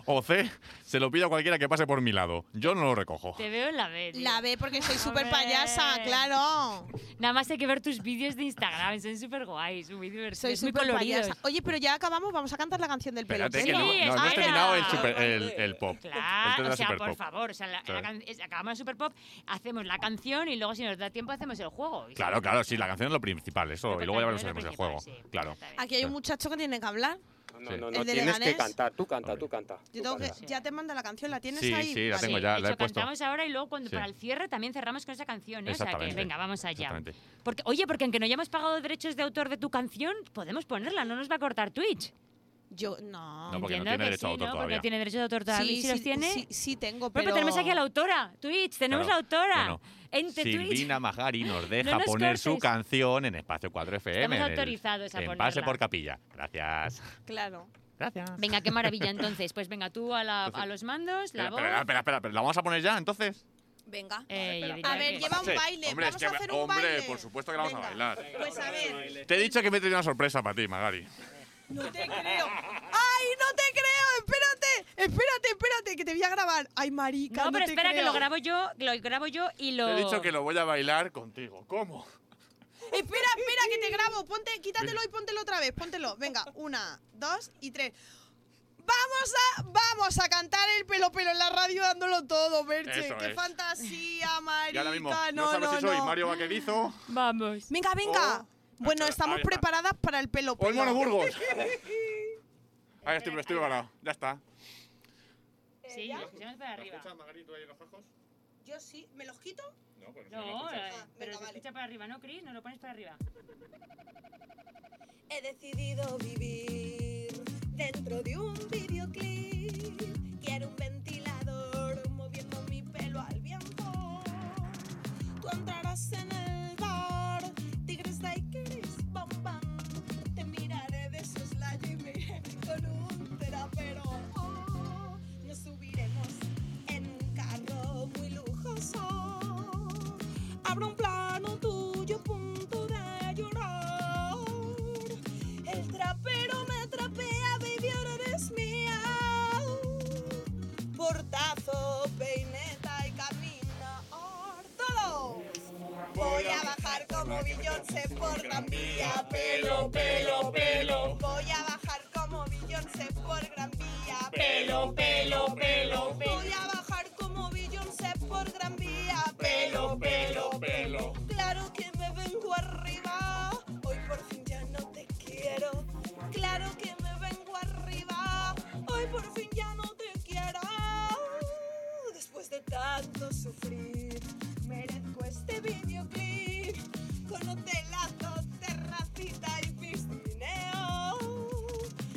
O C, se lo pido a cualquiera que pase por mi lado. Yo no lo recojo. Te veo en la B. tío. La ve porque soy súper Hombre. payasa, claro. Nada más hay que ver tus vídeos de Instagram, son súper guays, muy divertidos, Soy muy súper coloridos. payasa. Oye, pero ya acabamos, vamos a cantar la canción del pelo. Espérate, Sí, que no, no, no espera. hemos terminado el, super- el- el pop. El tren Claro, de o sea, super por pop. favor, o sea, la, la Claro. can- es- acabamos el Super Pop, hacemos la canción y luego si nos da tiempo hacemos el juego. Y- Claro, claro, sí, la canción es lo principal, Lo eso. Y que luego ya cambia es veremos lo el juego. principal, sí, Claro. está bien. Aquí hay un muchacho que tiene que hablar. No, Sí. no, ¿El no, de tienes Leganés? que cantar. Tú canta, tú canta. tú Yo tengo que, canta. ya te manda la canción, ¿la tienes Sí, ahí? sí, la Vale. tengo Sí, ya, de la he hecho, puesto. cantamos ahora y luego cuando Sí. para el cierre también cerramos con esa canción, ¿eh? O sea que, Exactamente, venga, vamos allá. exactamente. Porque, oye, porque aunque no hayamos pagado derechos de autor de tu canción, podemos ponerla, no nos va a cortar Twitch. Yo, no. No, porque Entiendo tiene que derecho de sí, autor ¿no? Porque todavía. no tiene derecho de autor todavía. si los tiene. Sí, sí tengo, Bueno, pero... pero tenemos aquí a la autora, Twitch, tenemos Claro. la autora. Bueno, Ente Twitch. Silvina Magari nos deja nos poner su cortes. canción en Espacio 4FM. Estamos en el- autorizados a en ponerla. Pase por Capilla. Gracias. Claro. Gracias. Venga, qué maravilla entonces. Pues venga, tú a, la- a los mandos, la Espera, voz. espera, espera, espera, ¿la vamos a poner ya entonces? Venga. Eh, yo diría A ver, que- lleva un Sí. baile. Hombre, es vamos que a me- hacer un hombre, baile. por supuesto que la vamos a Venga. bailar. Pues a ver, Te he dicho que me he traído una sorpresa para ti, Magari. no te creo. ¡Ay, no te creo! ¡Espérate! ¡Espérate, espérate! Que te voy a grabar. ¡Ay, marica, No, pero te espera que creo. lo grabo yo, lo grabo yo y lo. Te he dicho que lo voy a bailar contigo. ¿Cómo? Espera, espera, que te grabo. Ponte, quítatelo y póntelo otra vez. Póntelo. Venga, una, dos y tres. Vamos a, vamos a cantar el pelo pelo en la radio dándolo todo, Merche. Eso Qué es. fantasía, marica. Y ahora mismo, no, no sabes no, si soy no. Mario Vaquerizo Vamos. Venga, venga. bueno, estamos ahí está. preparadas para el pelo o pelo. el Mono Burgos. Ahí estoy, estoy preparado. Ya está. Sí, lo escuchamos para arriba. Magari, tú ahí los bajos? Eh, Yo sí, ¿me los quito? No, pues No, eh, Ah, pero venga, se vale. escucha para arriba, ¿no, Chris? No lo pones para arriba. He decidido vivir dentro de un videoclip. Quiero un ventilador moviendo mi pelo al viento. Tú entrarás en el bar, tigres daiquiris, bam bam. Te miraré de soslayo y me iré con un terapero. Oh, nos subiremos en un carro muy lujoso. Habrá un plano tuyo, a punto de llorar. El trapero me trapea, baby, ahora eres mía. bajar como Beyoncé por Gran Vía. Pelo, pelo, pelo. Voy a bajar como Beyoncé por Gran Vía. Pelo, pelo, pelo. Voy a bajar como Beyoncé por Gran Vía. Pelo, pelo, pelo. Claro que me vengo arriba. Hoy por fin ya no te quiero. Claro que me vengo arriba. Hoy por fin ya no te quiero. Después de tanto sufrir, merezco este videoclip con hotelazo, terracita y piscineo.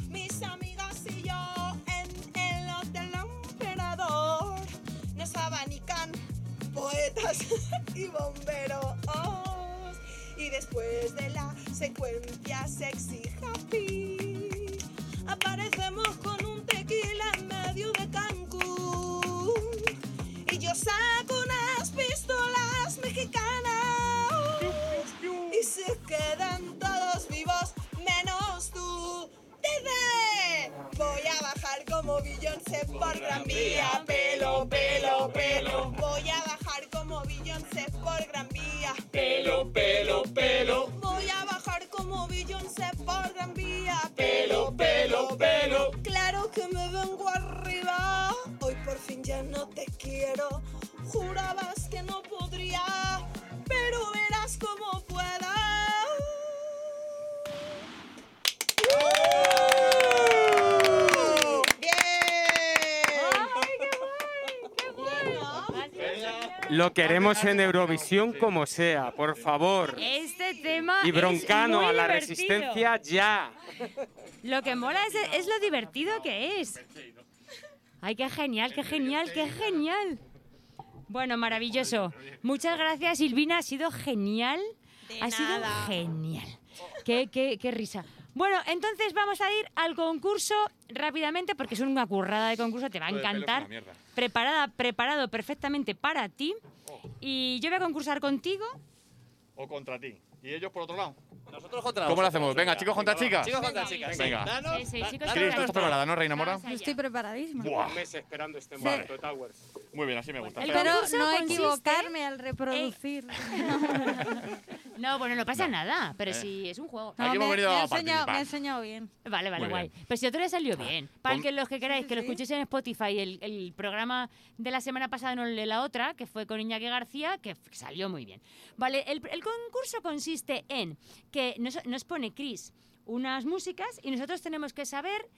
Mis amigas y yo en el hotel emperador nos abanican poetas y bomberos. Y después de la secuencia sexy happy, aparecemos con un tequila en medio de Cancún. Y yo saco unas pistolas mexicanas y se quedan todos vivos menos tú. Desde voy a bajar como Beyoncé por Gran Vía, pelo, pelo, pelo. Voy a bajar como Beyoncé por Gran Vía, pelo, pelo, pelo. Voy a bajar como Beyoncé por Gran Vía, pelo, pelo, pelo. Claro que me vengo arriba. Hoy por fin ya no te quiero. Jurabas que no podría, pero verás cómo pueda. Lo queremos en Eurovisión como sea, por favor. Este tema Y es broncano muy a la divertido. resistencia ya. Lo que mola es, es lo divertido que es. Ay, qué genial, qué genial, qué genial. Bueno, maravilloso. Muchas gracias, Silvina. Ha sido genial. De Ha sido nada. genial. Qué, qué- qué risa. Bueno, entonces vamos a ir al concurso rápidamente porque es una currada de concurso, te va a Lo del pelo es una encantar. mierda. Preparada, preparado perfectamente para ti. Y yo voy a concursar contigo. O contra ti. ¿Y ellos por otro lado? Nosotros contra ¿Cómo lo vosotros, hacemos? Venga, chicos contra chicas. Chicos contra Venga, chicas. venga. sí. Danos- Sí, sí, da- danos chicos Cris, tú estás nuestro- preparada, ¿no, Reina Mora? Vamos Yo allá. estoy preparadísima. Buah. meses esperando este Sí. momento, Towers. Muy bien, así me gusta. El Espero concurso no consiste- Eh, equivocarme al reproducir. No, bueno, no pasa No. nada, pero Eh. si es un juego. No, hemos me, venido me a ha enseñado, me participar. ha enseñado bien. Vale, vale, Muy guay. bien. Pero si a otro le salió bien. Para pon- que los que queráis sí, que lo sí. escuchéis en Spotify, el, el programa de la semana pasada, no el de la otra, que fue con Iñaki García, que f- salió muy bien. Vale, el, el concurso consiste en que nos, nos pone Chris unas músicas y nosotros tenemos que saber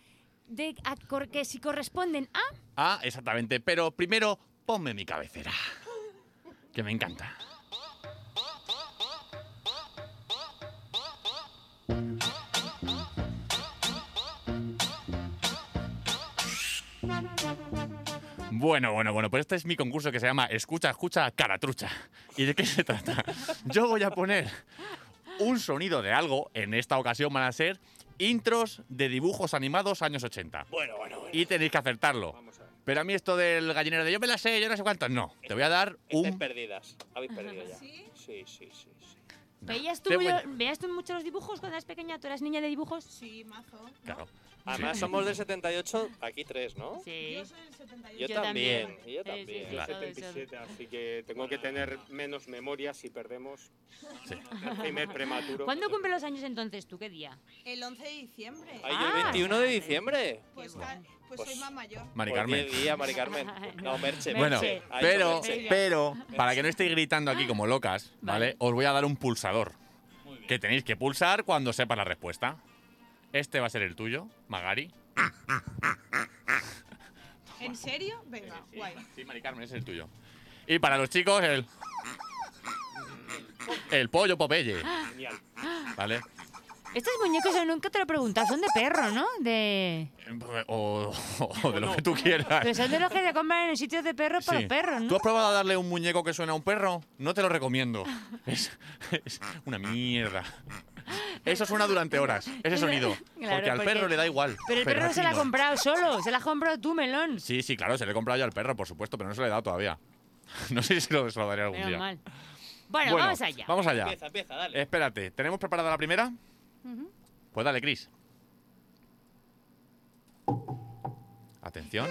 de, a- cor- que si corresponden a... Ah, exactamente. Pero primero, ponme mi cabecera. Que me encanta. Bueno, bueno, bueno, pues este es mi concurso que se llama Escucha, escucha, caratrucha. ¿Y de qué se trata? Yo voy a poner un sonido de algo, en esta ocasión van a ser intros de dibujos animados años 80. Bueno, bueno, bueno. Y tenéis que acertarlo. Vamos a ver. Pero a mí esto del gallinero de yo me la sé, yo no sé cuántas, no. Te voy a dar Estáis un... perdidas. Habéis perdido ya. ¿Sí? Sí, sí, sí. sí. ¿Veías tú, Te voy- yo- ¿Veías tú mucho los dibujos cuando eras pequeña? ¿Tú eras niña de dibujos? Sí, mazo. Claro. Además, Sí. somos del 78, aquí tres, ¿no? Sí. Yo soy el 78. Yo, Yo también. también. Yo Sí, sí, también. sí, Yo Claro. 77, así que tengo que tener menos memoria si perdemos el primer prematuro. ¿Cuándo cumple los años entonces tú? ¿Qué día? El 11 de diciembre. Ay, Ah, yo el 21 de sí. diciembre. Ah, Pues, qué bueno. ca- pues Pues- soy más mayor. Mari Por Carmen. 10 días, Mari Carmen. No, Merche. Bueno, Merche. Ahí está pero, Merche. pero, para que no estéis gritando aquí como locas, ¿vale? Vale. Os voy a dar un pulsador. Que tenéis que pulsar cuando sepas la respuesta. Este va a ser el tuyo, Magari. ¿En serio? Venga, guay. Sí, Mari Carmen, ese es el tuyo. Y para los chicos, el... El pollo Popeye, Genial. ¿vale? Estos muñecos yo nunca te lo he preguntado, son de perro, ¿no? De... O, o de lo que tú quieras. Pero son de los que se compran en sitios de perros para Sí. perros, ¿Tú ¿no? has probado a darle un muñeco que suena a un perro? No te lo recomiendo. Es, es una mierda. Eso suena durante horas, ese sonido. Claro, porque al porque- perro le da igual. Pero el perro a no se ti la ha no. comprado solo, se la has comprado tú, melón. Sí, sí, claro, se le he comprado yo al perro, por supuesto, pero no se le he dado todavía. No sé si se lo, se lo daré algún Menos día. mal. Bueno, Bueno, vamos allá. Vamos allá. Empieza, empieza, Eh. dale. Espérate, ¿tenemos preparada la primera? Pues dale, Cris. Atención.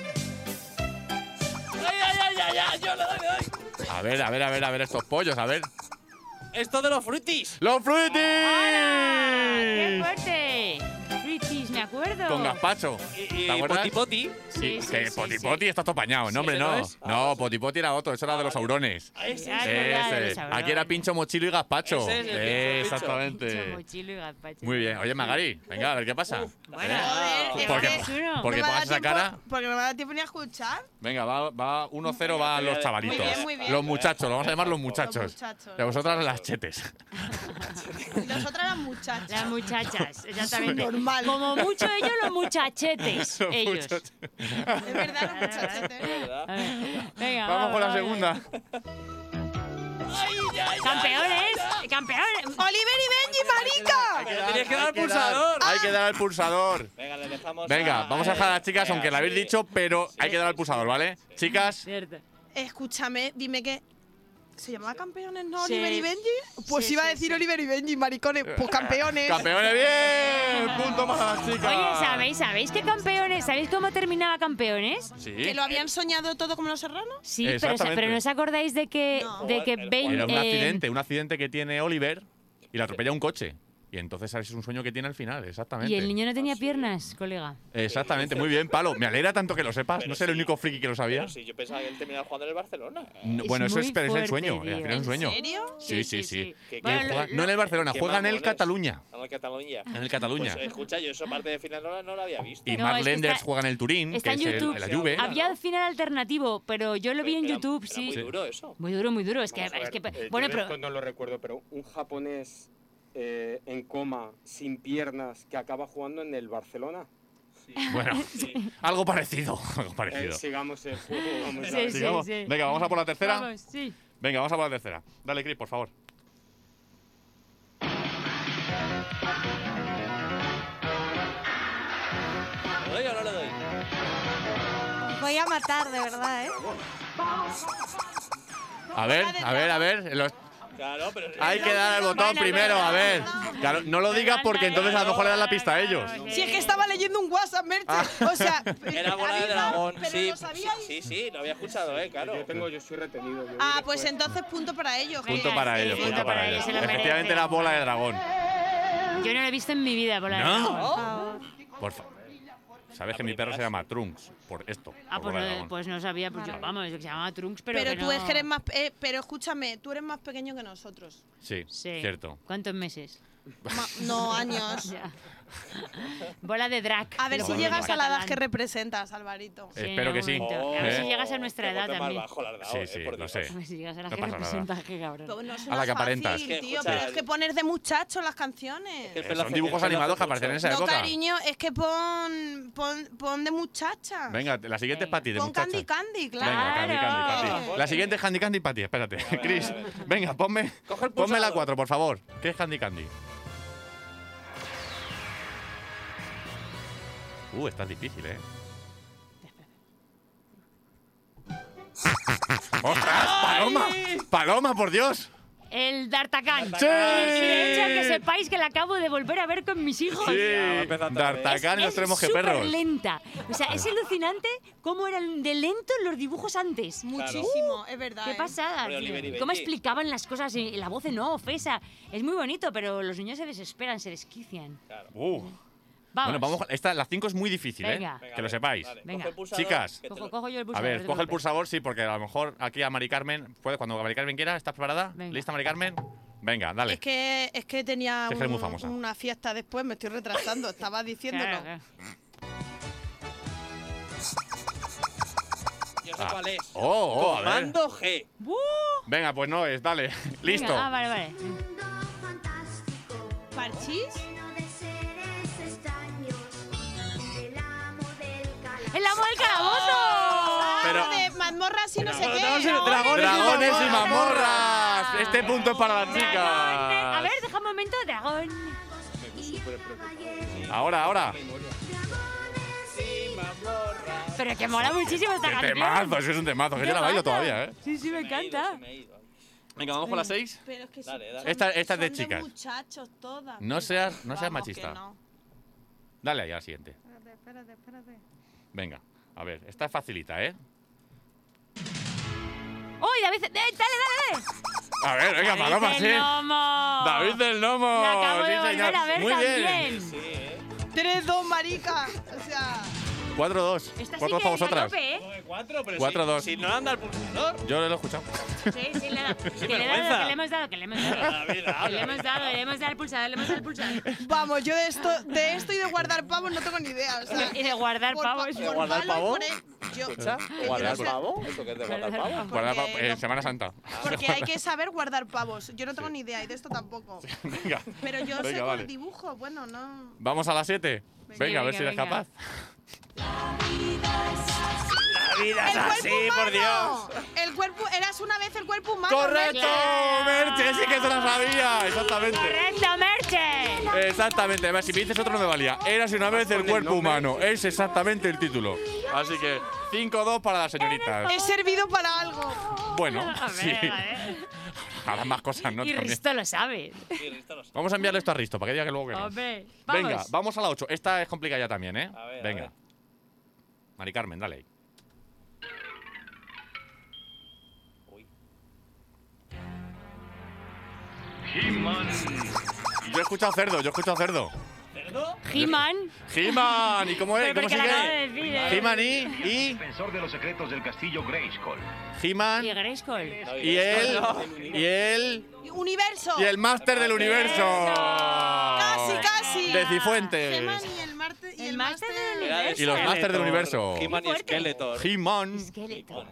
A ver, a ver, a ver, a ver estos pollos, a ver. ¡Esto de los frutis! ¡Los frutis! ¡Hola! Ah, ¡Qué fuerte! Fruitis, me acuerdo. Con gazpacho. Y, ¿Te y acuerdas? poti poti. Sí, sí, que sí, Potipoti sí. está todo pañado. No, hombre, ¿Ese no no. es? No, Potipoti era otro. Eso era de los aurones. Ah, ese, Ah, es Ese. verdad, de los aurones. Aquí era pincho mochilo y gazpacho. Eh, Ese es el pincho, Pincho, Exactamente. mochilo y gazpacho. Muy bien. Oye, Magari, venga, a ver qué pasa. Bueno, ¿Eh? Joder, ¿Por qué? es que uno. Porque no me ha pongas dado esa tiempo- cara. Porque no me ha dado tiempo ni a escuchar. Venga, va, va 1-0 va a los chavalitos. Muy bien, muy bien. Los muchachos, los vamos a llamar los Los muchachos. muchachos. Y a vosotras las chetes. Nosotras las muchachas. Las muchachas, exactamente. Normal. Como mucho ellos, los muchachetes. Los ellos. muchachos. Es verdad, ¿eh? los muchachetes. A ver, Venga, Vamos con la segunda. Campeones, campeones. ¡Oliver y Benji, marica! tenías que dar al Hay dar- pulsador. Hay que dar al pulsador. Venga, le dejamos. Venga, vamos a dejar a las chicas, Venga, aunque la habéis eh, sí. dicho, pero hay que dar al pulsador, ¿vale? Chicas, Cierto. Escúchame, dime que. ¿Se llamaba campeones, no? Sí. ¿Oliver y Benji? Pues Sí, iba a sí, decir sí. Oliver y Benji, maricones. Pues campeones. campeones, bien. Punto para las chicas. Oye, ¿sabéis, ¿sabéis qué campeones? ¿Sabéis cómo terminaba campeones? Sí. ¿Que lo habían soñado todo como los serranos? Sí, pero, sa- Exactamente. pero no os acordáis de que, No. de que Era Ben- Era un eh, accidente, un accidente que tiene Oliver y le atropella un coche. Y entonces ¿sabes? es un sueño que tiene al final, exactamente. y el niño no tenía piernas, colega. Exactamente, muy bien, Palo. Me alegra tanto que lo sepas. Pero no soy el sí. único friki que lo sabía. Pero si yo pensaba que él terminaba jugando en el Barcelona. No, Es bueno, eso es, muy pero es fuerte, el sueño. eh, al final es un tío. sueño. ¿En serio? Sí, sí, sí. Que- Que Bueno, juega- lo- no en el Barcelona, Qué juega en el mamones. Cataluña. En el Cataluña. En el Cataluña. Pues, escucha, yo esa parte de final no la, no la había visto. Y No, Mark es que Lenders está- juega en el Turín, está que en es el- YouTube. ah, la Juve. Había el final alternativo, pero yo lo vi en Era- YouTube, era sí. Muy duro eso. Muy duro, muy duro. Es que, Vamos a es que ver, eh, bueno, yo de pero esto no lo recuerdo, pero un japonés eh, en coma, sin piernas, que acaba jugando en el Barcelona. Bueno, algo parecido. Algo Eh, parecido. sigamos el juego. Vamos a Eh, Sí, ver. sí. Sigamos. Venga, vamos a por la tercera. vamos, sí. Venga, vamos a por la tercera. Dale, Chris, por favor. ¿Lo doy o no lo doy? Os voy a matar, de verdad, ¿eh? A ver, a ver, a ver. los- Claro, pero. Hay que dar al botón Bueno, primero, venga, a ver. venga. Claro, no lo digas porque entonces a lo mejor le dan la pista a ellos. Si es que estaba leyendo un WhatsApp, Merche. O sea. Era bola de avisad, dragón. Pero sí, lo sabíais. sí, sí, lo había escuchado, eh, claro. Yo tengo, yo soy retenido. yo Ah, diré pues después. entonces punto para ellos. Punto Venga, para sí, ellos, punto punto para para ellos, ellos. se lo merecen. Efectivamente, la bola de dragón. Yo no lo he visto en mi vida, por la No. Oh. verdad. Por favor. Por favor. Sabes que mi perro se llama Trunks por esto. Ah, por pues bola de no, dragón. pues no sabía, pues yo, Vale. vamos, que se llamaba Trunks, pero. Pero, que tú no- es que eres más. eh, pero escúchame, tú eres más pequeño que nosotros. Sí, Sí. cierto. ¿Cuántos meses? Ma- no, años. Ya. Bola de drag. A ver No, si no, llegas no. a la edad Catalán. que representas, Alvarito. Sí, en Espero que algún sí. momento. A ver si ¿Eh? llegas a nuestra Qué edad bote más también. bajo la verdad, Sí, eh, sí, por lo Dios. sé. A ver si llegas a la No que pasa nada. representa, qué Pero cabrón. no A la suena que aparentas. fácil, Es que, tío, escucha, pero es que poner de muchachos las canciones. Es Eh, que el Son pelo dibujos hace- el pelo animados que hace aparecen en mucho. esa No, época. cariño, es que pon, pon, pon de muchacha. Venga, la siguiente es Venga. Patty, de pon muchacha. Candy Candy, claro. Venga, Candy, Candy, Claro. Patty. La siguiente es Candy Candy Patty, espérate. ver, Chris, a ver. venga, ponme, Coge el ponme la pulsador. 4, por favor. ¿Qué es Candy Candy? Uh, está difícil, ¿eh? ¡Ostras, Paloma! ¡Paloma, por Dios! El D'Artagnan. ¡Sí! De hecho, que sepáis que la acabo de volver a ver con mis hijos. Sí, va a empezar otra vez. D'Artagnan y los Es súper tres mosqueperros. lenta. O sea, es alucinante cómo eran de lentos los dibujos antes. Muchísimo, es verdad. Qué ¿eh? pasada, Hombre, Oliver y tío. Benji. Cómo explicaban las cosas y la voz no ofesa. Es muy bonito, pero los niños se desesperan, se desquician. Uh. Vamos. Bueno, vamos. Esta, la 5 es muy difícil, Venga. Venga, ¿eh? que a lo ver, sepáis. vale, Venga. coge el pulsador, Chicas. que te lo- Cojo, cojo yo el A pulsador. ver, no te coge el preocupes. pulsador, sí, porque a lo mejor aquí a Mari Carmen. Puede, cuando Mari Carmen quiera, ¿estás preparada? Venga. ¿Lista, Mari Carmen? Venga, dale. Es que, es que tenía Es que eres muy un- famosa. una fiesta después, me estoy retrasando, estaba diciéndolo. Claro, claro. Yo sé Ah. cuál es. Oh, oh, a ver. Ah. Comando G. ¡Buh! Venga, pues no es, dale. Venga, Listo. Ah, vale, vale. ¿Parchís? ¡El amo del calabozo! Pero- Ah, de mazmorras y no sé qué. Dragones Dragones y y Dragones y mazmorras. mamorras. Este punto es para las Dragón, A ver, chicas. deja un momento, dragón. Ahora, ahora. Pero que mola muchísimo esta Qué canción. temazo, eso es un temazo. Que yo la bailo todavía, ¿eh? Sí, sí, me encanta. Venga, vamos con la 6. Pero es que son- Dale, dale. son- Esta- esta es de son chicas. muchachos todas. No seas- no Vamos seas que machista. no. Dale ahí a la siguiente. Espérate, espérate, espérate. Venga, a ver, esta es facilita, ¿eh? ¡Uy, David! eh, ¡Dale, dale, dale! A ver, venga, Paloma, sí. del Nomo. David del Nomo. La acabo de sí, volver señor. a ver Muy también. bien. 3-2, marica. O sea. 4-2. Esta sí que 4-2 para es a vosotras. tope, ¿eh? 4, pero 4-2. Si, si no anda el pulsador. Yo lo he escuchado. Sí, sí, le he dado. Que le he dado, vergüenza. que le hemos dado, que le hemos dado. Que le hemos dado, le hemos dado el pulsador, le hemos dado el pulsador. Vamos, yo de esto, de esto y de guardar pavos no tengo ni idea. O sea, Y de guardar por pa- pavos. por ¿Guardar palo y pavo? por el- yo- que quiero ¿Guardar ser- pavo? ¿Eso que es de guardar Guardar pavo? Guarda pa- Porque eh, no- Semana Santa. Porque hay que saber guardar pavos. Yo no tengo ni idea y de esto tampoco. Venga. Pero yo sé Venga, por vale. dibujo, bueno, no. Vamos a las 7. Venga, Sí, a ver venga, si eres venga. ¡Ah, capaz. La vida es ¡El así, cuerpo por Dios. humano! El cuerpo, eras una vez el cuerpo humano. ¡Correcto! Claro. ¡Merche! ¡Sí que se lo sabía! Exactamente. ¡Correcto, Merche! Exactamente, además si me dices otro no me valía. Érase una vez el cuerpo humano. Es exactamente el título. Así que 5-2 para las señoritas. He servido para algo. Bueno, A ver, sí. a ver. Ahora más cosas, ¿no? Y También. Risto lo sabe. Vamos a enviarle esto a Risto para que diga que luego que no. Hombre, vamos. Venga, vamos a la 8. Esta es complicada ya también, ¿eh? A ver, a Venga. ver. Mari Carmen, dale. ahí. Yo he escuchado cerdo, yo he escuchado cerdo. He-Man. He-Man, ¿y cómo es? Pero ¿Cómo porque la acabo de sigue? decir, ¿eh? He-Man y, y Defensor de los secretos del castillo Grayskull. He-Man Y Grayskull. y él y él Universo. y el máster del universo. Casi, casi. De Cifuentes. Gemani y el Marte y El el, Marte máster del del- universo. Y los máster del universo. He-Man y Skeletor. He-Man, Esqueleto.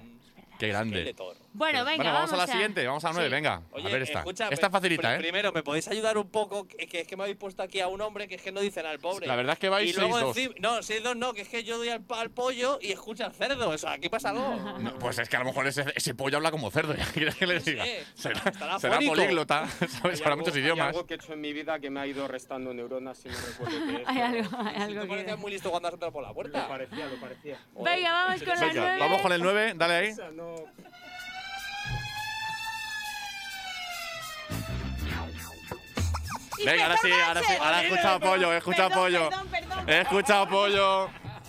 qué grande. Skeletor. Bueno, venga, Mm. bueno, vamos, a la a- siguiente, vamos a la 9, Sí. venga. Oye, a ver esta. escucha, pues, esta pri- facilita, pri- ¿eh? Primero, ¿me podéis ayudar un poco? Que que es que me habéis puesto aquí a un hombre que es que no dice nada al pobre. La verdad es que vais Y luego 6-2. encima- No, 6-2 no, que es que yo doy al, pa- al pollo y escucha al cerdo. O sea, aquí pasa algo. No, pues es que a lo mejor ese, ese pollo habla como cerdo, ya quieres que le Sí, diga. Será, estará será fónico. políglota, ¿sabes? Hay Para algo- muchos hay idiomas. algo que he hecho en mi vida que me ha ido restando neuronas y no recuerdo qué es. Hay pero algo, hay Tú algo que... parecías muy listo cuando has entrado por la Lo puerta. parecía, lo parecía. Venga, vamos con la Venga, nueve. vamos con el 9, dale O ahí. sea, no... Venga, ahora sí, ahora sí, ahora he escuchado pollo, he escuchado Perdón, pollo. perdón, perdón. He escuchado pollo,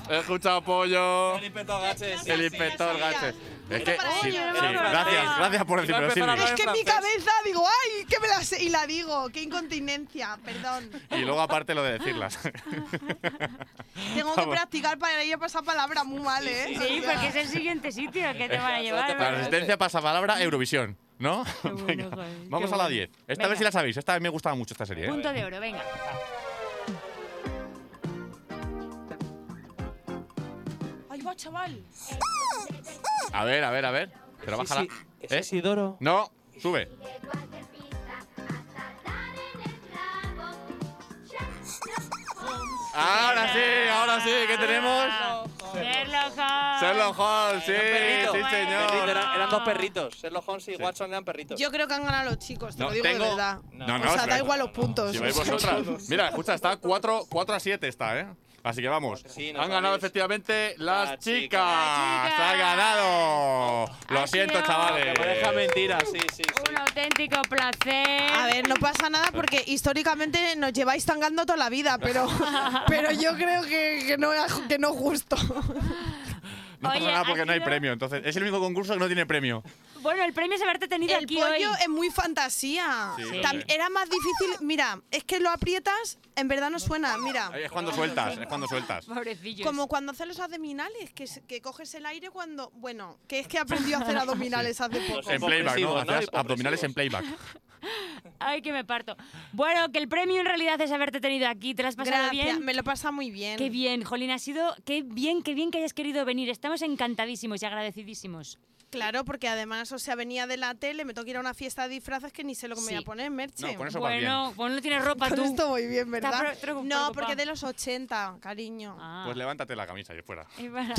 he escuchado pollo. El inspector Gaches. El inspector Gaches. Es que, para ello, sí, sí, era para ello. gracias, gracias por Iba a decirlo, empezar Es a Silvia. que en mi francés. cabeza digo, ay, que me la sé. Y la digo, qué incontinencia, perdón. Y luego aparte lo de decirlas. Tengo que Vamos. practicar para ir a pasar palabra muy mal, ¿eh? Sí, O sea, porque es el siguiente sitio que te van a La llevar. resistencia pasa palabra Eurovisión, ¿no? Qué bueno, Venga, joder, vamos qué a la bueno. 10. Esta Venga. vez sí la sabéis, esta vez me gustaba mucho esta serie. ¿eh? Punto de oro, venga. Ahí va, chaval. A ver, a ver, a ver. Pero bájala. ¿Eh? Isidoro? No, sube. Ahora sí, ahora sí, Ah. ¿qué tenemos? Sherlock Sherlock Holmes, sí, perrito. sí, Perrito, señor. era- eran dos perritos. Sherlock Holmes y Watson eran perritos. Yo creo que han ganado los chicos, te No, lo digo tengo- de verdad. No, No, no, o sea, espera. da igual los puntos. Si vais O sea, vosotras. Mira, escucha, está 4, 4 a 7 está, ¿eh? Así que vamos. Sí, no Han ganado sabéis. efectivamente las Las chicas. chicas. Las chicas. ¡Ha ganado! Lo Ha siento, sido- Que chavales. pareja mentira, sí, sí. sí. Un auténtico placer. A ver, no pasa nada porque históricamente nos lleváis tangando toda la vida, pero, pero yo creo que, que no, que no es justo. No pasa Oye, nada ha porque no hay sido- premio. Entonces, es el único concurso que no tiene premio. Bueno, el premio es haberte tenido El aquí pollo hoy. es muy fantasía. Sí, Sí. Tam- Era más difícil. Mira, es que lo aprietas, en verdad no suena. Mira, Ahí Es cuando sueltas, es cuando sueltas. Pobrecillos. como cuando haces los abdominales, que, se- que coges el aire cuando. Bueno, que es que aprendió a hacer abdominales hace poco. En playback, ¿no? Hipopresivos, ¿no? Hacías Hipopresivos. abdominales en playback. Ay, que me parto. Bueno, que el premio en realidad es haberte tenido aquí. ¿Te lo has pasado Gracias, bien? me lo pasa muy bien. Qué bien, Jolín, ha sido. Qué bien, qué bien que hayas querido venir. Estamos encantadísimos y agradecidísimos. Claro, porque además, o sea, venía de la tele, me tengo que ir a una fiesta de disfraces que ni sé lo que me voy a Sí. poner, Merche. No, con eso vas bien. Bueno, pues no tienes ropa Con tú. esto voy bien, ¿verdad? pre- preocup- No, preocupada. porque de los 80, cariño. Ah. Pues levántate la camisa y fuera. Y para-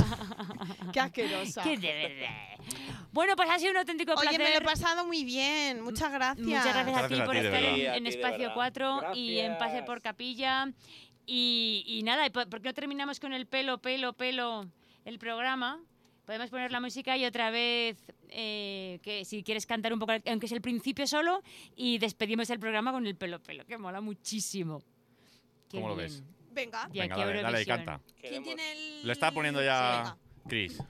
Qué asquerosa. Qué de verdad. Bueno, pues ha sido un auténtico Oye, placer. me lo he pasado muy bien. Muchas gracias. Muchas gracias a ti Gracias a por ti, de estar en, verdad. en Sí, a ti, de Espacio verdad. 4 y en Pase Gracias. por Capilla. Y, y nada, ¿y po- ¿por qué no terminamos con el pelo, pelo, pelo el programa? Podemos poner la música y otra vez, eh, que si quieres cantar un poco, aunque es el principio solo, y despedimos el programa con el pelo, pelo, que mola muchísimo. Qué ¿Cómo lo bien. ves? Venga. Y Venga, aquí dale, dale y Eurovisión. canta. ¿Quién Queremos- tiene el.? Le pues. está poniendo Sí, ya venga. Chris.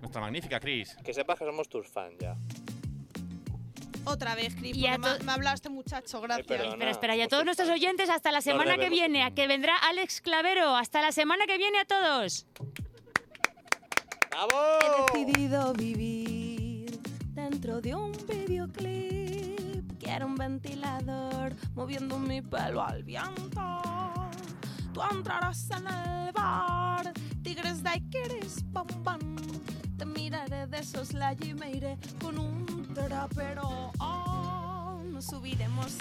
Nuestra magnífica Chris. Que sepas que somos tus fans ya. Otra vez, Cris, Y a porque me, ha- to- me ha hablado este muchacho, gracias. perdona. Espera, espera, y a todos nuestros oyentes hasta la semana que debemos. viene, a que vendrá Alex Clavero. Hasta la semana que viene a todos. He decidido vivir dentro de un videoclip. Quiero un ventilador moviendo mi pelo al viento. Tú entrarás en el bar, tigres de Iquiris, bam, bam. Te miraré de soslayo y me iré con un trapero. Oh, nos subiremos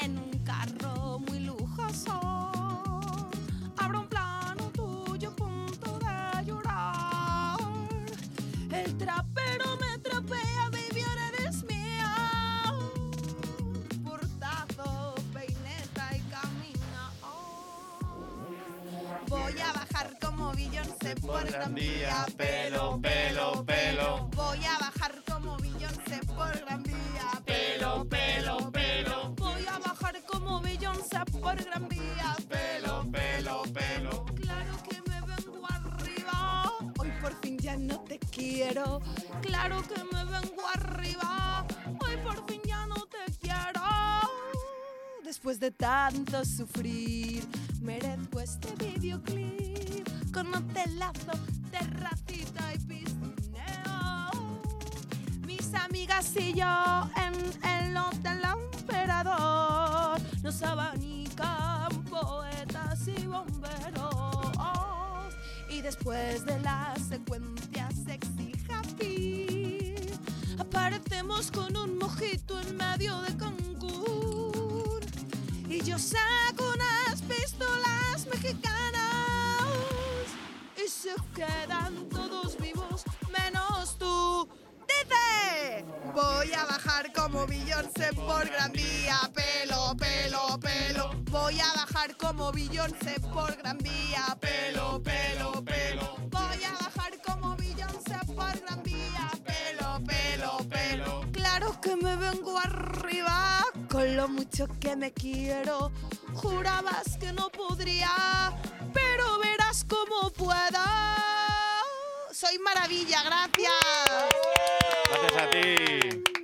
en un carro muy lujoso. Habrá un plano tuyo a punto de llorar. El trapero me trapea, baby, ahora eres mía. Portazo, peineta y camina. Oh. Voy a bajar como Beyoncé por Gran Vía, pelo, pelo, pelo. Voy a bajar como Beyoncé por Gran Vía, pelo, pelo, pelo. Voy a bajar como Beyoncé por Gran Vía, pelo, pelo, pelo. Claro que me vengo arriba, hoy por fin ya no te quiero. Claro que me vengo arriba, hoy por fin ya no te quiero. Después de tanto sufrir, merezco este videoclip con hotelazo, terracita y piscineo. Mis amigas y yo en el hotel emperador nos abanican poetas y bomberos. Y después de las secuencias sexy happy, aparecemos con un mojito en medio de Cancún. Y yo saco unas pistolas mexicanas y se quedan todos vivos menos tú. Dice, voy a bajar como Beyoncé por Gran Vía, pelo, pelo, pelo. Voy a bajar como Beyoncé por Gran Vía, pelo, pelo, pelo. Voy a bajar como Beyoncé por Gran Vía, pelo, pelo, pelo. Claro que me vengo arriba con lo mucho que me quiero. Jurabas que no podría, pero verás cómo pueda. Soy maravilla, gracias. Gracias a ti.